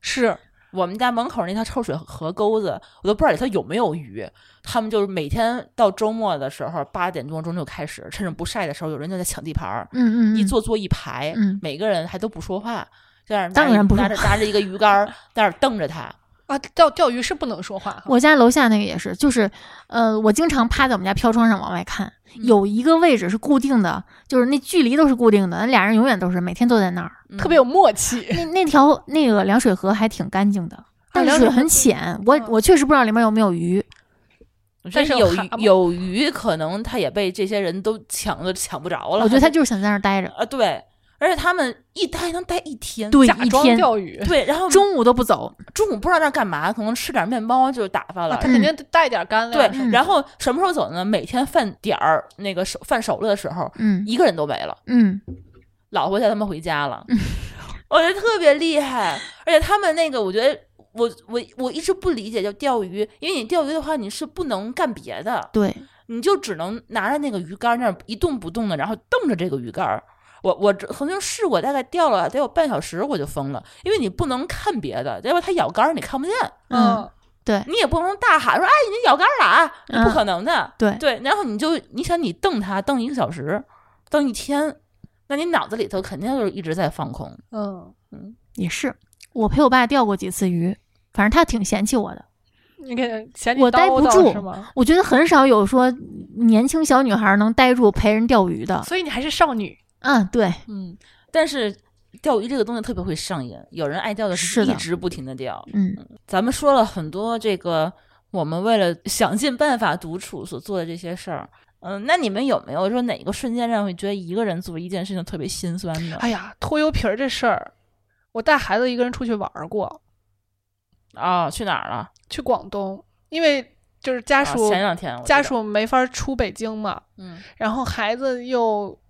Speaker 4: 是
Speaker 2: 我们家门口那条臭水河沟子，我都不知道里头有没有鱼。他们就是每天到周末的时候，八点多钟就开始，趁着不晒的时候，有人就在抢地盘儿，
Speaker 3: 嗯嗯，
Speaker 2: 一
Speaker 3: 嗯
Speaker 2: 坐坐一排，
Speaker 3: 嗯
Speaker 2: 每个人还都不说话，这样拿
Speaker 3: 当然不说
Speaker 2: 拿着拿着一个鱼竿 [LAUGHS] 儿在那儿瞪着他。
Speaker 4: 啊，钓钓鱼是不能说话哈。
Speaker 3: 我家楼下那个也是，就是，呃，我经常趴在我们家飘窗上往外看，有一个位置是固定的，就是那距离都是固定的，那俩人永远都是每天都在那 [LAUGHS] 儿。
Speaker 2: 嗯
Speaker 4: 特别有默契，
Speaker 3: 那那条那个凉水河还挺干净的，但是
Speaker 4: 凉
Speaker 3: 啊水
Speaker 4: 水河
Speaker 3: 很浅，我
Speaker 4: 嗯
Speaker 3: 我确实不知道里面有没有鱼。
Speaker 2: 我觉得
Speaker 4: 但是有
Speaker 2: 有
Speaker 4: 蛤蟆
Speaker 2: 鱼有鱼，可能他也被这些人都抢都抢不着了。
Speaker 3: 我觉得他就是想在那儿待着，
Speaker 2: 啊，对，而且他们一待能待一天，
Speaker 3: 对，
Speaker 4: 假
Speaker 3: 一
Speaker 4: 装
Speaker 3: 天
Speaker 4: 钓鱼，
Speaker 2: 对，然后
Speaker 3: 中午都不走，
Speaker 2: 中午不知道那儿干嘛，可能吃点面包就打发了。
Speaker 4: 啊他肯定带点干粮。
Speaker 2: 对，然后什么时候走呢？每天饭点儿那个熟饭熟了的时候，
Speaker 3: 嗯
Speaker 2: 一个人都没了，
Speaker 3: 嗯，
Speaker 2: 老婆带他们回家了。 [LAUGHS] 我觉得特别厉害，而且他们那个，我觉得我我我一直不理解，就钓鱼，因为你钓鱼的话，你是不能干别的，
Speaker 3: 对，
Speaker 2: 你就只能拿着那个鱼竿那儿一动不动的，然后瞪着这个鱼竿儿。我我这曾经试过，大概钓了得有半小时，我就疯了，因为你不能看别的，要不然它咬竿儿你看不见，
Speaker 3: 嗯，对
Speaker 2: 你也不能大喊说哎你那咬竿儿了啊，这
Speaker 4: 嗯
Speaker 2: 不可能的。
Speaker 3: 对，
Speaker 2: 对，然后你就你想你瞪它瞪一个小时，瞪一天，那你脑子里头肯定就是一直在放空。
Speaker 4: 嗯，
Speaker 3: 也是。我陪我爸钓过几次鱼，反正他挺嫌弃我的。
Speaker 4: 你看嫌你
Speaker 3: 我待
Speaker 4: 叨
Speaker 3: 不
Speaker 4: 叨
Speaker 3: 住
Speaker 4: 是吗？
Speaker 3: 我觉得很少有说年轻小女孩能呆住陪人钓鱼
Speaker 2: 啊
Speaker 3: 的。
Speaker 4: 所以你还是少女，
Speaker 3: 嗯，对，
Speaker 2: 嗯，但是钓鱼这个东西特别会上瘾，有人爱钓的
Speaker 3: 是的
Speaker 2: 一直不停的钓。
Speaker 3: 嗯，
Speaker 2: 咱们说了很多这个我们为了想尽办法独处所做的这些事儿。嗯，那你们有没有说哪个瞬间让你觉得一个人做一件事情特别心酸的？
Speaker 4: 哎呀，拖油瓶儿这事儿，我带孩子一个人出去玩儿过，
Speaker 2: 啊、去哪儿了？
Speaker 4: 去广东，因为就是家
Speaker 2: 家
Speaker 4: 属、
Speaker 2: 前两天啊我知
Speaker 4: 家
Speaker 2: 道，
Speaker 4: 属没法出北京嘛，
Speaker 2: 嗯 [LAUGHS]
Speaker 4: 然后孩子又，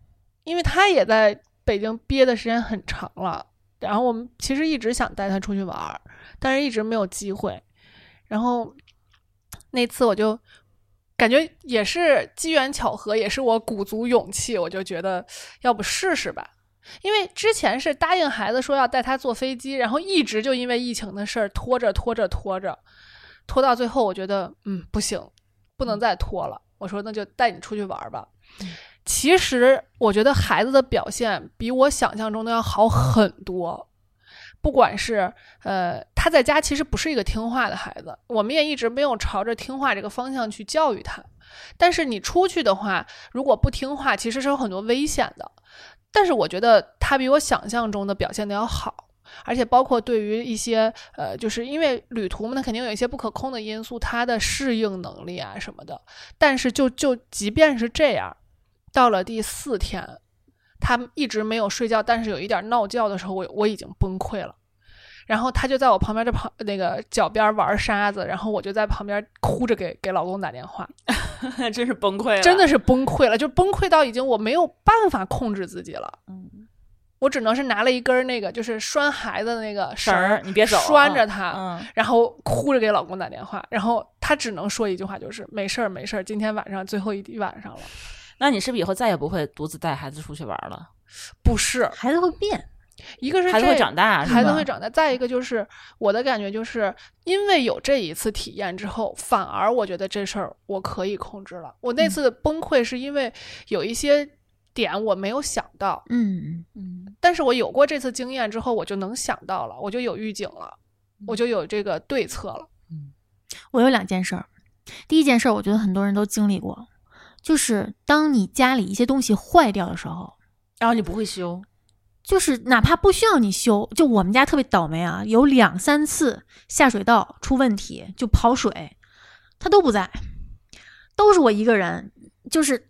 Speaker 4: 因为他也在北京憋的时间很长了，然后我们其实一直想带他出去玩儿，但是一直没有机会。然后那次我就感觉也是机缘巧合，也是我鼓足勇气，我就觉得要不试试吧。因为之前是答应孩子说要带他坐飞机，然后一直就因为疫情的事儿拖着拖着拖着，拖到最后我觉得嗯不行，不能再拖了。我说那就带你出去玩儿吧。其实我觉得孩子的表现比我想象中的要好很多，不管是呃他在家其实不是一个听话的孩子，我们也一直没有朝着听话这个方向去教育他。但是你出去的话，如果不听话，其实是有很多危险的。但是我觉得他比我想象中的表现的要好。而且包括对于一些呃，就是因为旅途嘛，它肯定有一些不可控的因素，他的适应能力啊什么的。但是就就即便是这样，到了第四天，他一直没有睡觉，但是有一点闹觉的时候，我我已经崩溃了。然后他就在我旁边这旁那个脚边玩沙子，然后我就在旁边哭着给给老公打电话，
Speaker 2: 真是崩溃了，
Speaker 4: 真的是崩溃了，就崩溃到已经我没有办法控制自己了，
Speaker 2: 嗯
Speaker 4: 我只能是拿了一根儿那个就是拴孩子的那个
Speaker 2: 绳
Speaker 4: 儿
Speaker 2: 儿，你别走啊，
Speaker 4: 拴着他，
Speaker 2: 嗯，
Speaker 4: 然后哭着给老公打电话，然后他只能说一句话，就是没事儿没事儿，今天晚上最后一一晚上了，
Speaker 2: 那你是不是以后再也不会独自带孩子出去玩了？
Speaker 4: 不是，
Speaker 3: 孩子会变，
Speaker 4: 一个是
Speaker 2: 孩子会
Speaker 4: 这
Speaker 2: 长大，是
Speaker 4: 孩子
Speaker 2: 吧
Speaker 4: 会长大。再一个就是我的感觉就是，因为有这一次体验之后，反而我觉得这事儿我可以控制了。我那次崩溃是因为有一些点我没有想到，
Speaker 3: 嗯，
Speaker 2: 嗯
Speaker 4: 但是我有过这次经验之后，我就能想到了，我就有预警了，我就有这个对策了。
Speaker 3: 我有两件事儿。第一件事儿，我觉得很多人都经历过，就是当你家里一些东西坏掉的时候，
Speaker 2: 然后你不会修，
Speaker 3: 就是哪怕不需要你修，就我们家特别倒霉啊，有两三次下水道出问题就跑水，他都不在，都是我一个人，就是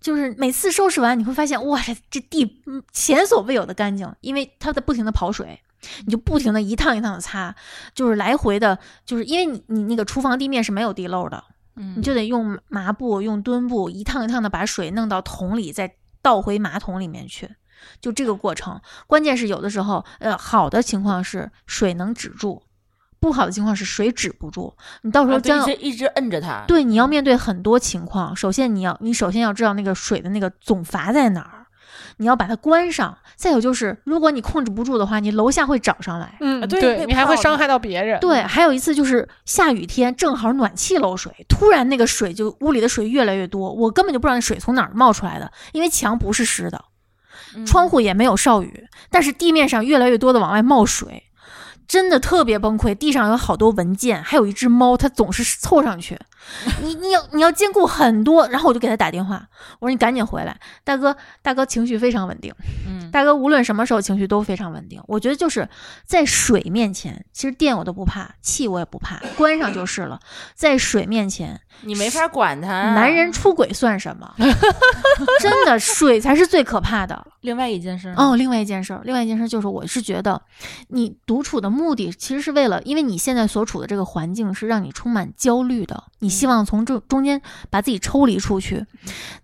Speaker 3: 就是每次收拾完，你会发现，哇塞，这地嗯前所未有的干净，因为它在不停的跑水，你就不停的一趟一趟的擦，就是来回的，就是因为你你那个厨房地面是没有地漏的，
Speaker 2: 嗯，
Speaker 3: 你就得用麻布、用墩布一趟一趟的把水弄到桶里，再倒回马桶里面去。就这个过程，关键是有的时候，呃，好的情况是水能止住，不好的情况是水止不住。你到
Speaker 2: 啊
Speaker 3: 时候
Speaker 2: 对
Speaker 3: 将、
Speaker 2: 一直一直摁着它，
Speaker 3: 对，你要面对很多情况。首先，你要你首先要知道那个水的那个总阀在哪儿，你要把它关上。再有就是，如果你控制不住的话，你楼下会找上来。
Speaker 4: 嗯
Speaker 2: 啊对
Speaker 4: 对
Speaker 2: 被
Speaker 4: 你还会
Speaker 2: 泡
Speaker 4: 伤
Speaker 2: 着
Speaker 4: 害到别人。
Speaker 3: 对，还有一次就是下雨天，正好暖气漏水，突然那个水就屋里的水越来越多，我根本就不知道那水从哪儿冒出来的，因为墙不是湿的，
Speaker 2: 嗯
Speaker 3: 窗户也没有少雨，但是地面上越来越多的往外冒水，真的特别崩溃。地上有好多文件，还有一只猫，它总是凑上去。你你要你要兼顾很多，然后我就给他打电话，我说你赶紧回来，大哥大哥情绪非常稳定，
Speaker 2: 嗯
Speaker 3: 大哥无论什么时候情绪都非常稳定。我觉得就是在水面前，其实电我都不怕，气我也不怕，关上就是了。在水面前，
Speaker 2: 你没法管它。
Speaker 3: 男人出轨算什么？ [LAUGHS] 真的，水才是最可怕的。
Speaker 2: 另外一件事呢，
Speaker 3: 哦，另外一件事儿，另外一件事儿就是，我是觉得你独处的目的其实是为了，因为你现在所处的这个环境是让你充满焦虑的，你希望从这中间把自己抽离出去。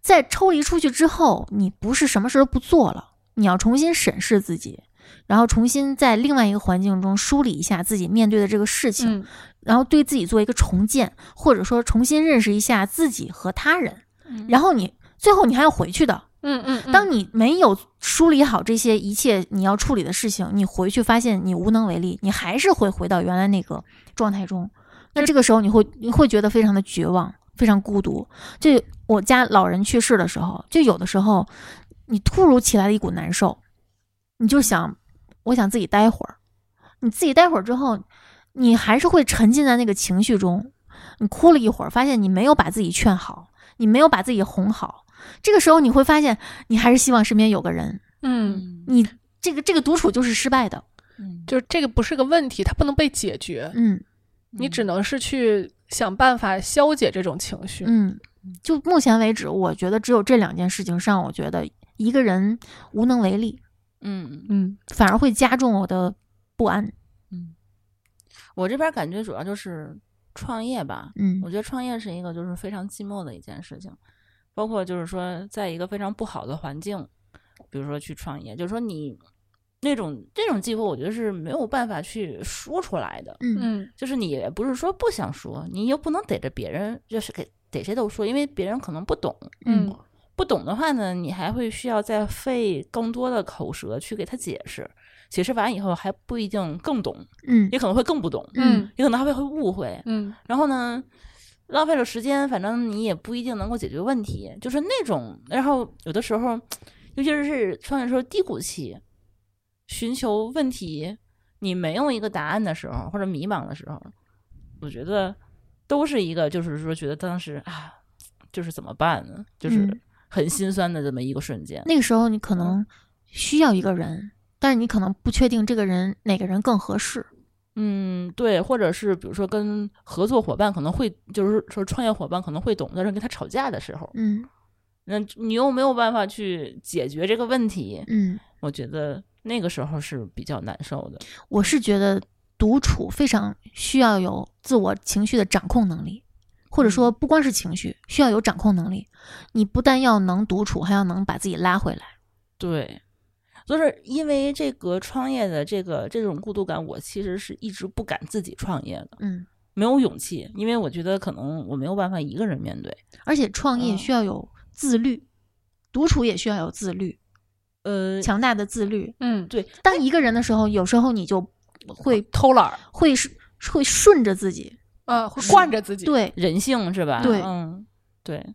Speaker 3: 在抽离出去之后，你不是什么事儿都不做了，你要重新审视自己，然后重新在另外一个环境中梳理一下自己面对的这个事情，
Speaker 4: 嗯，
Speaker 3: 然后对自己做一个重建，或者说重新认识一下自己和他人，然后你最后你还要回去的。
Speaker 4: 嗯嗯嗯，
Speaker 3: 当你没有梳理好这些一切你要处理的事情，你回去发现你无能为力，你还是会回到原来那个状态中。那这个时候你会你会觉得非常的绝望，非常孤独。就我家老人去世的时候，就有的时候你突如其来的一股难受，你就想我想自己待会儿，你自己待会儿之后，你还是会沉浸在那个情绪中。你哭了一会儿，发现你没有把自己劝好，你没有把自己哄好。这个时候你会发现，你还是希望身边有个人。
Speaker 4: 嗯，
Speaker 2: 嗯
Speaker 3: 你这个这个独处就是失败的，
Speaker 2: 嗯，
Speaker 4: 就是这个不是个问题，它不能被解决，
Speaker 3: 嗯
Speaker 4: 你只能是去想办法消解这种情绪。
Speaker 3: 嗯。就目前为止，我觉得只有这两件事情上，我觉得一个人无能为力，
Speaker 2: 嗯嗯，
Speaker 4: 嗯
Speaker 3: 反而会加重我的不安。
Speaker 2: 我这边感觉主要就是创业吧，
Speaker 3: 嗯
Speaker 2: 我觉得创业是一个就是非常寂寞的一件事情，包括就是说，在一个非常不好的环境，比如说去创业，就是说你那种这种寂寞，我觉得是没有办法去说出来的。
Speaker 3: 嗯
Speaker 4: 嗯
Speaker 2: 就是你也不是说不想说，你又不能逮着别人，就是给逮谁都说，因为别人可能不懂。
Speaker 3: 嗯
Speaker 4: 嗯
Speaker 2: 不懂的话呢，你还会需要再费更多的口舌去给他解释，解释完以后还不一定更懂，
Speaker 3: 嗯
Speaker 2: 也可能会更不懂，
Speaker 4: 嗯
Speaker 2: 也可能还会会误会。
Speaker 4: 嗯
Speaker 2: 然后呢，浪费了时间，反正你也不一定能够解决问题，就是那种。然后有的时候，尤其是创业时候低谷期，寻求问题，你没有一个答案的时候，或者迷茫的时候，我觉得都是一个，就是说觉得当时啊，就是怎么办呢？就是
Speaker 3: 嗯
Speaker 2: 很心酸的这么一个瞬间。
Speaker 3: 那个时候你可能需要一个人，但是你可能不确定这个人哪个人更合适。
Speaker 2: 嗯，对，或者是比如说跟合作伙伴可能会，就是说创业伙伴可能会懂，但是跟他吵架的时候，
Speaker 3: 嗯
Speaker 2: 那你又没有办法去解决这个问题，
Speaker 3: 嗯，
Speaker 2: 我觉得那个时候是比较难受的。
Speaker 3: 我是觉得独处非常需要有自我情绪的掌控能力，或者
Speaker 4: 嗯
Speaker 3: 说不光是情绪，需要有掌控能力。你不但要能独处，还要能把自己拉回来。
Speaker 2: 对，就是因为这个创业的这个这种孤独感，我其实是一直不敢自己创业的，
Speaker 3: 嗯，
Speaker 2: 没有勇气，因为我觉得可能我没有办法一个人面对。
Speaker 3: 而且创
Speaker 4: 哦
Speaker 3: 业
Speaker 2: 嗯
Speaker 3: 需要有自律，独处也需要有自律，
Speaker 2: 呃，
Speaker 3: 强大的自律。
Speaker 4: 嗯，
Speaker 2: 对，
Speaker 3: 当一个人的时候，有时候你就会
Speaker 4: 偷懒儿
Speaker 3: 会是会顺着自己，
Speaker 4: 啊，会惯着自己。，
Speaker 3: 对，
Speaker 2: 人性是吧？
Speaker 3: 对
Speaker 2: 嗯，对，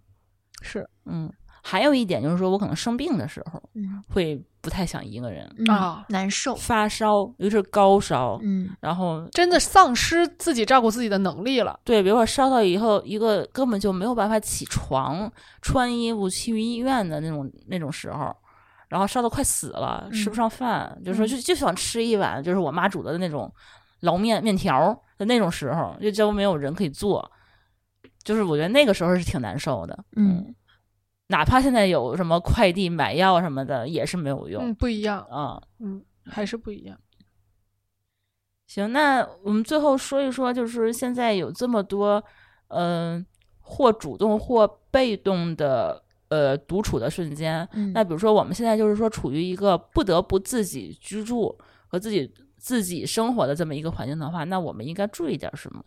Speaker 4: 是
Speaker 2: 嗯。还有一点就是说我可能生病的时候
Speaker 3: 嗯
Speaker 2: 会不太想一个人，
Speaker 3: 嗯
Speaker 4: 啊
Speaker 3: 难受，
Speaker 2: 发烧，尤其是高烧，
Speaker 3: 嗯
Speaker 2: 然后
Speaker 4: 真的丧失自己照顾自己的能力了。
Speaker 2: 对，比如说烧到以后，一个根本就没有办法起床、穿衣服去医院的那种那种时候，然后烧到快死了，吃不
Speaker 3: 嗯
Speaker 2: 上饭，就是说就就想吃一碗，就是我妈煮的那种捞面面条儿的那种时候，就都没有人可以做，就是我觉得那个时候是挺难受的，
Speaker 3: 嗯，
Speaker 2: 哪怕现在有什么快递买药什么的，也是没有用
Speaker 4: 嗯，不一样，
Speaker 2: 啊、
Speaker 4: 嗯，还是不一样。
Speaker 2: 行，那我们最后说一说，就是现在有这么多，嗯、或主动或被动的，呃，独处的瞬间。
Speaker 3: 嗯
Speaker 2: 那比如说，我们现在就是说处于一个不得不自己居住和自己自己生活的这么一个环境的话，那我们应该注意点什么？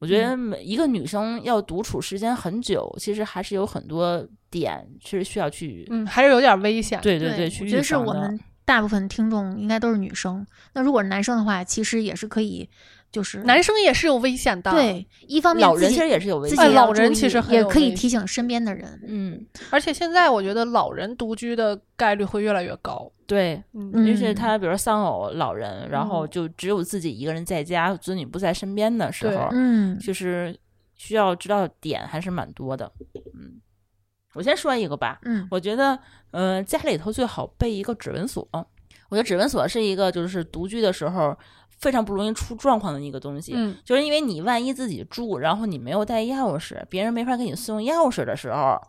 Speaker 2: 我觉
Speaker 3: 嗯
Speaker 2: 得每一个女生要独处时间很久，其实还是有很多点是需要去，
Speaker 4: 嗯，还是有点危险。
Speaker 2: 对
Speaker 3: 对
Speaker 2: 对，去
Speaker 3: 我
Speaker 2: 预
Speaker 3: 觉得是
Speaker 2: 防
Speaker 3: 我
Speaker 2: 的
Speaker 3: 们大部分听众应该都是女生。那如果是男生的话，其实也是可以，就是
Speaker 4: 男生也是有危险的，，
Speaker 3: 对一方面
Speaker 2: 老人
Speaker 3: 自己
Speaker 2: 其实也是有危
Speaker 3: 自
Speaker 2: 险
Speaker 3: 己
Speaker 4: 哎
Speaker 3: 也
Speaker 2: 的，
Speaker 3: 要
Speaker 4: 老人
Speaker 3: 注
Speaker 4: 其
Speaker 3: 意
Speaker 4: 实很
Speaker 3: 也
Speaker 4: 有
Speaker 3: 可以
Speaker 4: 危
Speaker 3: 提醒身边的人。
Speaker 2: 嗯，
Speaker 4: 而且现在我觉得老人独居的概率会越来越高。
Speaker 2: 对，
Speaker 4: 嗯
Speaker 2: 于是
Speaker 3: 嗯
Speaker 2: 他比如丧偶老人，然后就只有自己一个人在家，子女不在身边的时候，
Speaker 3: 嗯，
Speaker 2: 就是需要知道的点还是蛮多的。嗯，我先说一个吧，
Speaker 3: 嗯，
Speaker 2: 我觉得，呃，家里头最好备一个指纹锁。我觉得指纹锁是一个就是独居的时候非常不容易出状况的一个东西。
Speaker 4: 嗯，
Speaker 2: 就是因为你万一自己住，然后你没有带钥匙，别人没法给你送钥匙的时候，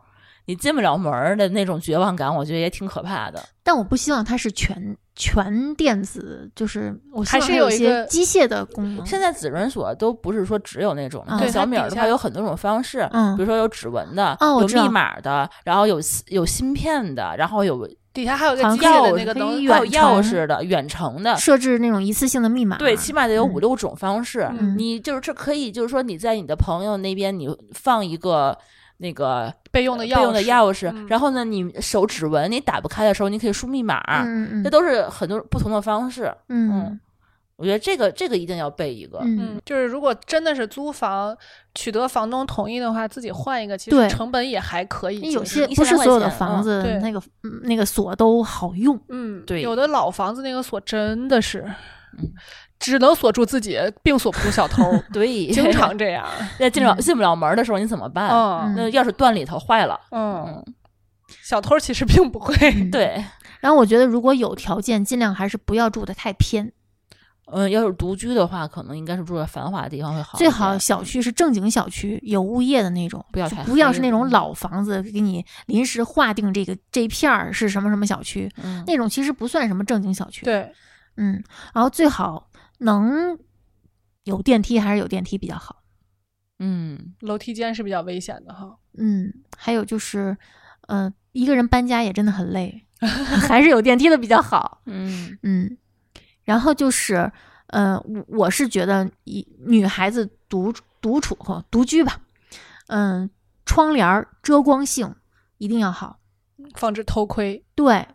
Speaker 2: 你进不了门儿的那种绝望感，我觉得也挺可怕的。
Speaker 3: 但我不希望它是全全电子，就是我希
Speaker 4: 还
Speaker 3: 望
Speaker 4: 是
Speaker 3: 它
Speaker 4: 有
Speaker 3: 一
Speaker 4: 一
Speaker 3: 些
Speaker 4: 个
Speaker 3: 机械的功能。
Speaker 2: 现在指纹锁都不是说只有那种，
Speaker 3: 嗯
Speaker 2: 像
Speaker 3: 对
Speaker 2: 小
Speaker 4: 它
Speaker 2: 米儿
Speaker 4: 底
Speaker 2: 的
Speaker 4: 下
Speaker 2: 话有很多种方式，
Speaker 3: 嗯
Speaker 2: 比如说有指纹的，
Speaker 3: 哦我
Speaker 2: 有
Speaker 3: 知道
Speaker 2: 密码的，然后有有芯片的，然后有
Speaker 4: 底下还有一个
Speaker 3: 好像
Speaker 4: 机械
Speaker 2: 钥
Speaker 4: 的那个
Speaker 3: 可
Speaker 4: 灯
Speaker 3: 以，
Speaker 2: 还有
Speaker 3: 远
Speaker 2: 钥
Speaker 3: 程
Speaker 2: 匙的、远程的，
Speaker 3: 设置那种一次性的密码，
Speaker 2: 对，起码得有
Speaker 3: 嗯
Speaker 2: 五六种方式。
Speaker 3: 嗯
Speaker 2: 你就是这可以，就是说你在你的朋友那边，你放一个那个
Speaker 4: 备用的
Speaker 2: 备
Speaker 4: 钥匙，
Speaker 2: 用的钥匙，
Speaker 4: 嗯
Speaker 2: 然后呢，你手指纹你打不开的时候，你可以输密码，
Speaker 3: 嗯嗯
Speaker 2: 这都是很多不同的方式。
Speaker 3: 嗯
Speaker 2: 我觉得这个这个一定要备一个。
Speaker 3: 嗯
Speaker 4: 嗯，就是如果真的是租房，取得房东同意的话，自己换一个，其
Speaker 3: 对
Speaker 4: 实成本也还可以
Speaker 3: 那
Speaker 4: 接受。
Speaker 3: 有些
Speaker 2: 一
Speaker 3: 不
Speaker 2: 千
Speaker 3: 是
Speaker 2: 来
Speaker 3: 所
Speaker 2: 块
Speaker 3: 有的
Speaker 2: 钱
Speaker 3: 房
Speaker 2: 嗯
Speaker 3: 子
Speaker 4: 对
Speaker 3: 那个嗯那个锁都好
Speaker 2: [LAUGHS]
Speaker 3: 用，
Speaker 4: 嗯，
Speaker 2: 对
Speaker 4: 有的老房子那个锁真的是，
Speaker 2: 嗯
Speaker 4: 只能锁住自己，并锁不住小偷，
Speaker 2: 对，
Speaker 4: 经
Speaker 3: [LAUGHS]
Speaker 4: 常这样。
Speaker 2: 在进不了
Speaker 3: 嗯
Speaker 2: 进不了门的时候，你怎么办？
Speaker 4: 嗯
Speaker 2: 那钥匙断里头坏了，
Speaker 4: 嗯，小偷其实并不会。
Speaker 3: 嗯。
Speaker 2: 对，
Speaker 3: 然后我觉得如果有条件，尽量还是不要住的太偏，
Speaker 2: 嗯，要是独居的话，可能应该是住在繁华的地方会好一
Speaker 3: 最
Speaker 2: 点，
Speaker 3: 好小区是正经小区，有物业的那种，
Speaker 2: 不要
Speaker 3: 就
Speaker 2: 太
Speaker 3: 不要
Speaker 2: 黑
Speaker 3: 是那种
Speaker 2: 嗯
Speaker 3: 老房子，给你临时划定这个这片儿是什么什么小区，
Speaker 2: 嗯，
Speaker 3: 那种其实不算什么正经小区。，
Speaker 4: 对，
Speaker 3: 嗯，然后最好能有电梯，还是有电梯比较好。
Speaker 2: 嗯，
Speaker 4: 楼梯间是比较危险的哈。
Speaker 3: 嗯，还有就是，呃，一个人搬家也真的很
Speaker 2: [LAUGHS]
Speaker 3: 累，还是有电梯的比较好。
Speaker 2: 嗯
Speaker 3: 嗯，然后就是，呃，我我是觉得一女孩子独独处哈，独居吧，嗯、窗帘儿遮光性一定要好，
Speaker 4: 防止偷窥，
Speaker 3: 对，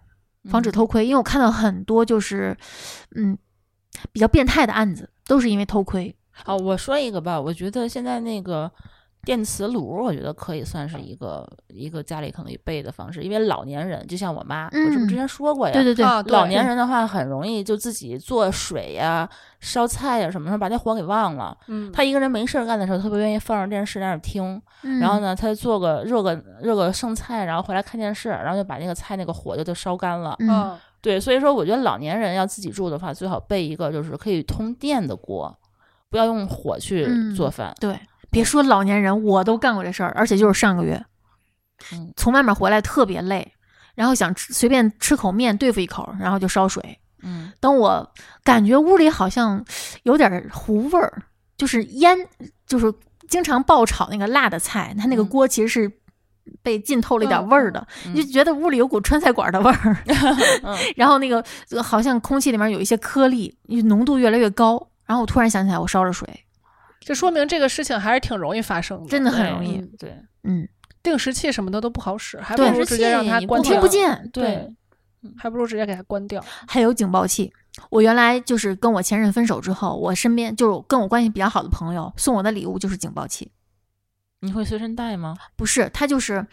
Speaker 3: 防止
Speaker 2: 嗯
Speaker 3: 偷窥，因为我看到很多就是，嗯，比较变态的案子都是因为偷窥。
Speaker 2: 哦，我说一个吧，我觉得现在那个电磁炉，我觉得可以算是一个一个家里可能备的方式，因为老年人就像我妈，我这不之
Speaker 3: 嗯
Speaker 2: 前说过呀，
Speaker 3: 对对对，
Speaker 4: 啊，对
Speaker 2: 老年人的话很容易就自己做水呀、烧菜呀什么的，把那火给忘了。
Speaker 4: 嗯，
Speaker 2: 他一个人没事儿干的时候，特别愿意放着电视在那儿听，然后
Speaker 3: 嗯？
Speaker 2: 呢，他就做个热个热个剩菜，然后回来看电视，然后就把那个菜那个火就都烧干了。
Speaker 3: 嗯，
Speaker 4: 嗯，
Speaker 2: 对，所以说我觉得老年人要自己住的话，最好备一个就是可以通电的锅，不要用火去
Speaker 3: 嗯
Speaker 2: 做饭。
Speaker 3: 对，别说老年人，我都干过这事儿，而且就是上个月，
Speaker 2: 嗯
Speaker 3: 从外面回来特别累，然后想吃随便吃口面对付一口，然后就烧水。
Speaker 2: 嗯
Speaker 3: 等我感觉屋里好像有点儿糊味儿，就是烟，就是经常爆炒那个辣的菜，它那个
Speaker 2: 嗯
Speaker 3: 锅其实是被浸透了一点
Speaker 4: 嗯
Speaker 3: 味儿的，
Speaker 2: 嗯
Speaker 3: 你就觉得屋里有股川菜馆的味儿。 [LAUGHS]
Speaker 2: 嗯
Speaker 3: 然后那个呃好像空气里面有一些颗粒，浓度越来越高。然后我突然想起来，我烧了水，
Speaker 4: 这说明这个事情还是挺容易发生的，
Speaker 3: 真的很
Speaker 2: 对
Speaker 3: 容易。
Speaker 2: 嗯对，
Speaker 3: 嗯，
Speaker 4: 定时器什么的都不好使，还不
Speaker 3: 对
Speaker 4: 如直接让它
Speaker 2: 你
Speaker 4: 关
Speaker 3: 你
Speaker 4: 掉，
Speaker 3: 听不见，
Speaker 2: 对，
Speaker 4: 还不如直接给它关掉。
Speaker 3: 还有警报器。我原来就是跟我前任分手之后，我身边就是跟我关系比较好的朋友送我的礼物就是警报器，
Speaker 2: 你会随身带吗？
Speaker 3: 不是他就是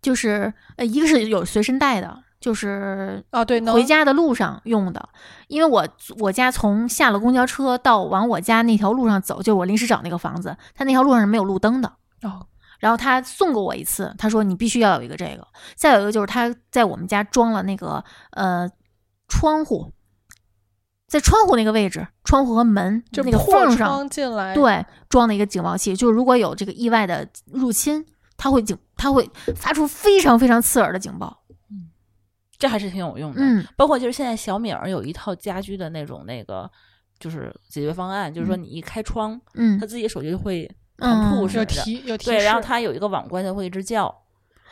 Speaker 3: 就是呃，一个是有随身带的，就是
Speaker 4: 啊，对，能
Speaker 3: 回家的路上用的，因为我我家从下了公交车到往我家那条路上走，就是我临时找那个房子，他那条路上是没有路灯的。
Speaker 4: 哦，
Speaker 3: 然后他送过我一次，他说你必须要有一个这个。再有一个就是他在我们家装了那个呃窗户，在窗户那个位置，窗户和门
Speaker 4: 就
Speaker 3: 那个
Speaker 4: 破
Speaker 3: 缝上，
Speaker 4: 窗进来，
Speaker 3: 对，装了一个警报器，就是如果有这个意外的入侵，它会警，它会发出非常非常刺耳的警报。
Speaker 2: 这还是挺有用的。
Speaker 3: 嗯，
Speaker 2: 包括就是现在小米儿有一套家居的那种那个就是解决方案，就是说你一开窗，
Speaker 3: 嗯
Speaker 2: 它自己手机就会弹
Speaker 3: 嗯
Speaker 2: 幕，
Speaker 4: 有
Speaker 2: 是的
Speaker 4: 提有提
Speaker 2: 对，然后
Speaker 4: 示
Speaker 2: 它有一个网关，它会一直叫。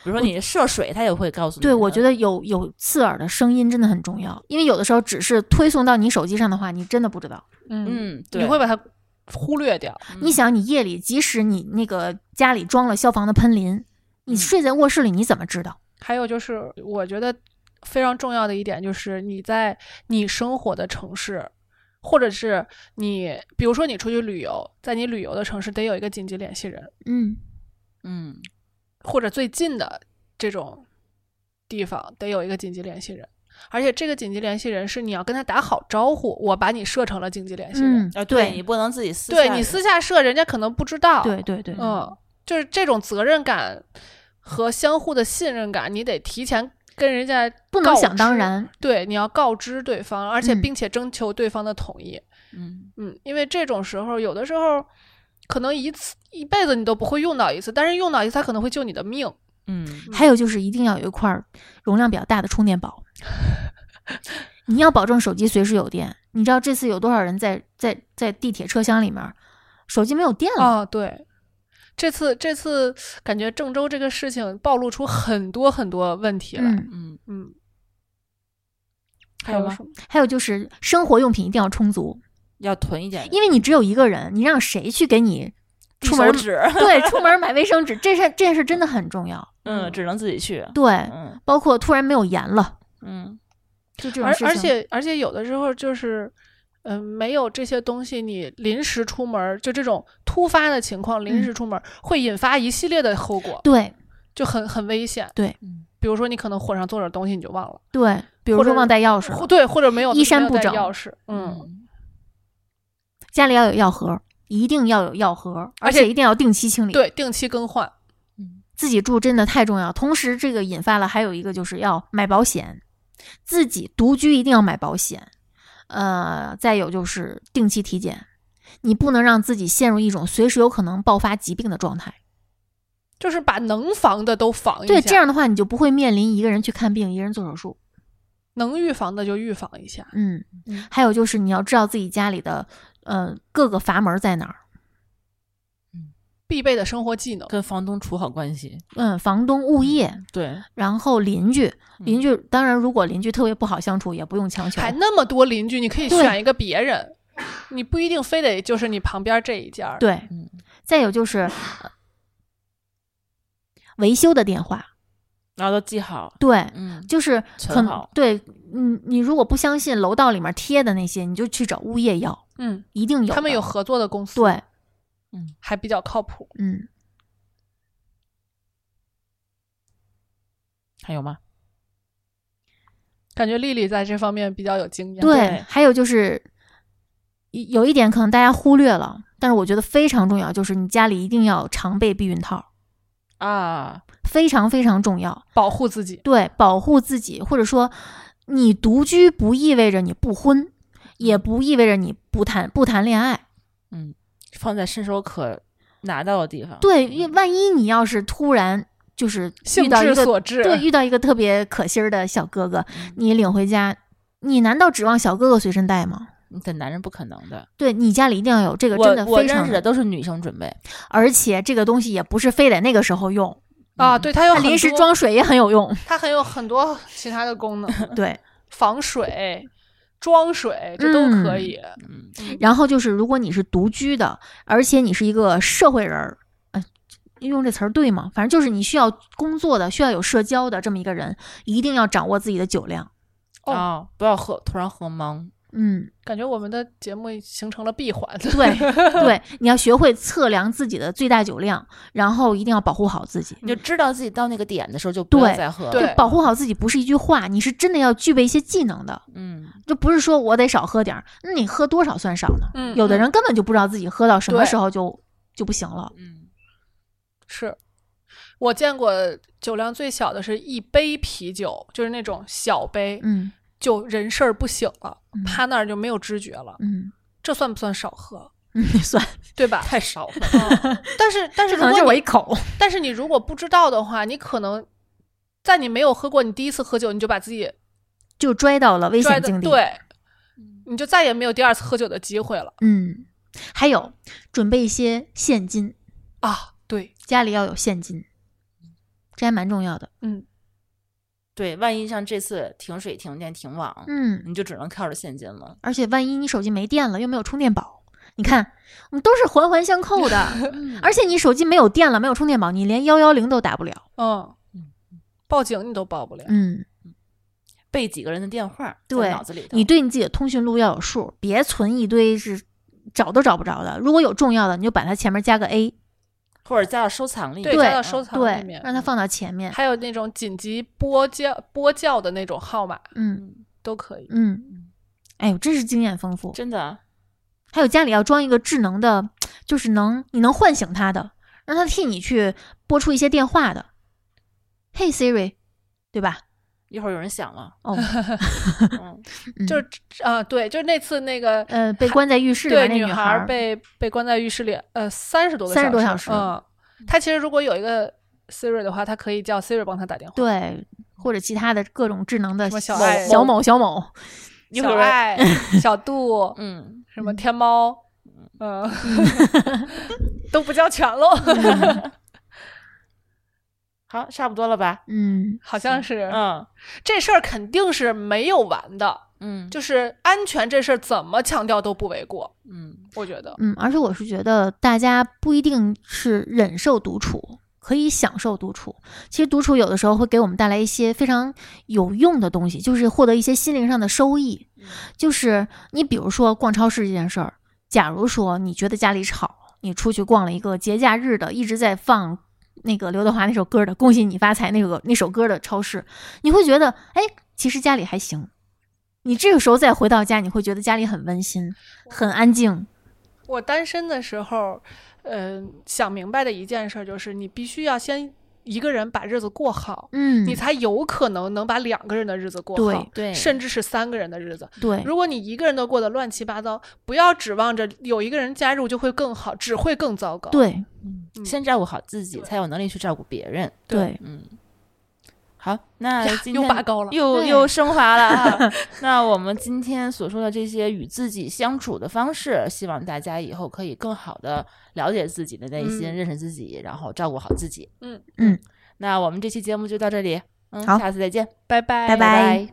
Speaker 2: 比如说你涉水，它也会告诉你。
Speaker 3: 对，我觉
Speaker 2: 得
Speaker 3: 得有有刺耳的声音真的很重要，因为有的时候只是推送到你手机上的话，你真的不知道。
Speaker 4: 嗯，
Speaker 2: 嗯，对
Speaker 4: 你会把它忽略掉。
Speaker 2: 嗯
Speaker 3: 你想，你夜里即使你那个家里装了消防的喷淋，你睡在卧室里，你怎么知道？
Speaker 4: 还有就是，我觉得非常重要的一点就是，你在你生活的城市，或者是你，比如说你出去旅游，在你旅游的城市得有一个紧急联系人，
Speaker 3: 嗯
Speaker 2: 嗯，
Speaker 4: 或者最近的这种地方得有一个紧急联系人。而且这个紧急联系人是你要跟他打好招呼，我把你设成了紧急联系人，
Speaker 3: 嗯
Speaker 2: 啊，，你
Speaker 3: 对
Speaker 2: 不能自己私
Speaker 4: 对
Speaker 2: 下
Speaker 4: 你
Speaker 2: 里
Speaker 4: 私下设，人家可能不知道。
Speaker 3: 对对对，
Speaker 4: 嗯，就是这种责任感和相互的信任感，你得提前跟人家
Speaker 3: 不能
Speaker 4: 告
Speaker 3: 想当
Speaker 4: 知。
Speaker 3: 然。
Speaker 4: 对，你要告知对方，而且
Speaker 3: 嗯
Speaker 4: 并且征求对方的同意。
Speaker 2: 嗯
Speaker 4: 嗯，因为这种时候，有的时候可能一次一辈子你都不会用到一次，但是用到一次，它可能会救你的命。
Speaker 2: 嗯
Speaker 3: [LAUGHS] 还有就是一定要有一块儿容量比较大的充电宝，你要保证手机随时有电。你知道这次有多少人在在在地铁车厢里面，手机没有电了？
Speaker 4: 啊、对。这次这次感觉郑州这个事情暴露出很多很多问题来，
Speaker 3: 嗯，
Speaker 2: 嗯，
Speaker 4: 嗯，
Speaker 2: 还
Speaker 4: 还
Speaker 2: 有
Speaker 4: 有
Speaker 2: 吗
Speaker 4: 什么？
Speaker 3: 还有就是生活用品一定要充足，
Speaker 2: 要囤一点，
Speaker 3: 因为你只有一个人，你让谁去给你
Speaker 2: 递
Speaker 3: 出门
Speaker 2: 手
Speaker 3: 儿
Speaker 2: 指，
Speaker 4: [LAUGHS]
Speaker 3: 对出门买卫生纸？这事这件事真的很重要。
Speaker 2: 嗯，只能自己去。
Speaker 3: 对，
Speaker 2: 嗯
Speaker 3: 包括突然没有盐了，
Speaker 2: 嗯，
Speaker 3: 就这种
Speaker 4: 而
Speaker 3: 事情。
Speaker 4: 而且而且有的时候就是，嗯、没有这些东西，你临时出门儿，就这种突发的情况，
Speaker 3: 嗯
Speaker 4: 临时出门儿、会引发一系列的后果，
Speaker 3: 对
Speaker 4: 就很很危险。
Speaker 3: 对
Speaker 2: 嗯，
Speaker 4: 比如说你可能火上做点东西你就忘了，
Speaker 3: 对，比如
Speaker 4: 或者
Speaker 3: 说忘带钥匙
Speaker 4: 或
Speaker 3: 了，
Speaker 4: 对，或者没有
Speaker 3: 衣衫
Speaker 4: 没有
Speaker 3: 不
Speaker 4: 带
Speaker 3: 整
Speaker 4: 钥匙，嗯，
Speaker 3: 家里要有药盒，一定要有药盒，
Speaker 4: 而
Speaker 3: 而
Speaker 4: 且
Speaker 3: 且一定要定期清理。
Speaker 4: 对，定期更换，
Speaker 3: 自己住真的太重要。同时，这个引发了还有一个就是要买保险，自己独居一定要买保险。呃，再有就是定期体检，你不能让自己陷入一种随时有可能爆发疾病的状态。
Speaker 4: 就是把能防的都防一下，
Speaker 3: 对，这样的话你就不会面临一个人去看病，一个人做手术。
Speaker 4: 能预防的就预防一下。
Speaker 3: 嗯
Speaker 4: 嗯，
Speaker 3: 还有就是你要知道自己家里的呃各个阀门在哪儿。
Speaker 4: 必备的生活技能，
Speaker 2: 跟房东处好关系。
Speaker 3: 嗯，房东、物业，
Speaker 2: 对，
Speaker 3: 然后邻居，邻居当然如果邻居特别不好相处，也不用强求。
Speaker 4: 还那么多邻居，你可以
Speaker 3: 对
Speaker 4: 选一个别人，你不一定非得就是你旁边这一家儿。
Speaker 3: 对，
Speaker 2: 嗯
Speaker 3: 再有就是呃维修的电话，
Speaker 2: 然后都记好。
Speaker 3: 对，
Speaker 2: 嗯，
Speaker 3: 就是
Speaker 2: 存
Speaker 3: 可能
Speaker 2: 好
Speaker 3: 对，嗯，你如果不相信楼道里面贴的那些，你就去找物业要，
Speaker 4: 嗯，
Speaker 3: 一定有的。
Speaker 4: 他们有合作的公司，
Speaker 3: 对，
Speaker 4: 还比较靠谱。
Speaker 3: 嗯，
Speaker 2: 还有吗？
Speaker 4: 感觉丽丽在这方面比较有经验。
Speaker 3: 对，还有就是有有一点可能大家忽略了，但是我觉得非常重要，就是你家里一定要常备避孕套，
Speaker 2: 啊，
Speaker 3: 非常非常重要。
Speaker 4: 保护自己，
Speaker 3: 对，保护自己，或者说你独居不意味着你不婚，也不意味着你不谈不谈恋爱。
Speaker 2: 放在伸手可拿到的地方。
Speaker 3: 对，因为万一你要是突然就是遇
Speaker 4: 性
Speaker 3: 到
Speaker 4: 质
Speaker 3: 一个
Speaker 4: 所致。
Speaker 3: 对遇到一个特别可心儿的小哥哥，
Speaker 2: 嗯
Speaker 3: 你领回家，你难道指望小哥哥随身带吗？
Speaker 2: 嗯，但男人不可能的。
Speaker 3: 对你家里一定要有这个，真的
Speaker 2: 我我
Speaker 3: 非
Speaker 2: 认
Speaker 3: 常
Speaker 2: 识的，都是女生准备
Speaker 3: 而且这个东西也不是非得那个时候用，
Speaker 4: 啊，
Speaker 2: 嗯
Speaker 4: 对，它有
Speaker 3: 它
Speaker 4: 很多
Speaker 3: 临时，装水也很
Speaker 2: [LAUGHS]
Speaker 3: 有用。
Speaker 4: 它很有很多其他的功能，
Speaker 3: 对，
Speaker 4: 防水、装水，这都可以。
Speaker 2: 嗯，
Speaker 3: 然后就是如果你是独居的，而且你是一个社会人儿，呃，用这词儿对吗？反正就是你需要工作的，需要有社交的这么一个人，一定要掌握自己的酒量。
Speaker 4: 哦
Speaker 2: 啊，不要喝，突然喝懵。
Speaker 3: 嗯，
Speaker 4: 感觉我们的节目形成了闭环。
Speaker 3: 对对，你要学会测量自己的最大酒量，然后一定要保护好自己。
Speaker 2: 你就知道自己到那个点的时候就不要
Speaker 3: 嗯对
Speaker 2: 再喝了。
Speaker 4: 对
Speaker 3: 保护好自己不是一句话，你是真的要具备一些技能的，
Speaker 2: 嗯，
Speaker 3: 就不是说我得少喝点儿，那你喝多少算少呢？
Speaker 4: 嗯，
Speaker 3: 有的
Speaker 4: 嗯
Speaker 3: 人根本就不知道自己喝到什么
Speaker 4: 对
Speaker 3: 时候就就不行了。
Speaker 2: 嗯，
Speaker 4: [LAUGHS] 是。我见过酒量最小的是一杯啤酒，就是那种小杯，
Speaker 3: 嗯
Speaker 4: 就人事儿不醒了，
Speaker 3: 嗯
Speaker 4: 趴那儿就没有知觉了。
Speaker 3: 嗯
Speaker 4: 这算不算少喝？
Speaker 3: 嗯， [LAUGHS] 你算，
Speaker 4: 对吧？
Speaker 2: 太少了。
Speaker 4: 嗯但是但
Speaker 3: [LAUGHS] 这
Speaker 4: 是如
Speaker 3: 可能就是
Speaker 4: 果
Speaker 3: 我
Speaker 4: 你
Speaker 3: 一
Speaker 4: [LAUGHS]
Speaker 3: 口。
Speaker 4: 但是你如果不知道的话，你可能在你没有喝过你第一次喝酒，你就把自己
Speaker 3: 就拽到了危
Speaker 4: 拽
Speaker 3: 险嗯
Speaker 4: 的
Speaker 3: 境地。，
Speaker 4: 对，你就再也没有第二次喝酒的机会了
Speaker 3: 嗯，还有准备一些现金，
Speaker 4: 啊！对，
Speaker 3: 家里要有现金，这还蛮重要的。
Speaker 4: 嗯，
Speaker 2: 对，万一像这次停水、停电、停网，
Speaker 3: 嗯，
Speaker 2: 你就只能靠着现金了。
Speaker 3: 而且万一你手机没电了，又没有充电宝，你看我们都是环环相扣
Speaker 4: [LAUGHS]
Speaker 3: 的。
Speaker 4: 嗯
Speaker 3: 而且你手机没有电了，没有充电宝，你连幺幺零都打不了。
Speaker 4: 嗯，报警你都报不了，
Speaker 3: 嗯，
Speaker 2: 背几个人的电话，
Speaker 3: 对
Speaker 2: 在脑子里头。
Speaker 3: 你对你自己的通讯录要有数，别存一堆是找都找不着的。如果有重要的，你就把它前面加个 A，
Speaker 2: 或者加到收藏里，嗯
Speaker 4: 对加到收藏里
Speaker 3: 对
Speaker 4: 面，嗯
Speaker 3: 让它放到前面。
Speaker 4: 还有那种紧急拨叫拨叫的那种号码
Speaker 3: 嗯
Speaker 2: 嗯，
Speaker 4: 都可以。
Speaker 3: 嗯，哎呦，真是经验丰富。
Speaker 2: 真的，
Speaker 3: 还有家里要装一个智能的，就是能你能唤醒它的，让它替你去拨出一些电话的。Hey Siri，对吧？
Speaker 2: 一会儿有人响
Speaker 3: [LAUGHS]
Speaker 2: 了，
Speaker 3: 哦，
Speaker 2: 嗯，
Speaker 3: 嗯
Speaker 4: 就是啊、对，就是那次那个
Speaker 3: 呃，被关在浴室里
Speaker 4: 对
Speaker 3: 面那
Speaker 4: 孩
Speaker 3: 孩
Speaker 4: 儿
Speaker 3: 儿，
Speaker 4: 被被关在浴室里，呃，三十多个
Speaker 3: 30多小时
Speaker 4: 嗯，他其实如果有一个 Siri 的话，他可以叫 Siri 帮他打电话。
Speaker 3: 对，或者其他的各种智能的
Speaker 4: 什么小
Speaker 3: 某
Speaker 4: 爱
Speaker 3: 小某小某，
Speaker 2: 一会
Speaker 4: 小
Speaker 2: 儿 [LAUGHS]
Speaker 4: 爱、小度、
Speaker 2: 嗯，
Speaker 4: 什么天猫，嗯， [LAUGHS] 都不叫全喽，
Speaker 2: 嗯好，差不多了吧？
Speaker 3: 嗯，
Speaker 4: 好像是。
Speaker 2: 嗯
Speaker 4: 这事儿肯定是没有完的，
Speaker 2: 嗯，
Speaker 4: 就是安全这事儿怎么强调都不为过，
Speaker 2: 嗯
Speaker 4: 我觉得。
Speaker 3: 嗯，而且我是觉得大家不一定是忍受独处，可以享受独处。其实独处有的时候会给我们带来一些非常有用的东西，就是获得一些心灵上的收益。就是你比如说逛超市这件事儿，假如说你觉得家里吵，你出去逛了一个节假日的，一直在放。那个刘德华那首歌的《恭喜你发财》那个那首歌的超市，你会觉得，哎，其实家里还行。你这个时候再回到家，你会觉得家里很温馨，很安静。
Speaker 4: 我单身的时候，嗯、想明白的一件事儿就是，你必须要先一个人把日子过好，
Speaker 3: 嗯，
Speaker 4: 你才有可能能把两个人的日子过好，
Speaker 2: 对
Speaker 4: 甚至是三个人的日子。
Speaker 3: 对，
Speaker 4: 如果你一个人都过得乱七八糟，不要指望着有一个人加入就会更好，只会更糟糕。
Speaker 3: 对
Speaker 4: 嗯
Speaker 2: 先照顾好自己，
Speaker 4: 对
Speaker 2: 才有能力去照顾别人。
Speaker 3: 对，
Speaker 2: 嗯，好，那
Speaker 4: 呀
Speaker 2: 今天
Speaker 4: 又拔高了。
Speaker 2: 又
Speaker 3: 对
Speaker 2: 又升华了
Speaker 4: [LAUGHS]
Speaker 2: 啊！那我们今天所说的这些与自己相处的方式，希望大家以后可以更好的了解自己的内心，
Speaker 4: 嗯
Speaker 2: 认识自己，然后照顾好自己。
Speaker 4: 嗯
Speaker 3: 嗯，
Speaker 2: 那我们这期节目就到这里，嗯，
Speaker 3: 好
Speaker 2: 下次再见，
Speaker 4: 拜拜，
Speaker 3: 拜拜
Speaker 2: 拜